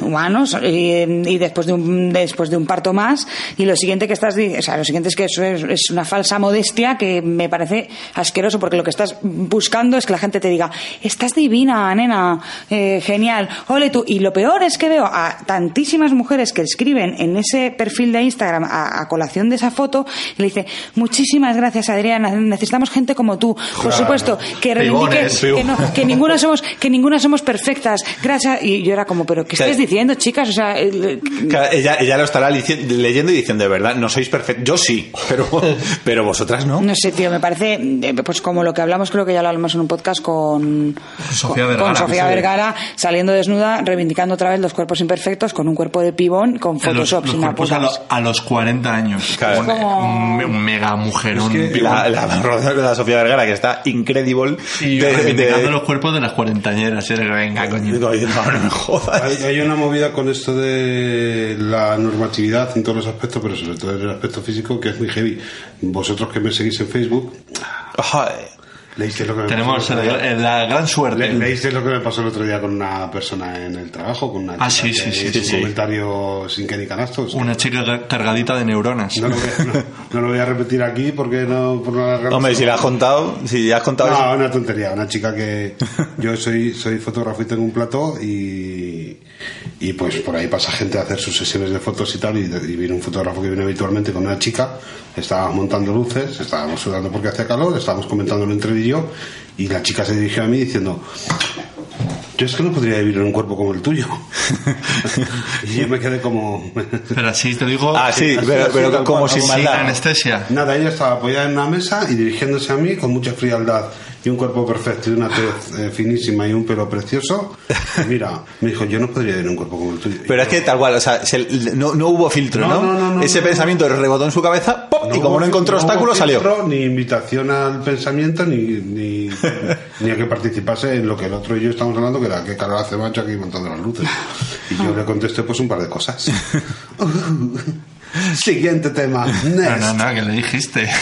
S2: humanos? Y, y después, de un, después de un parto más. Y lo siguiente que estás di- o sea, lo siguiente es que eso es, es una falsa modestia que me parece asqueroso porque lo que estás buscando es que la gente te diga, estás divina, nena, eh, genial, ole tú. Y lo peor es que veo a tantísimas mujeres que escriben en ese perfil de Instagram a, a colación de esa foto y le dice, muchísimas gracias Adriana, necesitamos gente como tú, por supuesto, que reivindique
S4: Pibones,
S2: que, no- que ninguna somos, que ninguna somos perfectas, gracias. Y yo era como, pero ¿qué
S3: Claro.
S2: estáis diciendo, chicas? O sea, eh, el-
S3: Claro, Ella, ella lo estará lici- leyendo y diciendo de verdad, no sois perfectos. Yo sí, [LAUGHS] pero, pero vosotras no.
S2: No sé, tío, me parece, eh, pues como lo que hablamos, creo que ya lo hablamos en un podcast con
S4: Sofía
S2: con-
S4: Vergara,
S2: con Sofía
S4: sí.
S2: Vergara, saliendo desnuda, reivindicando otra vez los cuerpos imperfectos con un cuerpo de pibón, con
S4: Los- los
S2: Photoshop, sin una
S4: cuerpos
S2: puta
S4: a, lo-
S2: más.
S4: a los 40 años.
S3: Claro.
S4: Un, un- un mega mujer. un
S5: que-
S4: pibón.
S3: La, la, la Sofía Vergara, que está incredible.
S4: y
S3: de-
S4: reivindicando
S3: de-
S4: los cuerpos de las cuarentañeras. era,
S3: Ah,
S4: Venga, coño.
S3: Digo, no, no me jodas.
S5: Hay, hay una movida con esto de la normatividad en todos los aspectos, pero sobre todo en el aspecto físico, que es muy heavy. Vosotros que me seguís en Facebook,
S3: Joder.
S5: leísteis lo que me
S4: Tenemos
S5: pasó el otro día.
S4: eh, la gran
S5: Le-
S4: suerte.
S5: leísteis lo que me pasó el otro día con una persona en el trabajo, con una
S4: Ah, sí,
S5: que
S4: sí, sí,
S5: hizo
S4: sí,
S5: un
S4: sí.
S5: comentario sin que ni canastos.
S4: Una chica car- cargadita de neuronas.
S5: No lo, voy a, no- no lo voy a repetir aquí porque no... Por no alargarlo.
S3: Hombre, si la has contado, si has contado eso-
S5: No, una tontería, una
S3: [LAUGHS]
S5: chica que yo soy soy fotógrafo y tengo un plató y, y pues por ahí pasa gente a hacer sus sesiones de fotos y tal y, y viene un fotógrafo que viene habitualmente con una chica, estábamos montando luces, estábamos sudando porque hacía calor, estábamos comentándolo entre él y yo y la chica se dirigió a mí diciendo Yo es que no podría vivir en un cuerpo como
S3: [LAUGHS]
S5: el tuyo. [LAUGHS] y yo me quedé como...
S4: Pero así te digo.
S3: Ah, sí,
S5: así,
S3: pero,
S5: así,
S3: pero
S5: tal
S3: como
S5: cual,
S3: sin
S5: como
S4: sin
S3: maldad.
S4: anestesia.
S5: Nada, ella estaba apoyada en una mesa y dirigiéndose a mí con mucha frialdad y un cuerpo perfecto y una tez eh, finísima y un pelo
S3: [LAUGHS]
S5: precioso. Y Mira, me dijo, yo no podría vivir en un cuerpo como el tuyo. Y
S3: Pero es
S5: yo,
S3: que tal cual, o sea, se- no, no hubo filtro,
S5: No,
S3: ¿no?
S5: no, no, no,
S3: Ese
S5: no.
S3: pensamiento rebotó en su cabeza ¡pop! y como
S5: hubo
S3: no encontró
S5: filtro,
S3: obstáculo
S5: hubo
S3: salió.
S5: filtro, Ni invitación al pensamiento, ni,
S3: [LAUGHS]
S5: ni, ni a que participase en lo que el otro y yo estamos hablando, que era que calor hace macho aquí montando las luces. Y yo le contesté pues un par
S3: [LAUGHS]
S5: de cosas. [LAUGHS] Siguiente tema.
S4: No,
S5: Next.
S4: no, no, que le dijiste. [LAUGHS]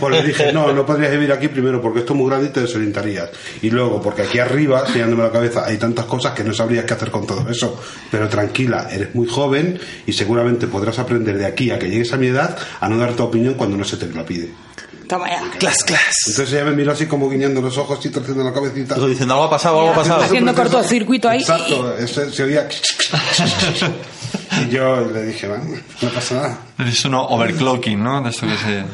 S5: Pues le dije, no, no podrías vivir aquí primero porque esto es muy grande y te desorientarías. Y luego, porque aquí arriba, sellándome la cabeza, hay tantas cosas que no sabrías qué hacer con todo eso. Pero tranquila, eres muy joven y seguramente podrás aprender de aquí a que llegues a mi edad a no dar tu opinión cuando no se te la pide.
S2: Toma ya.
S3: Clas, clas.
S5: Entonces ella me miró así como guiñando los ojos y torciendo la cabecita.
S3: Digo, Diciendo, algo ha pasado, algo ha
S2: Haciendo
S3: pasado.
S2: Haciendo cortocircuito ahí.
S5: Exacto, ese- se oía... [LAUGHS] Y yo le dije, "Bueno, no pasa nada.
S4: Es uno overclocking, ¿no? De esto que se.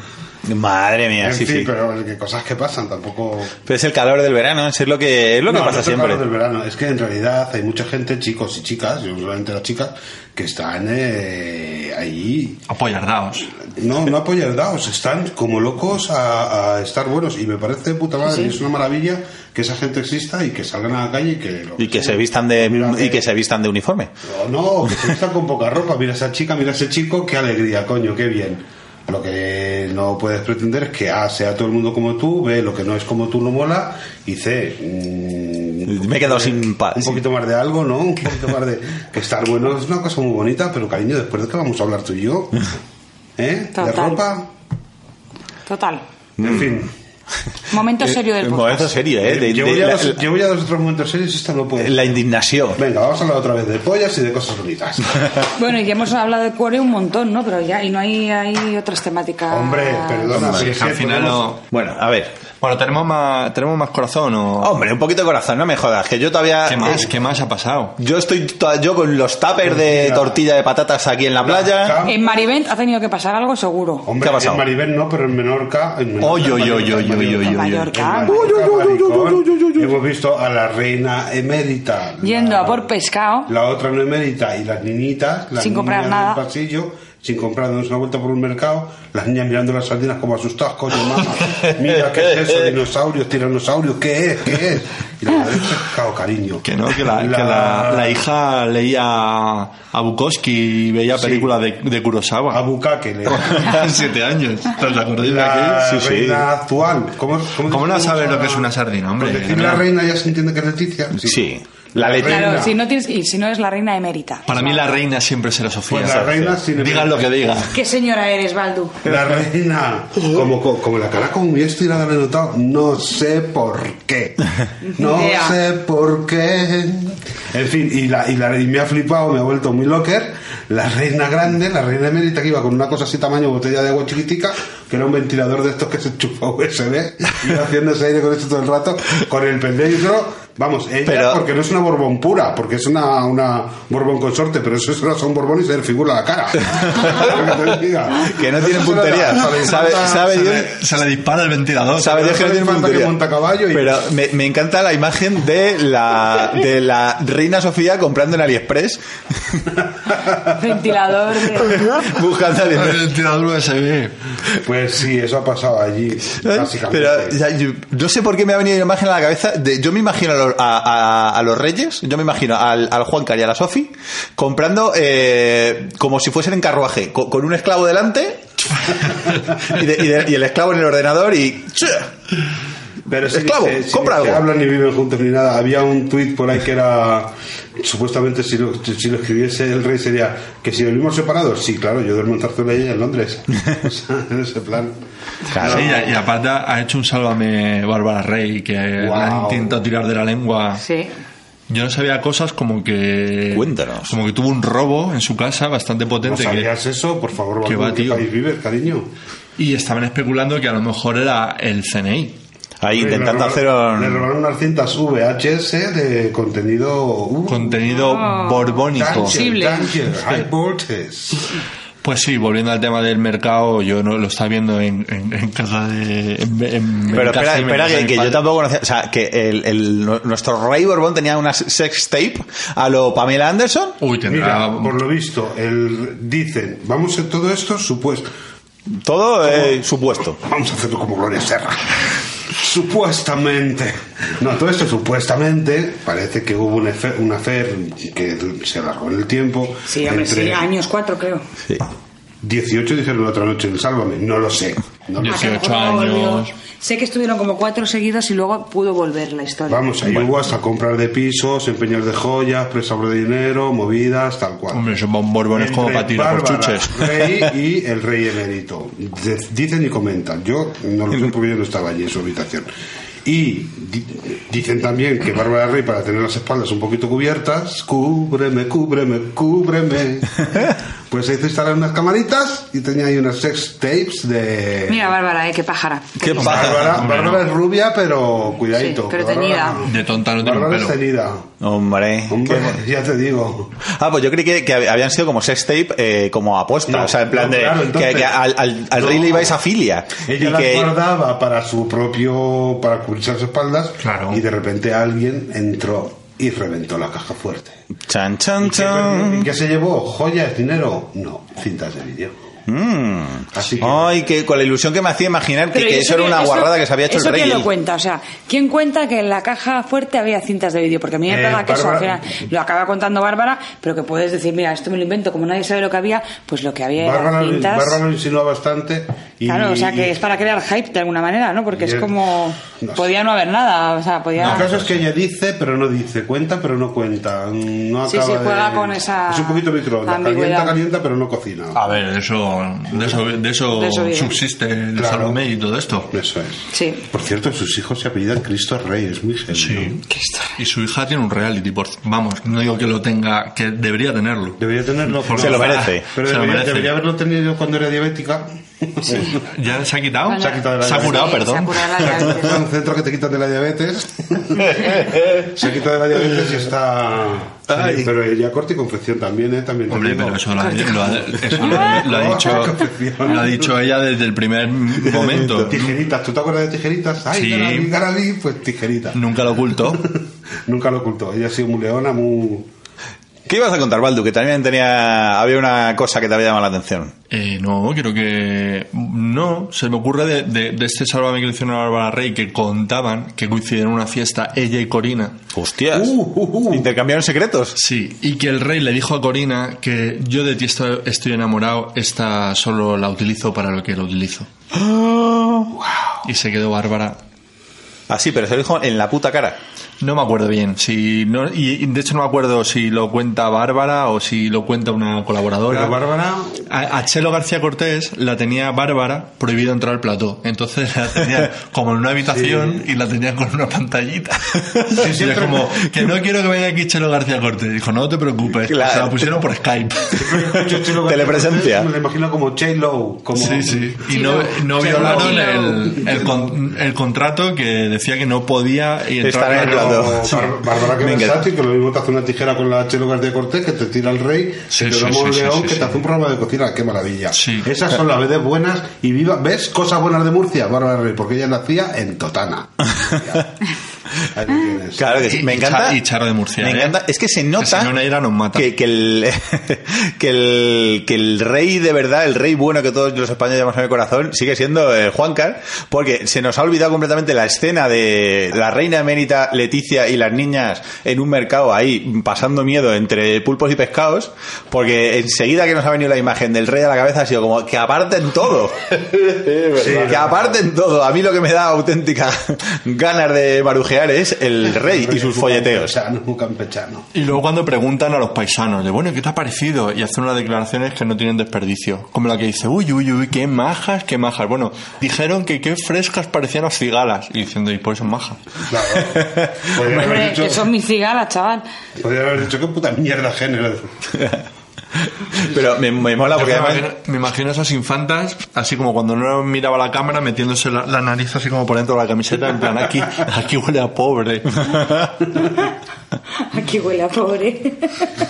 S3: Madre mía,
S5: En
S3: sí,
S5: fin,
S3: sí. Pero...
S5: pero que cosas que pasan, tampoco...
S3: es el calor del verano, es lo que, es lo que
S5: No,
S3: pasa
S5: no se
S3: siempre.
S5: acaba del verano. Es que en realidad hay mucha gente, chicos y chicas, yo solamente las chicas, que están eh, ahí.
S4: Apoyardaos.
S5: No, no apoyardaos, están como locos a, a estar buenos. Y me parece de puta madre, y es una maravilla que esa gente exista y que salgan a la calle y que. lo-
S3: Y que se vistan de y que se vistan de uniforme.
S5: No, que se vistan con poca ropa. Mira esa chica, mira ese chico, qué alegría, coño, qué bien. Lo que no puedes pretender es que A sea todo el mundo como tú, B lo que no es como tú no mola y C mm,
S3: Me he quedado sin pa-
S5: un
S3: sin-
S5: poquito más de algo, ¿no? Un poquito más de que estar bueno es una cosa muy bonita, pero cariño, después de que vamos a hablar tú y yo, ¿eh? De
S2: Total.
S5: ropa,
S2: Total.
S5: en fin. Eh,
S2: Momento serio del
S3: Un
S2: podcast.
S3: momento serio, ¿eh? De-
S5: Yo
S3: de-
S5: voy, a
S3: la,
S5: dos, yo voy a dos otros momentos serios, esto no puede.
S3: la indignación.
S5: Venga, vamos a hablar otra vez de pollas y de cosas bonitas.
S2: Bueno, y ya hemos hablado de cuore un montón, ¿no? Pero ya, y no hay, hay otras temáticas.
S5: Hombre, perdona,
S4: Sí,
S5: pero
S4: que al final
S5: podemos-
S4: no.
S3: Bueno, a ver.
S4: Bueno, ¿tenemos más, ¿tenemos más corazón o.?
S3: Hombre, un poquito de corazón, no me jodas, que yo todavía
S4: ¿Qué más? ¿Qué más ha pasado?
S3: yo estoy to- yo con los tuppers de
S5: Mira.
S3: tortilla de patatas aquí en la playa.
S5: Cam-
S2: En Marivent ha tenido que pasar algo seguro.
S5: Hombre,
S3: ¿Qué ha pasado?
S5: en Maribel no, pero en Menorca. En Menorca
S4: Oy,
S5: en
S4: oy, oy, oy, oy,
S5: Mallorca, en Mallorca.
S4: oy, oy.
S2: Mallorca.
S5: En Mallorca, maricón, Hemos visto a la reina emérita.
S2: Yendo
S5: la-
S2: a por pescado.
S5: La otra no emérita y las niñitas. Las
S2: Sin comprar
S5: niñas
S2: nada.
S5: Del pasillo, sin comprar, dándose una vuelta por un mercado. Las niñas mirando las sardinas como asustadas, coño,
S4: [LAUGHS]
S5: mamá. Mira, ¿qué es
S4: Eh,
S5: eso? Dinosaurios, tiranosaurios, ¿qué es? ¿Qué es? Y la madre, pescado, cariño.
S4: Que no, que la, que la- la hija leía a Bukowski y veía
S5: Sí. Ah,
S4: películas de, de
S5: A
S4: Kurosawa.
S5: Bukake
S4: [LAUGHS]
S3: [LAUGHS]
S5: le-
S4: Siete años. ¿Te os acordáis de
S5: La
S4: aquel?
S5: reina actual. ¿Cómo, cómo,
S4: ¿Cómo no
S5: decimos
S4: sabes
S5: a-
S4: lo que es una sardina, hombre?
S5: Con decir pues, la reina ya se entiende que es Leticia.
S3: Sí. La Leti.
S5: reina.
S2: Claro, si no tienes, y si no es la reina emérita.
S4: Para mí la reina siempre será Sofía.
S5: Pues la reina sin
S4: Digan lo que digan.
S2: ¿Qué señora eres,
S5: [LAUGHS]
S2: Baldu?
S5: La reina. Como, co- como la cara con muy estirada la he notado. No sé por qué. No
S2: Idea.
S5: sé por qué. En fin, y, la, y, la- y me ha flipado, me ha vuelto muy locker. La reina grande, la reina emérita que iba con una cosa así tamaño botella de agua chiquitica, que era un ventilador de estos que se chupa USB, iba haciéndose aire con esto todo el rato, con el pendejo. Vamos, ella,
S3: Pero-
S5: porque no es una borbón pura, porque es una, una borbón consorte, pero eso solo son borbones y se le figura la cara. [LAUGHS] Lo que te diga.
S3: Que no
S4: [LAUGHS]
S5: Eso
S3: tienen
S5: solo
S3: puntería.
S5: da- solo
S3: Sabe-
S5: da-
S3: sabe
S4: Se
S3: Dios-
S4: le, se le dispara el ventilador.
S3: Sabe Dios que no tiene
S5: Falta que
S3: puntería.
S5: monta caballo y-
S3: Pero me, me encanta la imagen de la, de la reina Sofía comprando en AliExpress.
S2: Ventilador.
S5: [LAUGHS]
S2: de-
S3: Buscando
S4: El
S3: AliExpress.
S4: ventilador USB.
S5: Pues sí, eso ha pasado allí. básicamente.
S3: Pero ya, yo- no sé por qué me ha venido la imagen a la cabeza. De, yo me imagino a los, a- a- a los reyes, yo me imagino al, al Juancar y a la Sofi comprando eh, como si fuesen en carruaje, co- con, un esclavo delante y, de- y de- y el esclavo en el ordenador y...
S5: Pero sí,
S3: Esclavo,
S5: sí, sí,
S3: compra
S5: sí,
S3: algo.
S5: que hablan ni viven juntos ni nada. Había un tuit por ahí que era. Supuestamente, si lo, si lo escribiese el rey, sería que si dormimos separados. Sí, claro, yo duermo en Zarzuela y ella en Londres. [LAUGHS] O sea, en ese plan.
S3: Claro.
S4: Sí, y, y aparte ha hecho un sálvame Bárbara Rey que
S5: Wow.
S4: la han intentado tirar de la lengua.
S2: Sí.
S4: Yo no sabía cosas como que.
S3: Cuéntanos.
S4: Como que tuvo un robo en su casa bastante
S5: ¿No
S4: potente. que-
S5: sabías eso? Por favor,
S4: que
S5: Balcón,
S4: va,
S5: ¿qué
S4: tío.
S5: país vives, cariño?
S4: y estaban especulando que a lo mejor era el CNI.
S3: Ahí
S5: Le
S3: intentando
S5: robaron-
S3: hacer
S5: Le
S3: un...
S5: robaron unas cintas VHS de contenido. uh,
S4: Contenido borbónico.
S5: Danger,
S2: Sensible.
S5: danger, high voltage.
S4: Pues sí, volviendo al tema del mercado, yo no lo estaba viendo en, en- en casa de. en- en- en
S3: Pero espera,
S4: casa de mi-
S3: espera
S4: de
S3: que,
S4: mi
S3: que
S4: padre.
S3: yo tampoco conocía. O sea, que el, el- nuestro Ray Borbón tenía una sex tape a lo Pamela Anderson.
S4: Uy, tendrá.
S5: Mira, por lo visto, el, dicen, vamos a hacer todo esto supuesto.
S3: Todo eh, supuesto.
S5: Vamos a hacerlo como Gloria Serra. Supuestamente. No, todo esto supuestamente parece que hubo una fe, una fe que se alargó en el tiempo.
S2: Sí, hombre, sí,
S5: entre
S2: años cuatro, creo.
S3: Sí.
S5: 18 dijeron la otra noche en Sálvame. No lo sé. No lo
S4: Yo
S5: sé.
S2: Ah, que a lo
S4: 18
S2: mejor no volvió.
S4: años.
S2: Sé que estuvieron como cuatro seguidos y luego pudo volver la historia.
S5: Vamos, ahí hubo hasta comprar de pisos, empeñar de joyas, presabro de dinero, movidas, tal cual.
S4: Hombre, son borbones como
S5: Entre
S4: para tirar por
S5: Bárbara,
S4: chuches.
S5: Rey y el rey emérito. De- Dicen y comentan. Yo no lo sé porque yo no estaba allí en su habitación. Y di- dicen también que Bárbara Rey, para tener las espaldas un poquito cubiertas, cúbreme, cúbreme,
S4: [LAUGHS]
S5: cúbreme. Pues se hizo instalar unas camaritas y tenía ahí unas sex tapes de.
S2: Mira, Bárbara, ¿eh? qué pájara.
S3: ¿Qué
S5: Bárbara,
S3: pasa?
S5: Bárbara es rubia, pero cuidadito.
S2: Sí, pero
S5: que Bárbara
S2: tenida.
S5: no.
S4: De tonta no tiene un
S5: Bárbara es
S4: pelo.
S5: tenida.
S3: Hombre.
S5: Hombre, ya te digo.
S3: Ah, pues yo creí que, que habían sido como sex tape eh, como aposta.
S5: No,
S3: o sea, en plan
S5: no,
S3: de
S5: claro,
S3: que-
S5: entonces-
S3: que, al, al, al rey
S5: No.
S3: le ibais a filia.
S5: Ella
S3: y
S5: las
S3: que,
S5: guardaba para su propio. para cubrirse las espaldas.
S4: Claro.
S5: Y de repente alguien entró y reventó la caja fuerte.
S3: Chan, chan,
S5: ¿Y
S3: chan.
S5: qué se llevó? ¿Joyas? ¿Dinero? No, cintas de vídeo.
S3: Mm.
S5: Así que.
S3: Ay, que con la ilusión que me hacía imaginar que,
S2: Pero
S3: que
S2: ¿y
S3: eso era una
S2: eso-
S3: guarrada que se había hecho
S2: eso
S3: el rey.
S2: ¿Quién lo cuenta? O sea, ¿quién cuenta que en la caja fuerte había cintas de vídeo? Porque a mí me
S5: Eh,
S2: pega que eso al
S5: Bárbara-
S2: final lo acaba contando Bárbara, pero que puedes decir, mira, esto me lo invento, como nadie sabe lo que había, pues lo que había
S5: Bárbara,
S2: eran
S5: lo-
S2: cintas.
S5: Bárbara lo insinuó bastante. Y,
S2: Claro, o sea, que es para crear hype de alguna manera, ¿no? Porque
S5: Y
S2: es
S5: el-
S2: como.
S5: no sé.
S2: podía no haber nada, o sea, podía.
S5: El caso es que ella dice, pero no dice. Cuenta, pero no cuenta. No
S2: Sí,
S5: acaba
S2: sí, juega
S5: de-
S2: con esa
S5: Es un poquito microondas. Calienta,
S2: ambigüedad. Ah.
S5: calienta, pero no cocina.
S4: A ver, de eso, de eso, de eso,
S2: De eso vive.
S4: subsiste el
S5: Claro. Pues
S4: Salomé y todo esto.
S5: Eso es.
S2: Sí.
S5: Por cierto, sus hijos se apellidan Cristo Rey. Es muy genial.
S4: Sí. Y su hija tiene un reality, por, vamos, no digo que lo tenga, que debería tenerlo.
S5: Debería tenerlo. pero-
S3: Se lo merece.
S5: Pero
S4: Se lo
S5: debería,
S4: merece.
S5: debería haberlo tenido cuando era diabética.
S4: ¿Ya se ha quitado?
S5: Se ha quitado la
S4: Se ha curado,
S2: Sí, se ha
S4: perdón.
S2: curado la llave.
S5: Fue a [LAUGHS] un centro que te quitan de la
S3: [LAUGHS]
S5: diabetes. se quita de la diabetes y está.
S3: Ay.
S5: Sí, pero ella corte y confección también, ¿eh? También te
S4: Hombre,
S5: digo.
S4: pero eso lo ha, lo ha- eso
S2: [LAUGHS]
S4: lo ha- lo ha
S5: Qué
S4: dicho,
S5: confesión.
S4: lo ha dicho ella desde el primer
S5: [LAUGHS]
S4: momento.
S5: Tijeritas, ¿tú te acuerdas de tijeritas? Ay,
S4: Sí.
S5: Garabi, Garabi, pues
S4: [LAUGHS]
S5: tijeritas.
S4: Nunca lo ocultó.
S5: Nunca lo ocultó. Ella ha sido muy leona, muy.
S3: ¿Qué ibas a contar, Baldu? Que también tenía había una cosa que te había llamado la atención.
S4: Eh, no, creo que. No, se me ocurre de, de- de este Sálvame que le hicieron a Bárbara Rey que contaban que coincidieron en una fiesta ella y Corina.
S3: Hostias.
S5: Uh, uh, uh.
S3: Intercambiaron secretos.
S4: Sí, y que el rey le dijo a Corina que yo de ti esto- estoy enamorado, esta solo la utilizo para lo que la utilizo. Y se quedó Bárbara.
S3: Así, Ah, pero se lo dijo en la puta cara.
S4: No me acuerdo bien, si no, y y de hecho no me acuerdo si lo cuenta Bárbara o si lo cuenta una colaboradora.
S5: La Bárbara.
S3: [LAUGHS]
S4: A, a Chelo García Cortés la tenía Bárbara prohibido entrar al plató. Entonces la tenía como en una habitación y la tenía con una pantallita. Y era como, que no quiero que venga aquí Chelo García Cortés. Dijo, no te preocupes.
S3: Claro.
S4: Se la pusieron por Skype.
S3: Telepresencia.
S5: Me la imagino como J-Lo. Como...
S4: Sí, sí. Y no, no
S2: Chelo.
S4: violaron
S2: Chelo.
S4: el, el, con- el contrato que decía que no podía
S3: Estar en
S4: entrar
S3: el
S4: al
S3: plató.
S4: plató.
S5: O Bar- Bárbara que
S3: Me encanta.
S5: versátil, que lo mismo te hace una tijera con la Chelo de Cortés, que te tira el rey,
S4: Sí,
S5: que te
S4: sí,
S5: damos
S4: sí,
S5: un
S4: sí,
S5: león,
S4: sí,
S5: que
S4: sí.
S5: te hace un programa de cocina, qué maravilla.
S4: Sí.
S5: Esas son las veces buenas y viva, ¿ves? Cosas buenas de Murcia, Bárbara Rey, porque ella nacía
S4: [LAUGHS]
S5: en Totana. Ahí lo tienes.
S3: Claro que sí. Me
S4: Y- y
S3: encanta.
S4: Cha- y Charo de Murcia,
S3: Me
S4: ¿eh?
S3: encanta. Es que se nota.
S4: si no, Neira nos mata.
S3: Que, que el, [LAUGHS] que, el, que el rey de verdad, el rey bueno que todos los españoles llevamos en el corazón, sigue siendo eh, Juan Carlos, porque se nos ha olvidado completamente la escena de la reina emérita Leticia y las niñas en un mercado ahí pasando miedo entre pulpos y pescados, porque enseguida que nos ha venido la imagen del rey a la cabeza ha sido como que aparten todo. que aparten todo. A mí lo que me da auténtica [LAUGHS] ganas de marujear es el rey y sus
S5: Un
S3: folleteos.
S5: campechano, Un campechano.
S4: Y luego cuando preguntan a los paisanos, de bueno, ¿qué te ha parecido? Y hacen unas declaraciones que no tienen desperdicio. Como la que dice, uy, uy, uy, qué majas, qué majas. Bueno, dijeron que qué frescas parecían a cigalas. Y diciendo, y pues por eso es maja.
S5: Claro.
S4: [LAUGHS]
S5: Podría haber
S2: Hombre,
S5: dicho,
S2: que son mis cigalas, chaval.
S5: podría haber dicho, qué puta mierda género.
S3: Pero me, me mola porque
S4: Yo me,
S3: además...
S4: imagino, me imagino esas infantas, así como cuando no miraba la cámara, metiéndose la, la nariz así como por dentro de la camiseta, en plan, aquí, aquí huele a pobre.
S2: [LAUGHS] Aquí huele a pobre.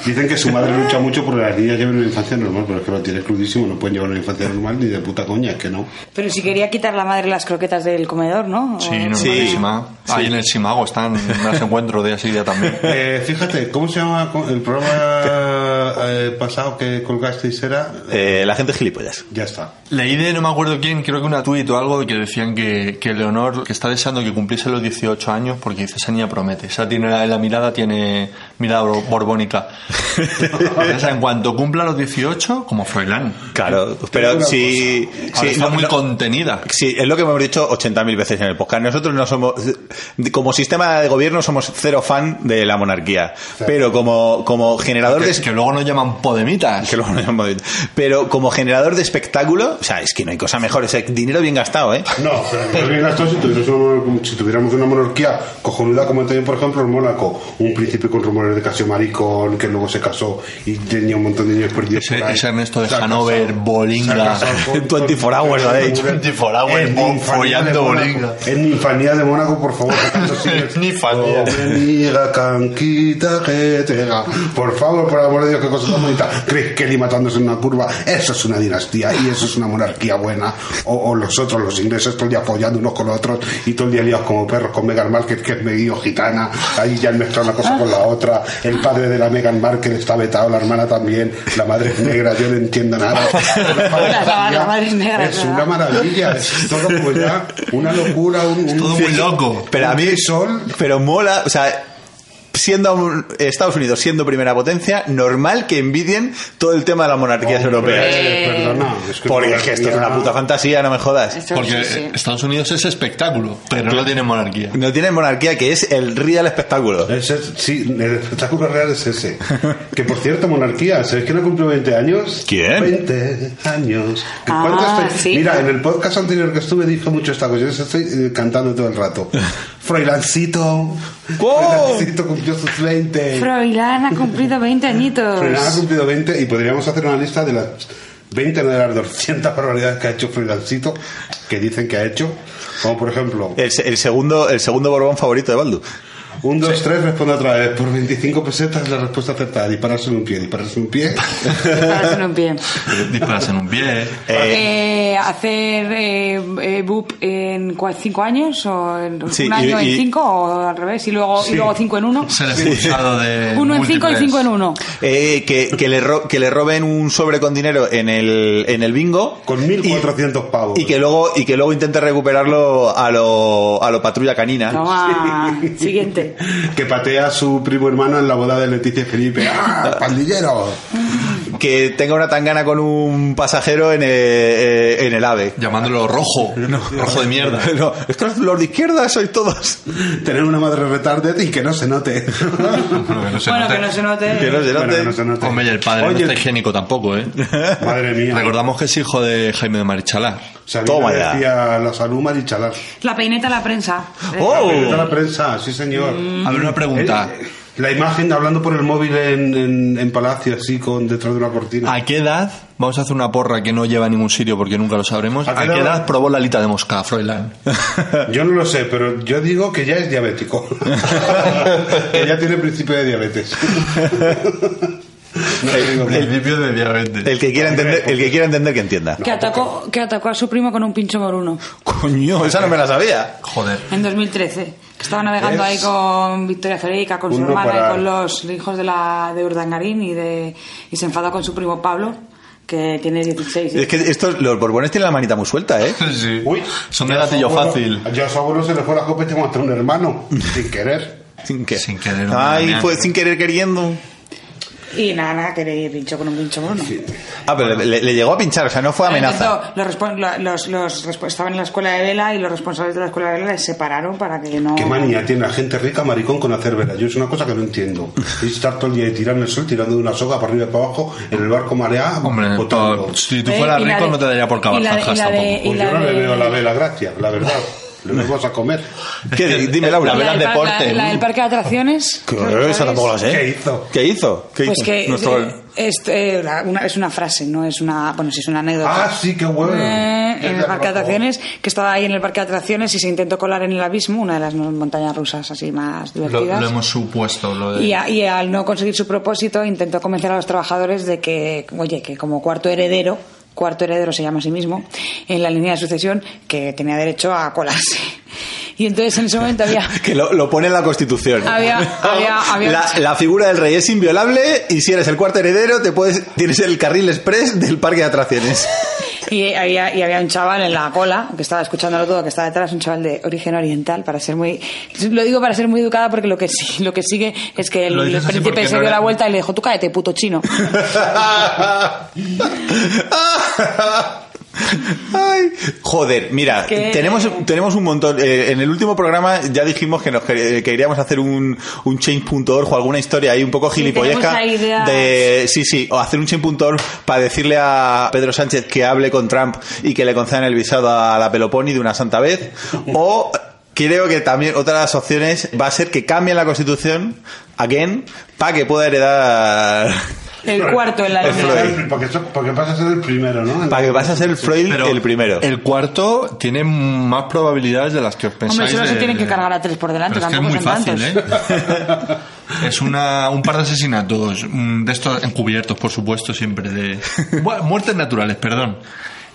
S5: Dicen que su madre lucha mucho porque las niñas lleven una infancia normal, pero es que lo tiene crudísimo, no pueden llevar una infancia normal ni de puta coña, es que no.
S2: Pero si quería quitar la madre las croquetas del comedor, ¿no?
S4: Sí,
S2: O-
S4: no,
S3: Sí.
S4: en el Sima- Ahí en el Simago están, me las encuentro de así día también.
S5: Eh, fíjate, ¿cómo se llama el programa eh, pasado que colgasteis? Era.
S3: eh, la gente es gilipollas.
S5: Ya está.
S4: [LAUGHS] Leí de no me acuerdo quién, creo que una tuit o algo, que decían que, que Leonor, que está deseando que cumpliese los 18 años, porque dice, esa niña promete. Esa tiene la, la mirada, tiene mirada bor- [LAUGHS] borbónica. o sea, en cuanto cumpla los 18, como Froilán.
S3: Claro, pero
S5: una
S3: si...
S4: Ahora
S3: si
S4: está
S3: no-
S4: muy
S3: no-
S4: contenida.
S3: Sí, es lo que hemos dicho 80.000 veces en el podcast. Nosotros no somos, como sistema de gobierno, somos cero fan de la monarquía. Pero como, como generador
S4: Que,
S3: de...
S4: que luego nos llaman podemitas.
S3: que luego nos llaman modelo. Pero como generador de espectáculo, o sea, es que no hay cosa mejor. ese dinero bien gastado, ¿eh?
S5: No, pero yo hubiera estado si, tuviéramos una, si tuviéramos una monarquía cojonuda como también, por ejemplo, en Mónaco, un príncipe con rumores de casio maricón que luego se casó y tenía un montón de niños perdidos.
S4: Ese-
S5: por ahí.
S4: ese Ernesto de
S5: Se ha
S4: Hanover,
S5: casado-
S4: Bolinga.
S5: se
S4: [LAUGHS]
S5: ha casado con-
S3: 24 hours, ¿vale?
S5: con-
S4: 24 hours,
S5: en
S4: bo-
S5: ninfanía
S4: follando
S5: de Mónaco.
S4: Bolinga.
S5: En ninfanía de Mónaco, por favor.
S4: [LAUGHS]
S5: sacando singles.
S4: Ninfanía.
S5: Oh, Bendiga, canquita, que te haga. Por favor, por amor de Dios, qué cosa tan bonita. Chris Kelly matándose en una curva. Eso es una dinastía y eso es una monarquía buena. O, o los otros, los ingleses, todo el día apoyando unos con los otros y todo el día liados como perros con Meghan Markle, que es medio gitana. Ahí ya han mezclado una cosa con la otra. El padre de la Meghan Markle está vetado, la hermana también. La madre es negra, yo no entiendo nada.
S2: La- [LAUGHS] la madre es negra,
S5: Es
S2: ¿verdad?
S5: una maravilla. Es todo como ya una locura. Un, un-
S4: Todo muy loco.
S3: Pero a mí...
S5: Sol
S3: Pero mola, o sea... Siendo un- Estados Unidos siendo primera potencia, normal que envidien todo el tema de las monarquías europeas.
S5: Eh, perdona, es que
S3: Porque es que esto es una puta fantasía, no me jodas.
S2: Esto- sí,
S4: Porque
S2: sí.
S4: Estados Unidos es espectáculo, pero no tiene monarquía.
S3: No tienen monarquía, que es el real espectáculo.
S5: Ese es- sí, el espectáculo real es ese. Que por cierto, monarquía, ¿sabéis que no cumplió 20 años?
S3: ¿Quién?
S5: 20 años. ¿Que
S2: Ah,
S5: cuántas fe-
S2: sí.
S5: Mira, en el podcast anterior que estuve dijo mucho esta cosa. Yo estoy eh, cantando todo
S3: [LAUGHS]
S5: el rato. Froilancito. Froilancito cumplió sus 20.
S2: Froilán ha cumplido 20 añitos.
S5: Froilán ha cumplido 20 y podríamos hacer una lista de las 20 de las 200 barbaridades que ha hecho Froilancito, que dicen que ha hecho. Como por ejemplo,
S3: El, se- el segundo, el segundo Borbón favorito de Baldu.
S5: Un, dos, tres, responde otra vez. Por 25 pesetas la respuesta acertada. Dispararse en un pie, dispararse en un pie.
S2: Dispararse en un pie.
S4: Dispararse en un pie.
S3: Eh,
S2: Eh, hacer eh, eh, BUP en 5 años o en
S3: Sí,
S2: un
S3: y-
S2: año
S3: y-
S2: en 5 o al revés y luego y luego 5 en 1.
S4: Ser expulsado de.
S2: 1 en 5 y
S4: múltiples.
S2: 5 en 1.
S3: eh, que, que le ro- que le roben un sobre con dinero en el, en el bingo.
S5: [LAUGHS] Con [LAUGHS]
S3: y,
S5: 1400 pavos.
S3: y que luego y que luego intente recuperarlo a lo, a lo patrulla canina.
S2: Toma, siguiente.
S5: Que patea a su primo hermano en la boda de Leticia y [LAUGHS] Felipe. ¡Ah, pandillero!
S3: Que tenga una tangana con un pasajero en el, eh, en el AVE.
S4: Llamándolo rojo. Rojo de mierda.
S3: [LAUGHS] No, estos los de izquierda sois todos.
S5: Tener una madre retarded y que no se [LAUGHS] note.
S4: Bueno, que no se
S2: bueno,
S4: note.
S2: que no se note.
S3: Que no se
S5: Bueno, que
S3: noten.
S5: no se note.
S4: Hombre, y el padre no
S5: Oye,
S4: está higiénico tampoco, ¿eh?
S5: Madre mía.
S4: Recordamos que es hijo de Jaime de Marichalar.
S5: Sabina
S3: Toma ya.
S5: decía la salud marichalar.
S2: La peineta a la prensa.
S3: ¡Oh!
S5: Periodista de la prensa, sí señor.
S4: A ver, una Mm. pregunta.
S5: Eh, La imagen de hablando por el móvil en, en- en Palacio, así, con detrás de una cortina.
S4: ¿A qué edad? Vamos a hacer una porra que no lleva a ningún sitio porque nunca lo sabremos.
S5: ¿A qué
S4: ¿A qué
S5: edad?
S4: edad probó la alita de mosca, Froilán?
S5: Yo no lo sé, pero yo digo que ya es
S4: [LAUGHS]
S5: diabético. que ya tiene principio de diabetes. No te digo más.
S4: principio de diabetes.
S3: El que quiera entender, el que quiera entender que entienda.
S2: Que atacó, que atacó a su primo con un pincho moruno
S3: Coño, esa no me la sabía.
S4: Pues, Joder.
S2: en 2013. Que estaba navegando
S5: Es
S2: ahí con Victoria Federica, con su
S5: uno
S2: hermana
S5: para-
S2: y con los hijos de la de Urdangarín y de y se enfadó con su primo Pablo, que tiene 16.
S3: Es que estos, los borbones tienen la manita muy suelta, ¿eh?
S4: Sí.
S5: Uy.
S4: Son de gatillo
S5: Bueno,
S4: fácil.
S5: Yo a su abuelo se le fue la copa y tengo hasta un hermano, sin querer.
S3: Sin, que-
S4: Sin querer,
S3: Ay,
S4: hombre,
S3: fue
S4: me
S3: sin querer queriendo.
S2: Y nada, nada, que le pinchó con un pincho moruno.
S3: Ah, pero le, le llegó a pinchar, o sea, no fue amenaza.
S2: Entonces, Los, respon- la- los, los respo- estaban en la escuela de vela y los responsables de la escuela de vela les separaron para que no.
S5: Qué manía tiene la gente rica maricón con hacer vela. Yo es una cosa que no entiendo. Y estar todo el día ahí tirando el sol, tirando de una soga para arriba y para abajo, en el barco marea,
S4: Hombre,
S5: botando.
S4: si tú
S2: Eh,
S4: fueras
S2: y la
S4: rico
S2: de-
S4: no te daría por
S2: y
S4: cavar
S2: la de-
S4: zanjas
S2: y la de-
S4: tampoco.
S5: Pues
S2: la
S5: yo no le
S2: de- [LAUGHS]
S5: veo la vela gracia, la verdad. Lo vamos a comer.
S3: ¿Qué?
S4: [LAUGHS]
S3: di- Dime, Laura.
S2: La,
S8: del
S2: del par-
S8: deporte.
S2: la- la del parque de atracciones.
S3: ¿Qué?
S2: ¿no lo
S3: Esa
S2: sabes?
S3: tampoco la sé.
S5: ¿Qué hizo?
S3: ¿Qué hizo? ¿Qué
S2: Pues
S3: hizo?
S2: que
S3: Nuestro-
S2: eh, este, la- una- es una frase, no es una. Bueno, sí, es una anécdota.
S5: Ah, sí, qué bueno.
S2: Eh, en
S5: Es
S2: el
S5: la
S2: parque de
S5: razón.
S2: atracciones, que estaba ahí en el parque de atracciones y se intentó colar en el abismo, una de las montañas rusas así más
S8: Lo,
S2: divertidas.
S8: lo hemos supuesto. Lo de...
S2: Y, a- y al no conseguir su propósito, intentó convencer a los trabajadores de que, oye, que como cuarto heredero, cuarto heredero se llama a sí mismo, en la línea de sucesión, que tenía derecho a colarse. [LAUGHS] Y entonces en ese momento había.
S3: Que lo, lo pone en la Constitución.
S2: Había- había-
S3: [LAUGHS]
S2: había-
S3: La, la figura del rey es inviolable y si eres el cuarto heredero te puedes tienes el carril express del parque de atracciones.
S2: Y había, y había un chaval en la cola que estaba escuchándolo todo, que estaba detrás, un chaval de origen oriental, para ser muy. Lo digo para ser muy educada porque lo que, sí, lo que sigue es que el,
S8: Lo dices así
S2: príncipe
S8: porque
S2: se
S8: no
S2: dio
S8: era-
S2: la vuelta y le dijo: Tú cállate,
S8: [LAUGHS]
S2: puto chino.
S3: Ay, joder, mira,
S2: Que-
S3: tenemos, tenemos un montón. eh, en el último programa ya dijimos que nos quer- eh, queríamos hacer un, un change.org o alguna historia ahí un poco gilipolleca.
S2: tenemos ideas.
S3: de, sí, sí, o hacer un change.org para decirle a Pedro Sánchez que hable con Trump y que le concedan el visado a la Peloponi de una santa vez. O creo que también otra de las opciones va a ser que cambien la constitución, again, para que pueda heredar
S2: El cuarto en la
S3: El
S2: línea.
S3: Freud.
S5: Porque, eso- porque pasa a ser el primero, ¿no?
S3: Para que vas a ser el Freud
S4: Pero
S3: el primero.
S4: El cuarto tiene más probabilidades de las que os pensáis.
S2: Hombre, solo se
S8: de-
S2: tienen que cargar a tres por delante,
S8: Pero es que
S2: tampoco
S8: es
S2: son
S8: muy
S2: tantos.
S8: fácil, ¿eh? es una, un par de asesinatos, mm, de estos encubiertos, por supuesto, siempre,
S3: [LAUGHS]
S8: de Bu- muertes naturales, perdón.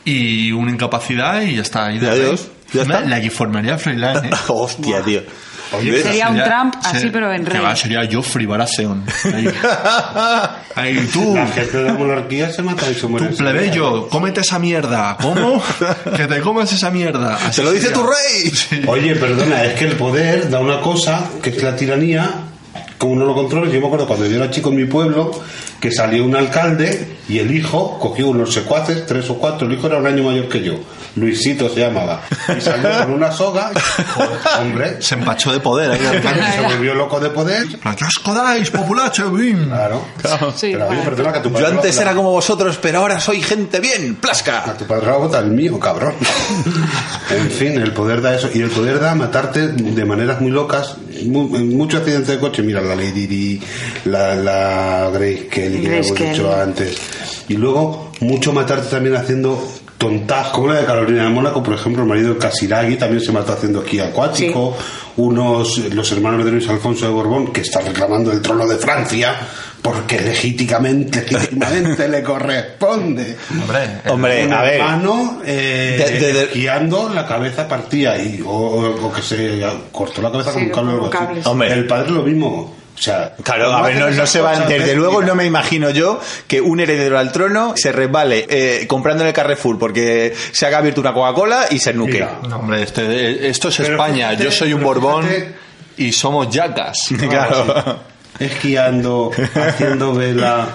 S8: Y una incapacidad y ya está. ahí de
S3: Y adiós,
S8: rey.
S3: ya está.
S8: La que formaría
S3: [LAUGHS]
S8: Freeland, ¿eh?
S3: Hostia, tío.
S8: Oye,
S3: [LAUGHS]
S2: Sería un Trump así, pero en
S8: que
S2: rey.
S8: va, sería Joffrey Baratheon.
S3: [LAUGHS]
S8: Ahí, Ahí, tú,
S5: La gente de la monarquía se mata y se muere.
S8: tú plebeyo, cómete esa mierda.
S3: [LAUGHS]
S8: ¿Cómo? Que te comas esa mierda. Así
S3: ¡Te lo dice
S8: sería.
S3: tu rey!
S5: Oye, perdona, es que el poder da una cosa que es la tiranía, como no lo controla. Yo me acuerdo cuando yo era chico en mi pueblo, que salió un alcalde y el hijo cogió unos secuaces, tres o cuatro, el hijo era un año mayor que yo, Luisito se llamaba, y salió con una soga, joder,
S2: [LAUGHS]
S5: hombre,
S8: Se empachó de poder. ahí,
S5: [LAUGHS]
S8: al
S5: y
S8: final.
S5: se volvió loco de poder.
S8: ¿Qué os codáis, populacho? bim?
S5: Claro.
S2: Sí,
S5: Pero a mí,
S2: vale.
S5: perdona, que a tu padre
S3: Yo antes
S5: lo-
S3: era como vosotros, pero ahora soy gente bien.
S5: A
S3: ¡Plasca!
S5: tu padre lo vota el mío, cabrón. en fin, el poder da eso. Y el poder da matarte de maneras muy locas. Mu- en muchos accidentes de coche, mira, la Lady Di, la, la Grace Kelly, que ya
S2: Grace
S5: hemos
S2: Kelly.
S5: dicho antes. Y luego, mucho matarte también haciendo tontas, como la de Carolina de Mónaco, por ejemplo, el marido de Casiraghi también se mató haciendo esquí acuático. Unos, los hermanos de Luis Alfonso de Borbón, que están reclamando el trono de Francia, porque legítimamente, legítimamente le corresponde.
S8: Hombre,
S3: Hombre,
S5: Un
S3: a ver.
S5: hermano, eh,
S3: De- de- de-
S5: guiando la cabeza partía y, o, o- o que se cortó la cabeza
S2: Sí,
S5: con un cable o algo
S2: con
S5: así.
S2: cables.
S3: Hombre.
S5: El padre lo mismo. O sea,
S3: Claro, a
S5: ¿cómo
S3: ver, no,
S5: hacen
S3: no
S5: esas
S3: se van.
S5: cosas?
S3: Desde
S5: Ves,
S3: luego
S5: mira,
S3: no me imagino yo que un heredero al trono se resbale eh, comprando en el Carrefour porque se haga abierto una Coca-Cola y se nuque.
S5: mira,
S4: No, hombre, este- esto es
S5: Pero
S4: España.
S5: fíjate,
S4: Yo soy un
S5: pero
S4: Borbón
S5: fíjate.
S4: y somos yacas.
S3: Claro.
S5: Ah, Esquiando, haciendo vela.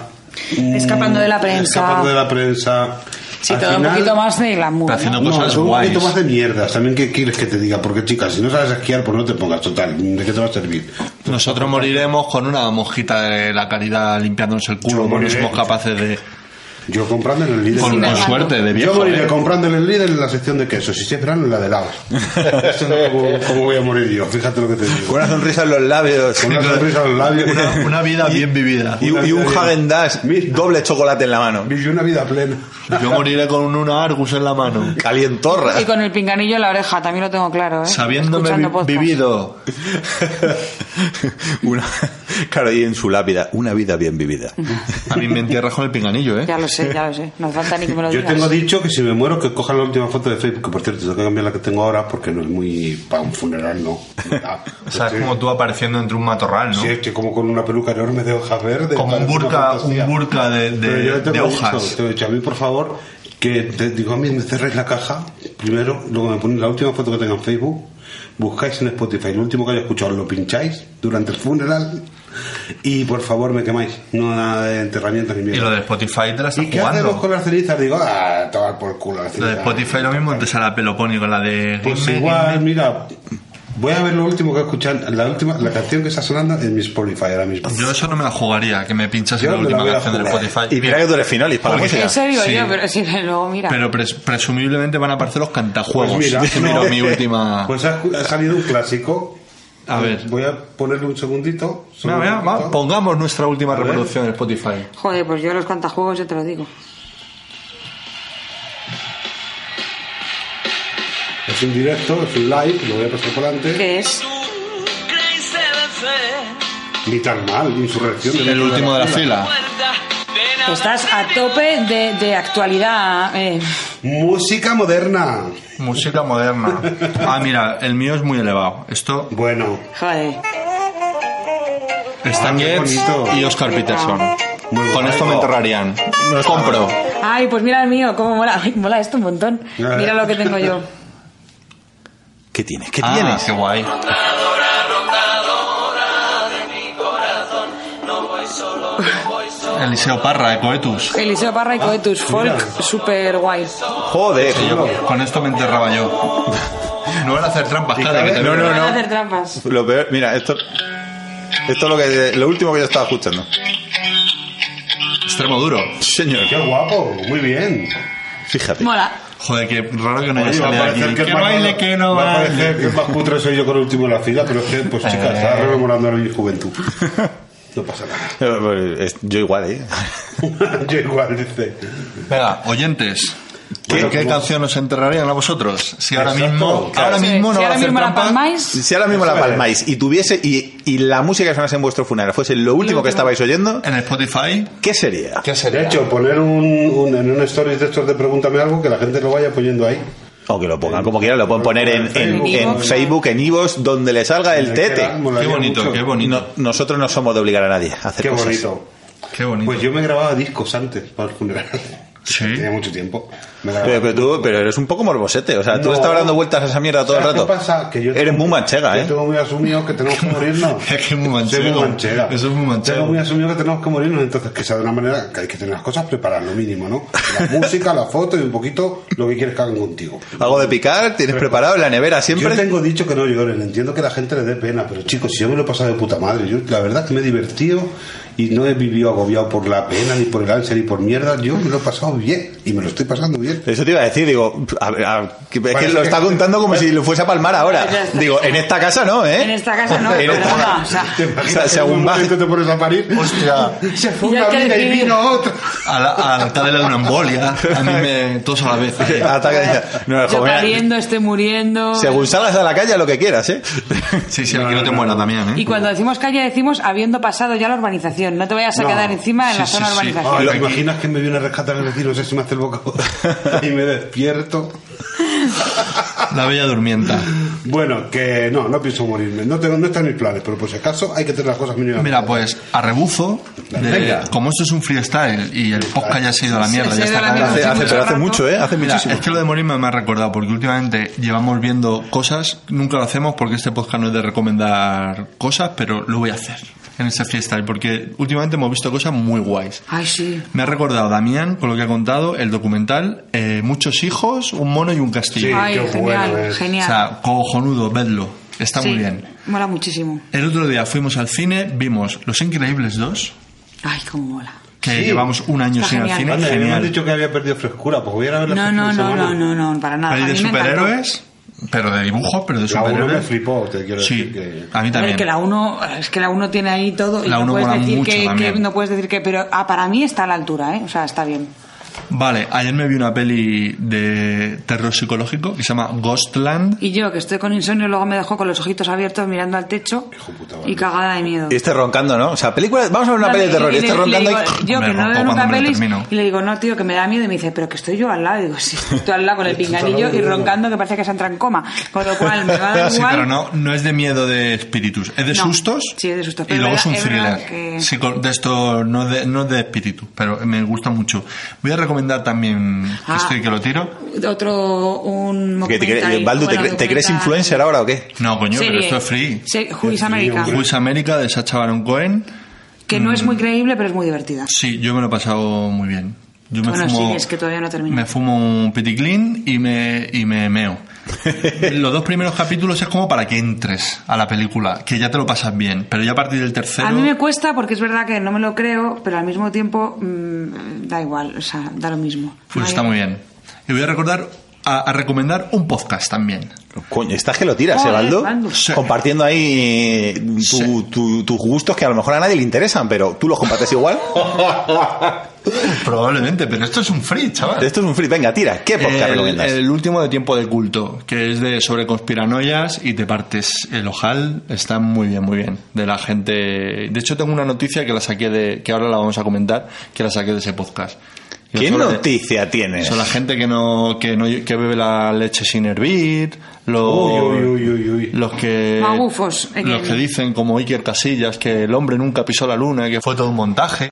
S2: [LAUGHS]
S5: mm,
S2: Escapando de la prensa.
S5: Escapando de la prensa.
S2: Sí,
S5: Al
S2: todo un
S5: final-
S2: poquito más de glamour.
S8: Pero haciendo
S2: ¿no?
S5: No,
S8: cosas
S5: es un
S8: guays.
S5: poquito más de mierdas. También, ¿qué quieres que te diga? Porque, chicas, si no sabes esquiar, pues no te pongas. Total, ¿de qué te va a servir?
S8: Nosotros moriremos con una mosquita de la caridad limpiándonos el
S5: Yo
S8: culo, porque no
S5: moriré.
S8: somos capaces de.
S5: Yo comprando en el líder.
S8: Con,
S5: de
S8: con
S5: la-
S8: suerte, de viejo.
S5: Yo moriré
S8: ¿eh?
S5: comprando en el líder en la sección de quesos. Si es verano, en la de lado.
S8: [LAUGHS]
S5: Esto no es como, como voy a morir yo. Fíjate lo que te digo.
S3: Con una sonrisa en los labios.
S5: Con una sonrisa en los labios.
S8: Una, una vida bien vivida.
S3: Y, y un Hagen Dash,
S5: Mira.
S3: doble chocolate en la mano.
S5: Viví una vida plena.
S8: Pues Yo moriré con una Argus en la mano.
S3: Calientorra.
S2: ¿eh?
S3: [LAUGHS]
S2: Y con el pinganillo en la oreja, también lo tengo claro, ¿eh?
S8: Sabiéndome
S2: Escuchando
S8: vi-
S2: podcast.
S5: [LAUGHS]
S8: vivido.
S3: Una- [LAUGHS] claro, y en su lápida, una vida bien vivida.
S8: A mí me entierras con el pinganillo, ¿eh?
S2: Ya lo sé, ya lo sé. No hace falta ni que me lo
S5: Yo
S2: digas.
S5: tengo dicho que si me muero, que cojan la última foto de Facebook. Que por cierto, tengo que cambiar la que tengo ahora porque no es muy. Para un funeral, no.
S8: [LAUGHS] O sea, es como tú apareciendo entre un matorral, ¿no?
S5: Sí, estoy como con una peluca enorme de hojas verdes.
S8: Como un
S5: parece una
S8: burka,
S5: fantasía.
S8: un burka de, de-
S5: Pero yo le
S8: de
S5: tengo
S8: hojas.
S5: dicho, te he dicho, a mí, por favor, que te digo a mí, me cerréis la caja primero, luego me ponéis la última foto que tenga en Facebook, buscáis en Spotify lo último que haya escuchado, lo pincháis durante el funeral y por favor me quemáis. No nada de enterramientos ni
S8: Y lo
S5: mierda.
S8: de Spotify te la estás
S5: ¿Y qué hacemos con
S8: jugando.
S5: las cenizas? Digo, ah, tomar por culo. las
S8: Lo de
S5: cenizas.
S8: Spotify lo mismo, antes a la Peloponi con la de.
S5: Pues
S8: Gimme,
S5: igual, mira, Voy a ver lo último que he escuchado, la última, la canción que está sonando en mi Spotify ahora mismo.
S4: Yo eso no me la jugaría, que me pinchase
S5: Yo
S4: la
S5: me la
S4: última
S5: voy a
S4: canción del
S5: jugar.
S4: Spotify.
S3: Y mira que tú eres finolis para la
S4: Porque-
S3: música.
S2: Eso digo
S4: Sí.
S2: yo, pero si luego mira.
S4: Pero pres- presumiblemente van a aparecer los cantajuegos.
S8: [LAUGHS]
S5: Pues mira,
S4: Mira,
S5: [LAUGHS] no.
S4: mi última.
S5: Pues ha, ha salido un clásico.
S4: A ver.
S5: Voy a ponerle un segundito.
S4: Mira, mira, va, pongamos nuestra última
S5: A ver.
S4: reproducción en Spotify.
S2: Joder, pues yo los cantajuegos ya te lo digo.
S5: Es un directo, es un live, lo voy a pasar por delante.
S2: ¿Qué es?
S9: Creíste de fe,
S5: Ni tan mal, insurrección. del
S4: El último de la fila.
S9: muerta, de nada
S2: Estás a tope de, de actualidad. eh.
S5: Música moderna.
S4: Música moderna. Ah, mira, el mío es muy elevado. Esto
S5: Bueno,
S2: Joder.
S4: está
S5: Ah, qué bonito.
S4: y Oscar Peterson.
S5: Muy
S4: Con esto me
S5: bonito.
S4: enterrarían.
S5: No está
S4: Compro.
S2: Ay, pues mira el mío, cómo mola. Ay, mola esto un montón.
S5: Ya,
S2: Mira
S5: eh.
S2: lo que tengo yo.
S3: ¿Qué tienes? ¿Qué
S4: Ah,
S3: tienes?
S4: qué guay. Eliseo Parra, Ecoetus.
S2: Eliseo Parra y Coetus,
S4: Ah,
S2: folk super guay.
S3: Joder.
S4: Con esto me enterraba [LAUGHS] yo. No era hacer trampas, cara. Que te
S3: No,
S4: veo.
S3: no,
S2: Van a
S3: no.
S2: hacer trampas.
S3: Lo peor, mira, esto. Esto es lo, que, lo último que yo estaba escuchando.
S4: Extremo duro.
S3: Señor,
S5: qué guapo, muy bien.
S3: fíjate.
S2: Mola.
S4: Joder, qué raro que no haya
S5: Oye, va a
S4: salido aquí.
S5: parecer el
S4: Que
S5: más-
S4: baile, que no
S5: Va a
S4: baile. Eh.
S5: parecer que el más putre soy yo con el último en la fila, pero es que, pues chicas, está rememorando mi juventud. No pasa nada. [LAUGHS]
S3: Eh, eh, Yo igual, ¿eh?
S5: Yo igual, dice.
S4: Venga, oyentes. pues- ¿Qué,
S5: Bueno,
S4: qué
S5: como-
S4: canción os enterrarían a vosotros? Si ahora
S5: Exacto,
S4: mismo,
S5: claro.
S4: ahora
S2: Sí,
S4: mismo no
S2: si
S4: va a
S2: ahora
S4: hacer
S2: mismo la
S4: trampa.
S2: palmáis,
S3: Si ahora mismo la
S5: Eso es.
S3: palmáis y tuviese. Y, y la música que sonase en vuestro funeral fuese lo último que estabais oyendo,
S4: En Spotify.
S3: ¿qué sería?
S4: ¿Qué
S5: De hecho, poner un, un- en un stories de estos de pregúntame algo que la gente lo vaya poniendo ahí.
S3: O que lo pongan como quieran, lo pueden poner en, en,
S2: En
S3: en
S2: iVoox.
S3: Facebook, en Ivos, donde le salga el tete.
S4: Qué bonito, qué bonito.
S3: No- nosotros no somos de obligar a nadie a hacer
S5: Qué
S3: cosas.
S5: bonito.
S4: Qué bonito.
S5: Pues yo me grababa discos antes para el funeral.
S4: Sí.
S5: [LAUGHS] Tenía mucho tiempo. Me
S3: ¿Eh? Pero,
S5: grababa.
S3: pero tú pero eres un poco morbosete, o sea, tú
S5: No.
S3: estás dando vueltas a esa mierda todo el
S5: ¿Sabes
S3: rato.
S5: ¿Qué pasa? Que yo
S3: eres
S5: tengo-
S3: muy manchega,
S5: yo
S3: ¿eh?
S5: tengo muy asumido que tenemos
S3: [LAUGHS]
S5: que morirnos.
S4: [LAUGHS] Es que es muy
S5: Soy
S4: manchego.
S5: manchega.
S4: Eso es muy manchego.
S5: Tengo muy asumido que tenemos que morirnos, entonces que sea de una manera que hay que tener las cosas preparadas, lo mínimo, ¿no?
S3: [LAUGHS]
S5: La música, la foto y un poquito lo que quieres que hagan contigo.
S3: Algo de picar, tienes preparado en la nevera siempre.
S5: Yo tengo dicho que no lloren, entiendo que la gente le dé pena, pero chicos, si yo me lo he pasado de puta madre, yo la verdad que me he divertido y no he vivido agobiado por la pena, ni por el ansia, ni por mierda, yo me lo he pasado bien y me lo estoy pasando bien.
S3: Eso te iba a decir, digo, a ver, a- que- es que
S5: Parece
S3: lo
S5: que-
S3: está contando como si lo fuese a palmar ahora.
S2: Ya está.
S3: Digo, en esta casa no, ¿eh?
S2: En esta casa no,
S3: En
S2: pero
S3: esta-
S2: nada, o sea,
S5: [LAUGHS] ¿Te imaginas
S3: O sea,
S5: que
S3: según
S5: en un
S3: va-
S5: momento te pones a [LAUGHS] parir?
S4: Hostia.
S5: Se fue
S2: Y hay
S5: una
S2: que
S5: vida y
S2: decidir.
S5: vino otra.
S4: A la, a la alcalde le da una embolia. A mí me. Todos a la
S3: [LAUGHS]
S4: vez.
S3: Ataque de- No,
S2: Yo
S3: joven,
S2: pariendo, esté muriendo.
S3: según salgas a la calle, lo que quieras, ¿eh? [LAUGHS]
S4: Sí, sí, aquí no te mueras, Damián,
S2: Y
S4: ¿eh?
S2: cuando decimos calle decimos habiendo pasado ya la urbanización. No te vayas a
S5: No.
S2: quedar encima en
S4: Sí,
S2: la
S4: sí,
S2: zona
S4: sí.
S2: urbanización.
S5: Ah,
S4: Lo-
S5: ¿te imaginas que me viene a rescatar el vecino? No sé si me hace el bocado. [LAUGHS] y me despierto.
S4: La bella durmienta.
S5: Bueno, que no, no pienso morirme. No, tengo, no están mis planes, pero por si acaso hay que tener las cosas mínimas.
S4: Mira, pues a rebuzo. de-
S5: Venga.
S4: como esto es un freestyle y el podcast ya se ha ido a la mierda,
S2: Se
S4: ya
S2: ha ido
S4: está
S2: a la mierda.
S4: cagado.
S3: Hace- hace-
S2: mucho
S3: pero hace
S2: rato.
S3: mucho, ¿eh? Hace
S4: Mira,
S3: muchísimo.
S4: es que lo de morirme me ha recordado porque últimamente llevamos viendo cosas, nunca lo hacemos porque este podcast no es de recomendar cosas, pero lo voy a hacer en este freestyle porque últimamente hemos visto cosas muy guays.
S2: Ay, sí.
S4: Me ha recordado Damián con lo que ha contado el documental eh, Muchos hijos, un mono y un castillo.
S5: Sí,
S2: Ay,
S5: qué bueno
S2: genial,
S5: es.
S4: O
S2: genial.
S4: sea, cojonudo, vedlo, está
S2: Sí,
S4: muy bien.
S2: Mola muchísimo.
S4: El otro día fuimos al cine, vimos Los Increíbles 2,
S2: Ay, cómo mola.
S4: que
S5: Sí.
S4: llevamos un año
S2: Está
S4: sin ir al
S2: genial.
S4: cine,
S5: Anda, me han
S4: genial.
S5: dicho que había perdido frescura, pues voy a ir a ver la
S2: No,
S4: [LAUGHS]
S5: próxima
S2: no, no,
S5: semana.
S2: no, no, no, para nada.
S4: Peli
S2: A
S4: de
S2: mí me encantó.
S4: superhéroes, pero de dibujos, pero de
S5: La uno me
S4: superhéroes.
S5: flipó, te quiero
S4: Sí,
S5: decir que...
S4: a mí
S2: A ver,
S4: también.
S2: que la 1 es que la 1 tiene ahí todo y
S4: La
S2: no
S4: uno
S2: puedes
S4: mola
S2: decir
S4: mucho
S2: que, que
S4: también.
S2: no puedes decir que pero ah, para mí está a la altura, eh, o sea, está bien.
S4: Vale, ayer me vi una peli de terror psicológico que se llama Ghostland.
S2: Y yo que estoy con insomnio luego me dejo con los ojitos abiertos mirando al techo
S5: puta,
S2: y cagada de miedo.
S3: Y este roncando, ¿no? O sea, película. Vamos a ver una
S2: No,
S3: peli de
S2: y-
S3: terror. Y
S2: y
S3: este
S2: le- le
S3: roncando.
S2: digo,
S3: y-
S2: Yo
S4: Me
S2: que no
S4: ronco
S2: veo
S4: cuando
S2: nunca
S4: me lo
S2: pelis
S4: termino.
S2: y le digo, no, tío, que me da miedo. Y me dice, pero que estoy yo al lado. Y digo, sí, estoy tú al
S3: [LAUGHS]
S2: lado con el
S5: Estás al
S2: pinganillo
S5: lado
S2: y
S5: de uno.
S2: roncando que parece que se entra en coma. Con lo cual, me va a dar
S4: [LAUGHS] Sí,
S2: igual.
S4: pero no, no es de miedo de espíritus, es de
S2: No.
S4: sustos.
S2: Sí, es de sustos,
S4: Y
S2: pero
S4: luego es un
S2: es verdad-
S4: thriller.
S2: es verdad que-
S4: Psico- de esto no de, no de espíritus, pero me gusta mucho. Voy a recomendar también, que
S2: Ah.
S4: estoy que lo tiro.
S2: Otro, un.
S3: Que te cre-
S2: documentary,
S3: Baldu, ¿te,
S2: bueno,
S3: cre- te crees
S2: documental.
S3: influencer ahora o qué?
S4: No, coño, pero
S2: Serie.
S4: esto es free.
S2: Se- Who is America.
S4: Juiz América de Sacha Baron Cohen.
S2: Que no es
S4: Mm.
S2: muy creíble, pero es muy divertida.
S4: Sí, yo me lo he pasado muy bien. Yo me
S2: Bueno,
S4: fumo,
S2: sí, es que todavía no termino.
S4: Me fumo un piticlin y me, y me meo. Los dos primeros capítulos es como para que entres a la película, que ya te lo pasas bien, pero ya a partir del tercero...
S2: A mí me cuesta porque es verdad que no me lo creo, pero al mismo tiempo mm, da igual, o sea, da lo mismo.
S4: Pues
S2: Ay,
S4: está muy bien. Y voy a recordar a, a recomendar un podcast también.
S3: Coño, estás que lo tiras, ¿eh,
S2: Joder,
S3: Baldo?
S2: Baldo.
S4: Sí.
S3: Compartiendo ahí eh, tu-
S4: Sí.
S3: tu- tus gustos que a lo mejor a nadie le interesan, pero tú los compartes
S4: [LAUGHS]
S3: igual.
S4: Probablemente, pero esto es un free, chaval.
S3: Esto es un flip. Venga, tira. ¿Qué Este podcast
S4: El,
S3: recomiendas?
S4: el último de tiempo de culto, que es de sobre conspiranoias y te partes el ojal, está muy bien, muy bien. De la gente. De hecho, tengo una noticia que la saqué de. que ahora la vamos a comentar, que la saqué de ese podcast. Y
S3: ¿Qué
S4: son la-
S3: noticia tienes?
S4: Son la gente que no, que no que bebe la leche sin hervir, los,
S5: Uy, uy, uy, uy.
S4: los que
S2: Magufos, eh,
S4: los
S2: que-
S4: que dicen como Iker Casillas que el hombre nunca pisó la luna, que fue todo un montaje.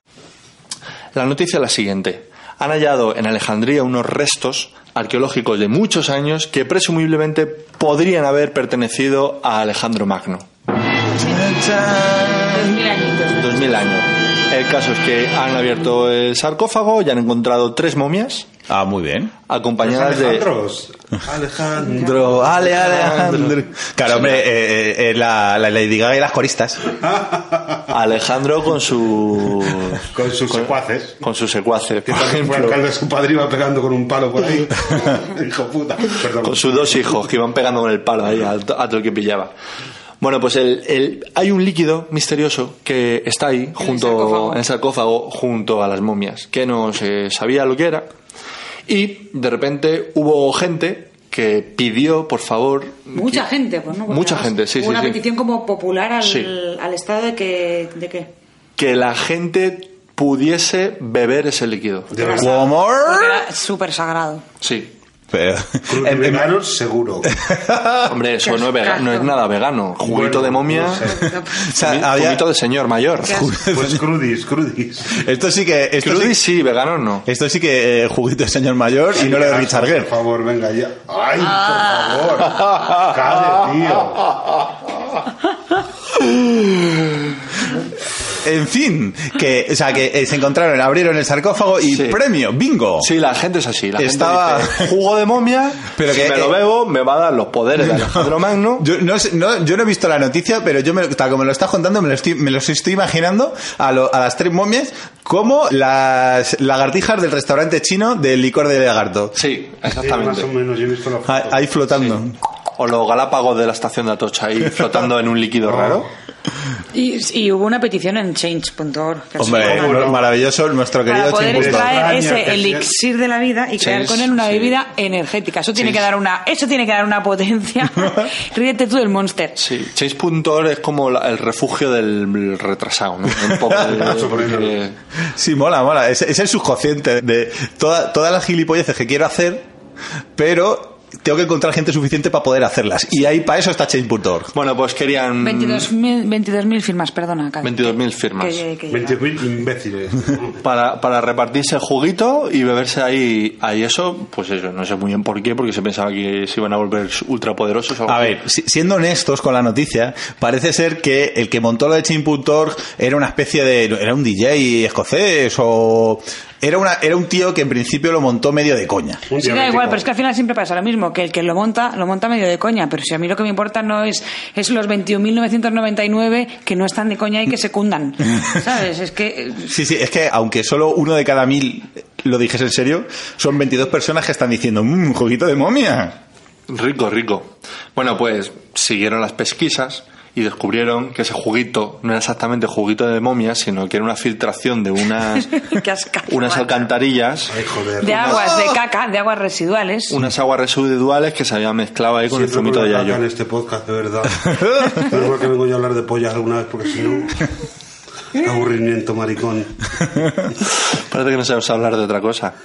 S4: La noticia es la siguiente. Han hallado en Alejandría unos restos arqueológicos de muchos años que presumiblemente podrían haber pertenecido a Alejandro Magno.
S2: mil añitos, ¿no?
S4: 2000 años. El caso es que han abierto el sarcófago y han encontrado tres momias
S3: Ah, muy bien.
S4: acompañadas de...
S5: Alejandros. Alejandro.
S3: Alejandro, ale, Alejandro. Claro, hombre, eh, eh, eh, la, la Lady Gaga y las coristas.
S4: Alejandro con su
S5: Con sus secuaces.
S4: con sus secuaces, por
S5: Fue
S4: ejemplo,
S5: alcalde, su padre iba pegando con un palo por
S4: [LAUGHS]
S5: ahí. Hijo puta. Perdón.
S4: con sus dos hijos que iban pegando con el palo ahí a, to- a todo el que pillaba. Bueno, pues el, el- hay un líquido misterioso que está ahí junto
S2: sarcófago.
S4: en el sarcófago junto a las momias, que no se sabía lo que era y de repente hubo gente que pidió, por favor,
S2: Mucha
S4: que-
S2: gente, pues no. Porque
S4: Mucha
S2: además
S4: gente, sí,
S2: hubo
S4: sí,
S2: Una
S4: sí.
S2: petición como popular al,
S4: Sí.
S2: al estado de que. ¿De qué?
S4: que la gente pudiese beber ese líquido.
S5: De verdad.
S3: ¿Cómo?
S2: Porque era súper sagrado.
S4: [LAUGHS] Sí.
S3: Pero-
S5: Crucificaros, seguro.
S4: Hombre, eso no es, vega- no es
S2: asco.
S4: nada vegano. Juguito de momia,
S5: no sé.
S3: o sea, había-
S4: juguito de señor mayor. [LAUGHS]
S5: Pues crudis, crudis.
S3: Esto sí que... Esto
S4: Crudis
S3: sí,
S4: sí, veganos no.
S3: esto sí que eh, juguito de señor mayor y no lo de Richard Gere.
S5: Por favor, venga ya. ¡Ay, por favor! ¡Cade, tío!
S3: En fin, que, o sea, que eh, se encontraron, abrieron el sarcófago y
S4: Sí.
S3: premio, bingo.
S4: Sí, la gente es así. La
S3: Estaba-
S4: gente dice, jugo de momia,
S3: Pero
S4: si
S3: que-
S4: me lo
S3: eh,
S4: bebo, me va a dar los poderes de Alejandro Magno.
S3: Yo no, sé- no- yo no he visto la noticia, pero yo, me, tal como me lo estás contando, me lo estoy, me los estoy imaginando a, lo- a las tres momias como las lagartijas del restaurante chino del licor de lagarto.
S4: Sí,
S5: Sí, más o
S4: exactamente.
S5: menos, yo he visto la
S3: Ah,
S5: foto.
S3: Ahí flotando.
S4: O los galápagos de la estación de Atocha [LAUGHS] ahí flotando en un líquido raro.
S2: Y, y hubo una petición en change.org. que ha
S3: Hombre, eh,
S2: sido-
S3: maravilloso nuestro
S2: Para
S3: querido
S2: poder
S3: Chimbusto.
S2: extraer
S5: Extraña, que
S2: ese
S5: sí.
S2: elixir de la vida y crear
S4: Change,
S2: con él una
S4: sí.
S2: bebida energética. Eso tiene
S4: Change.
S2: que dar una, eso tiene que dar una potencia. Ríete tú del monster.
S4: Sí, Chase.org es como la- el refugio del retrasado, ¿no? Un [LAUGHS] poco de-
S3: Sí, mola, mola. Es, es el subconsciente de toda- todas las gilipolleces que quiero hacer, pero tengo que encontrar gente suficiente para poder hacerlas. Y ahí para eso está Change.org.
S4: Bueno, pues querían
S2: 22.000 22.000 firmas, perdona. Cari.
S4: 22.000 firmas.
S2: Que- que- que-
S5: 20.000 imbéciles.
S4: [LAUGHS] para, para repartirse el juguito y beberse ahí, ahí eso, pues eso, no sé muy bien por qué, porque se pensaba que se iban a volver ultrapoderosos. o algo
S3: A
S4: así.
S3: ver, si- siendo honestos con la noticia, parece ser que el que montó lo de Chain.org era una especie de. era un DJ escocés o. Era, una, era un tío que en principio lo montó medio de coña.
S5: Un
S2: Sí, da
S5: diabético.
S2: igual, pero es que al final siempre pasa lo mismo, que el que lo monta, lo monta medio de coña, pero si a mí lo que me importa no es, es los 21.999 que no están de coña y que secundan, ¿sabes? Es que... eh,
S3: Sí, sí, es que aunque solo uno de cada mil lo dijese en serio, son 22 personas que están diciendo, mmm, juguito de momia.
S4: Rico, rico. Bueno, pues siguieron las pesquisas y descubrieron que ese juguito no era exactamente juguito de momia, sino que era una filtración de unas,
S2: Qué ascazo,
S4: unas
S2: macho.
S4: alcantarillas,
S5: Ay, joder.
S2: De aguas, de caca, de aguas residuales.
S4: unas aguas residuales que se habían mezclado ahí con el
S5: Siempre me
S4: zumito de
S5: atacan en
S4: Yayo.
S5: este podcast, de verdad. Pero igual que vengo yo a hablar de pollas alguna vez, porque
S2: [LAUGHS]
S5: si no... qué Aburrimiento, maricón.
S4: Parece que no sabes hablar de otra cosa.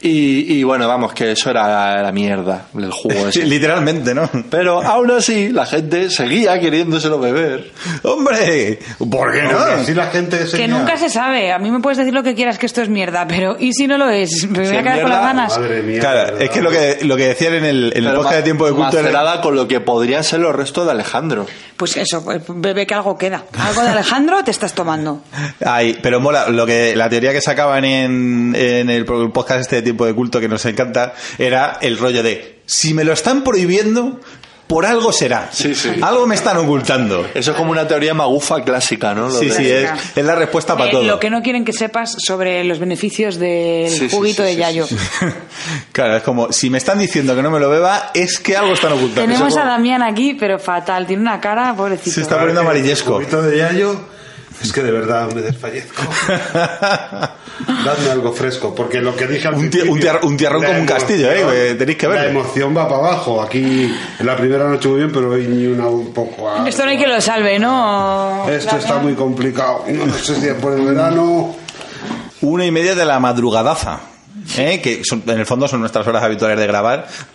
S4: Y, y bueno, vamos, que eso era la mierda, el jugo
S3: Sí, [LAUGHS]
S4: ese.
S3: literalmente, ¿no?
S4: Pero aún así, la gente seguía queriéndoselo beber.
S3: ¡Hombre! ¿Por qué no?
S5: Porque Si la gente
S2: Que nunca se sabe. A mí me puedes decir lo que quieras que esto es mierda, pero ¿y si no lo es? Me voy
S4: Si
S2: a
S4: es
S2: quedar con
S4: mierda,
S2: las ganas.
S5: Madre mía. de
S3: Claro,
S5: verdad.
S3: es que lo que, lo que decían en el, en el
S4: Pero
S3: podcast de
S4: ma-
S3: tiempo de culto era-
S4: macerada con lo que podrían ser los restos de Alejandro.
S2: Pues eso, pues, bebe que algo queda. Algo de Alejandro te estás tomando.
S3: Ay, pero mola, lo que, la teoría que sacaban en, en el podcast este de tiempo de culto que nos encanta era el rollo de si me lo están prohibiendo, por algo será.
S4: Sí, sí.
S3: Algo me están ocultando.
S4: Eso es como una teoría magufa clásica, ¿no? Lo
S3: Sí,
S4: de-
S3: sí, es, es la respuesta para
S2: Eh,
S3: todo.
S2: Lo que no quieren que sepas sobre los beneficios del
S4: Sí, sí,
S2: juguito
S4: sí,
S2: de
S4: sí,
S2: Yayo.
S3: [LAUGHS] Claro, es como, si me están diciendo que no me lo beba, es que algo están ocultando.
S2: Tenemos
S3: Eso
S2: a
S3: como-
S2: Damián aquí, pero fatal. Tiene una cara, pobrecito.
S3: Se está poniendo
S5: Un
S3: amarillesco.
S5: poquito de yayo. Es que de verdad
S3: [LAUGHS]
S5: me desfallezco. Dadme algo fresco, porque lo que dije al
S3: Un tie- un
S5: principio,
S3: tiar- un tiarrón
S5: la
S3: como un castillo, ¿eh? Que tenéis que verlo.
S5: La emoción va para abajo. Aquí en la primera noche muy bien, pero hoy ni una un poco. a-
S2: Esto no hay que lo salve, ¿no?
S5: Esto está
S2: Damián?
S5: muy complicado. No sé si es por el verano.
S3: Una y media de la madrugadaza. ¿eh? Que son- en el fondo son nuestras horas habituales de grabar.
S4: Está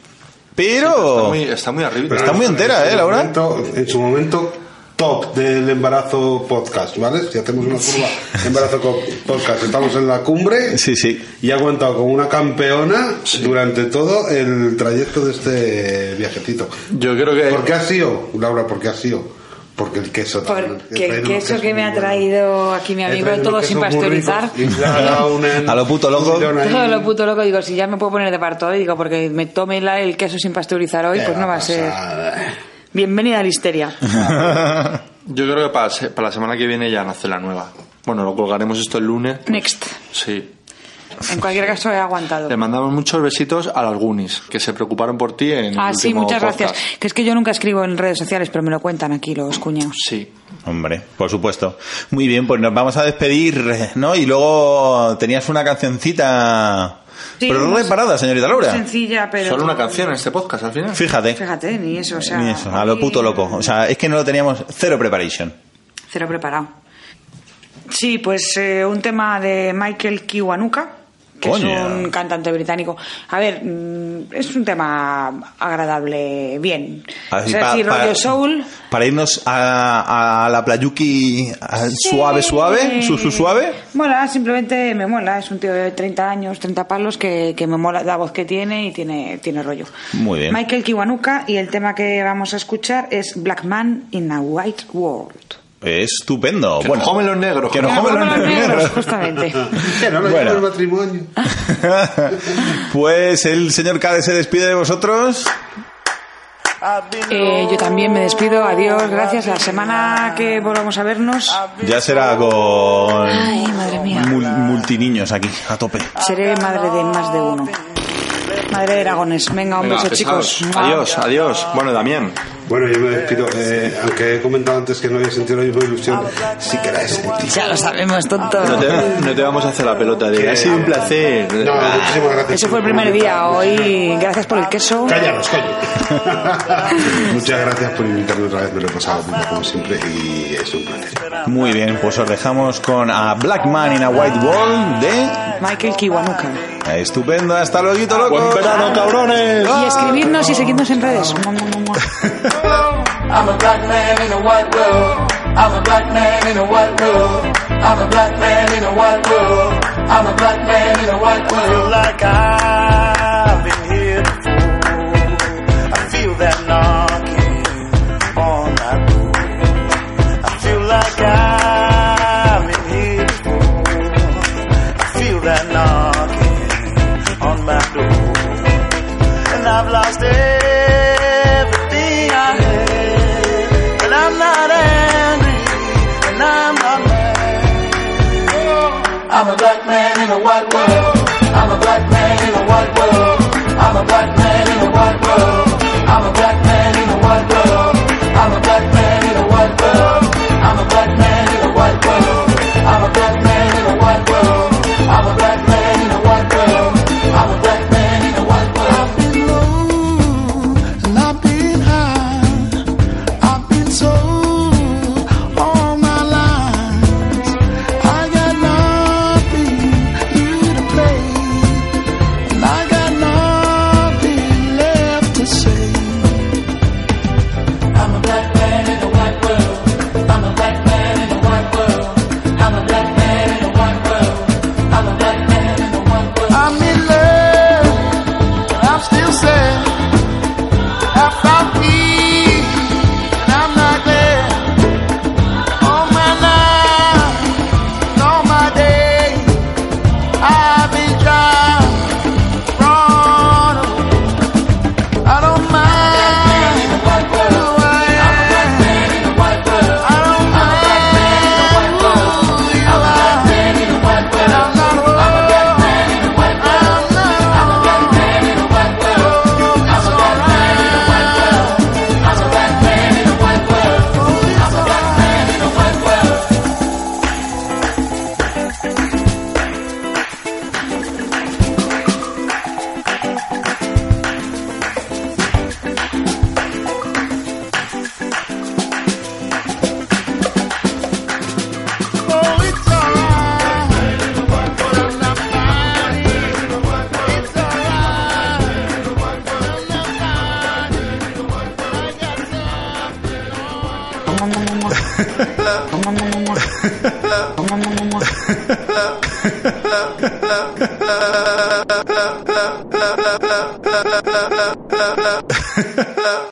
S3: Pero.
S4: muy, está muy arriba.
S3: Está muy entera,
S5: en
S3: ¿eh,
S5: su
S3: Laura?
S5: momento- en su momento top del embarazo podcast, ¿vale? Si hacemos una curva embarazo co- podcast, estamos en la cumbre
S3: Sí, sí.
S5: y ha aguantado como una campeona durante todo el trayecto de este viajecito.
S4: Yo creo que.
S5: ¿Por qué ha sido, Laura? ¿Por qué ha sido? Porque el queso también.
S2: Por-
S5: He
S2: que-
S5: traído
S2: que
S5: unos
S2: eso que
S5: quesos
S2: me ha
S5: muy buenos.
S2: traído aquí mi
S5: He
S2: amigo,
S5: traído
S2: todo
S5: unos
S2: sin
S5: quesos muy ricos
S2: pasteurizar.
S5: y le ha dado
S3: [LAUGHS]
S5: un-
S3: A lo puto loco.
S5: un tirón ahí.
S2: Todo lo puto loco, digo, si ya me puedo poner de parto hoy, digo, porque me tome la- el queso sin pasteurizar hoy,
S5: ¿Qué
S2: pues no va a ser.
S5: pasar?
S2: Bienvenida a la
S3: [LAUGHS]
S2: histeria.
S4: Yo creo que para, se- para la semana que viene ya nace la nueva. Bueno, lo colgaremos esto el lunes.
S2: Next.
S4: Sí.
S2: En cualquier caso, he aguantado.
S4: Le mandamos muchos besitos a las Goonies, que se preocuparon por ti en el
S2: Ah, sí,
S4: último
S2: muchas gracias.
S4: podcast.
S2: Que es que yo nunca escribo en redes sociales, pero me lo cuentan aquí los cuñados.
S4: Sí.
S3: Hombre, por supuesto. Muy bien, pues nos vamos a despedir, ¿no? Y luego tenías una cancioncita.
S2: Sí,
S3: pero
S2: muy-
S3: reparada, señorita Laura.
S2: Sencilla, pero.
S4: Solo una canción en este podcast al final.
S3: Fíjate.
S2: Fíjate, ni eso, o sea.
S3: ¿eh? Ni eso, a lo
S2: aquí-
S3: puto loco. O sea, es que no lo teníamos cero preparation.
S2: Cero preparado. Sí, pues eh, un tema de Michael Kiwanuka, que es
S3: Coño.
S2: un cantante británico. A ver, mm, es un tema agradable, bien.
S3: Así
S2: o sea,
S3: pa-
S2: sí,
S3: para-
S2: rollo soul.
S3: Para irnos a, a la playuki al suave, suave, su, su suave.
S2: Mola, simplemente me mola. Es un tío de 30 años, 30 palos, que, que me mola la voz que tiene y tiene, tiene rollo.
S3: Muy bien.
S2: Michael Kiwanuka y el tema que vamos a escuchar es Black Man in a White World.
S3: Estupendo.
S4: Que
S3: bueno,
S4: nos comen los negros.
S3: Que nos
S2: Que nos
S3: comen
S2: comen
S3: los
S2: los
S3: negros.
S2: negros, [LAUGHS] justamente.
S5: Que [LAUGHS] no lo
S3: Bueno.
S5: llevo el matrimonio.
S3: [LAUGHS] pues el señor Cade se despide de vosotros.
S2: Eh, yo también me despido. Adiós, gracias. La semana que volvamos a vernos
S3: Ya será con
S2: Ay, madre mía.
S3: mul- multiniños aquí, a tope.
S2: seré madre de más de uno. Madre de dragones. Venga, un
S4: Venga,
S2: beso,
S4: pesados.
S2: chicos.
S4: Adiós, adiós. Bueno, Damián.
S5: Bueno, yo me despido. eh, aunque he comentado antes que no había sentido la misma ilusión, sí que la he sentido.
S2: Ya lo sabemos, tonto.
S4: No te, no te vamos a hacer la pelota de. Ha sido un placer.
S5: No, muchísimas gracias.
S2: Ah, Ese fue el primer día. Hoy, gracias por el queso.
S5: Callaros, coño. [LAUGHS] Muchas gracias por invitarme otra vez. Me lo he pasado muy bien, como siempre y es un placer.
S3: Muy bien, pues os dejamos con a Black Man in a White Wall de...
S2: Michael Kiwanuka.
S3: Estupendo, hasta luego, loco. Buen verano, cabrones.
S2: Y escribirnos y seguirnos en redes. Mua, mua, mua, mua.
S10: I'm a black man in a white world. I'm a black man in a white world. I'm a black man in a white world. I'm a black man in a white world. Like I've been here before. I feel that knocking on my door. I feel like I've been here before. I feel that knocking on my door. And I've lost everything I had. And I'm not angry. And I'm not mad. I'm a black man in a white world. I'm a black man in a white world. I'm a black man in a white world. I'm a black man in a white world. I'm a black man in a white world. I'm a black man in a white world. I'm a black man in a white world. I'm a black man in a white world. I'm a black man in a white world. I've been low and I've been high. I've been sold all my life. I got nothing new to play, and I got nothing left to say. I'm a black man in a white world. I'm a black man in a white world. I'm a black man in a white world. I'm a black man in a white world. I'm in love, and I'm still sad. I found peace, and I'm not glad. All my life, and all my days, I've been trying to run away.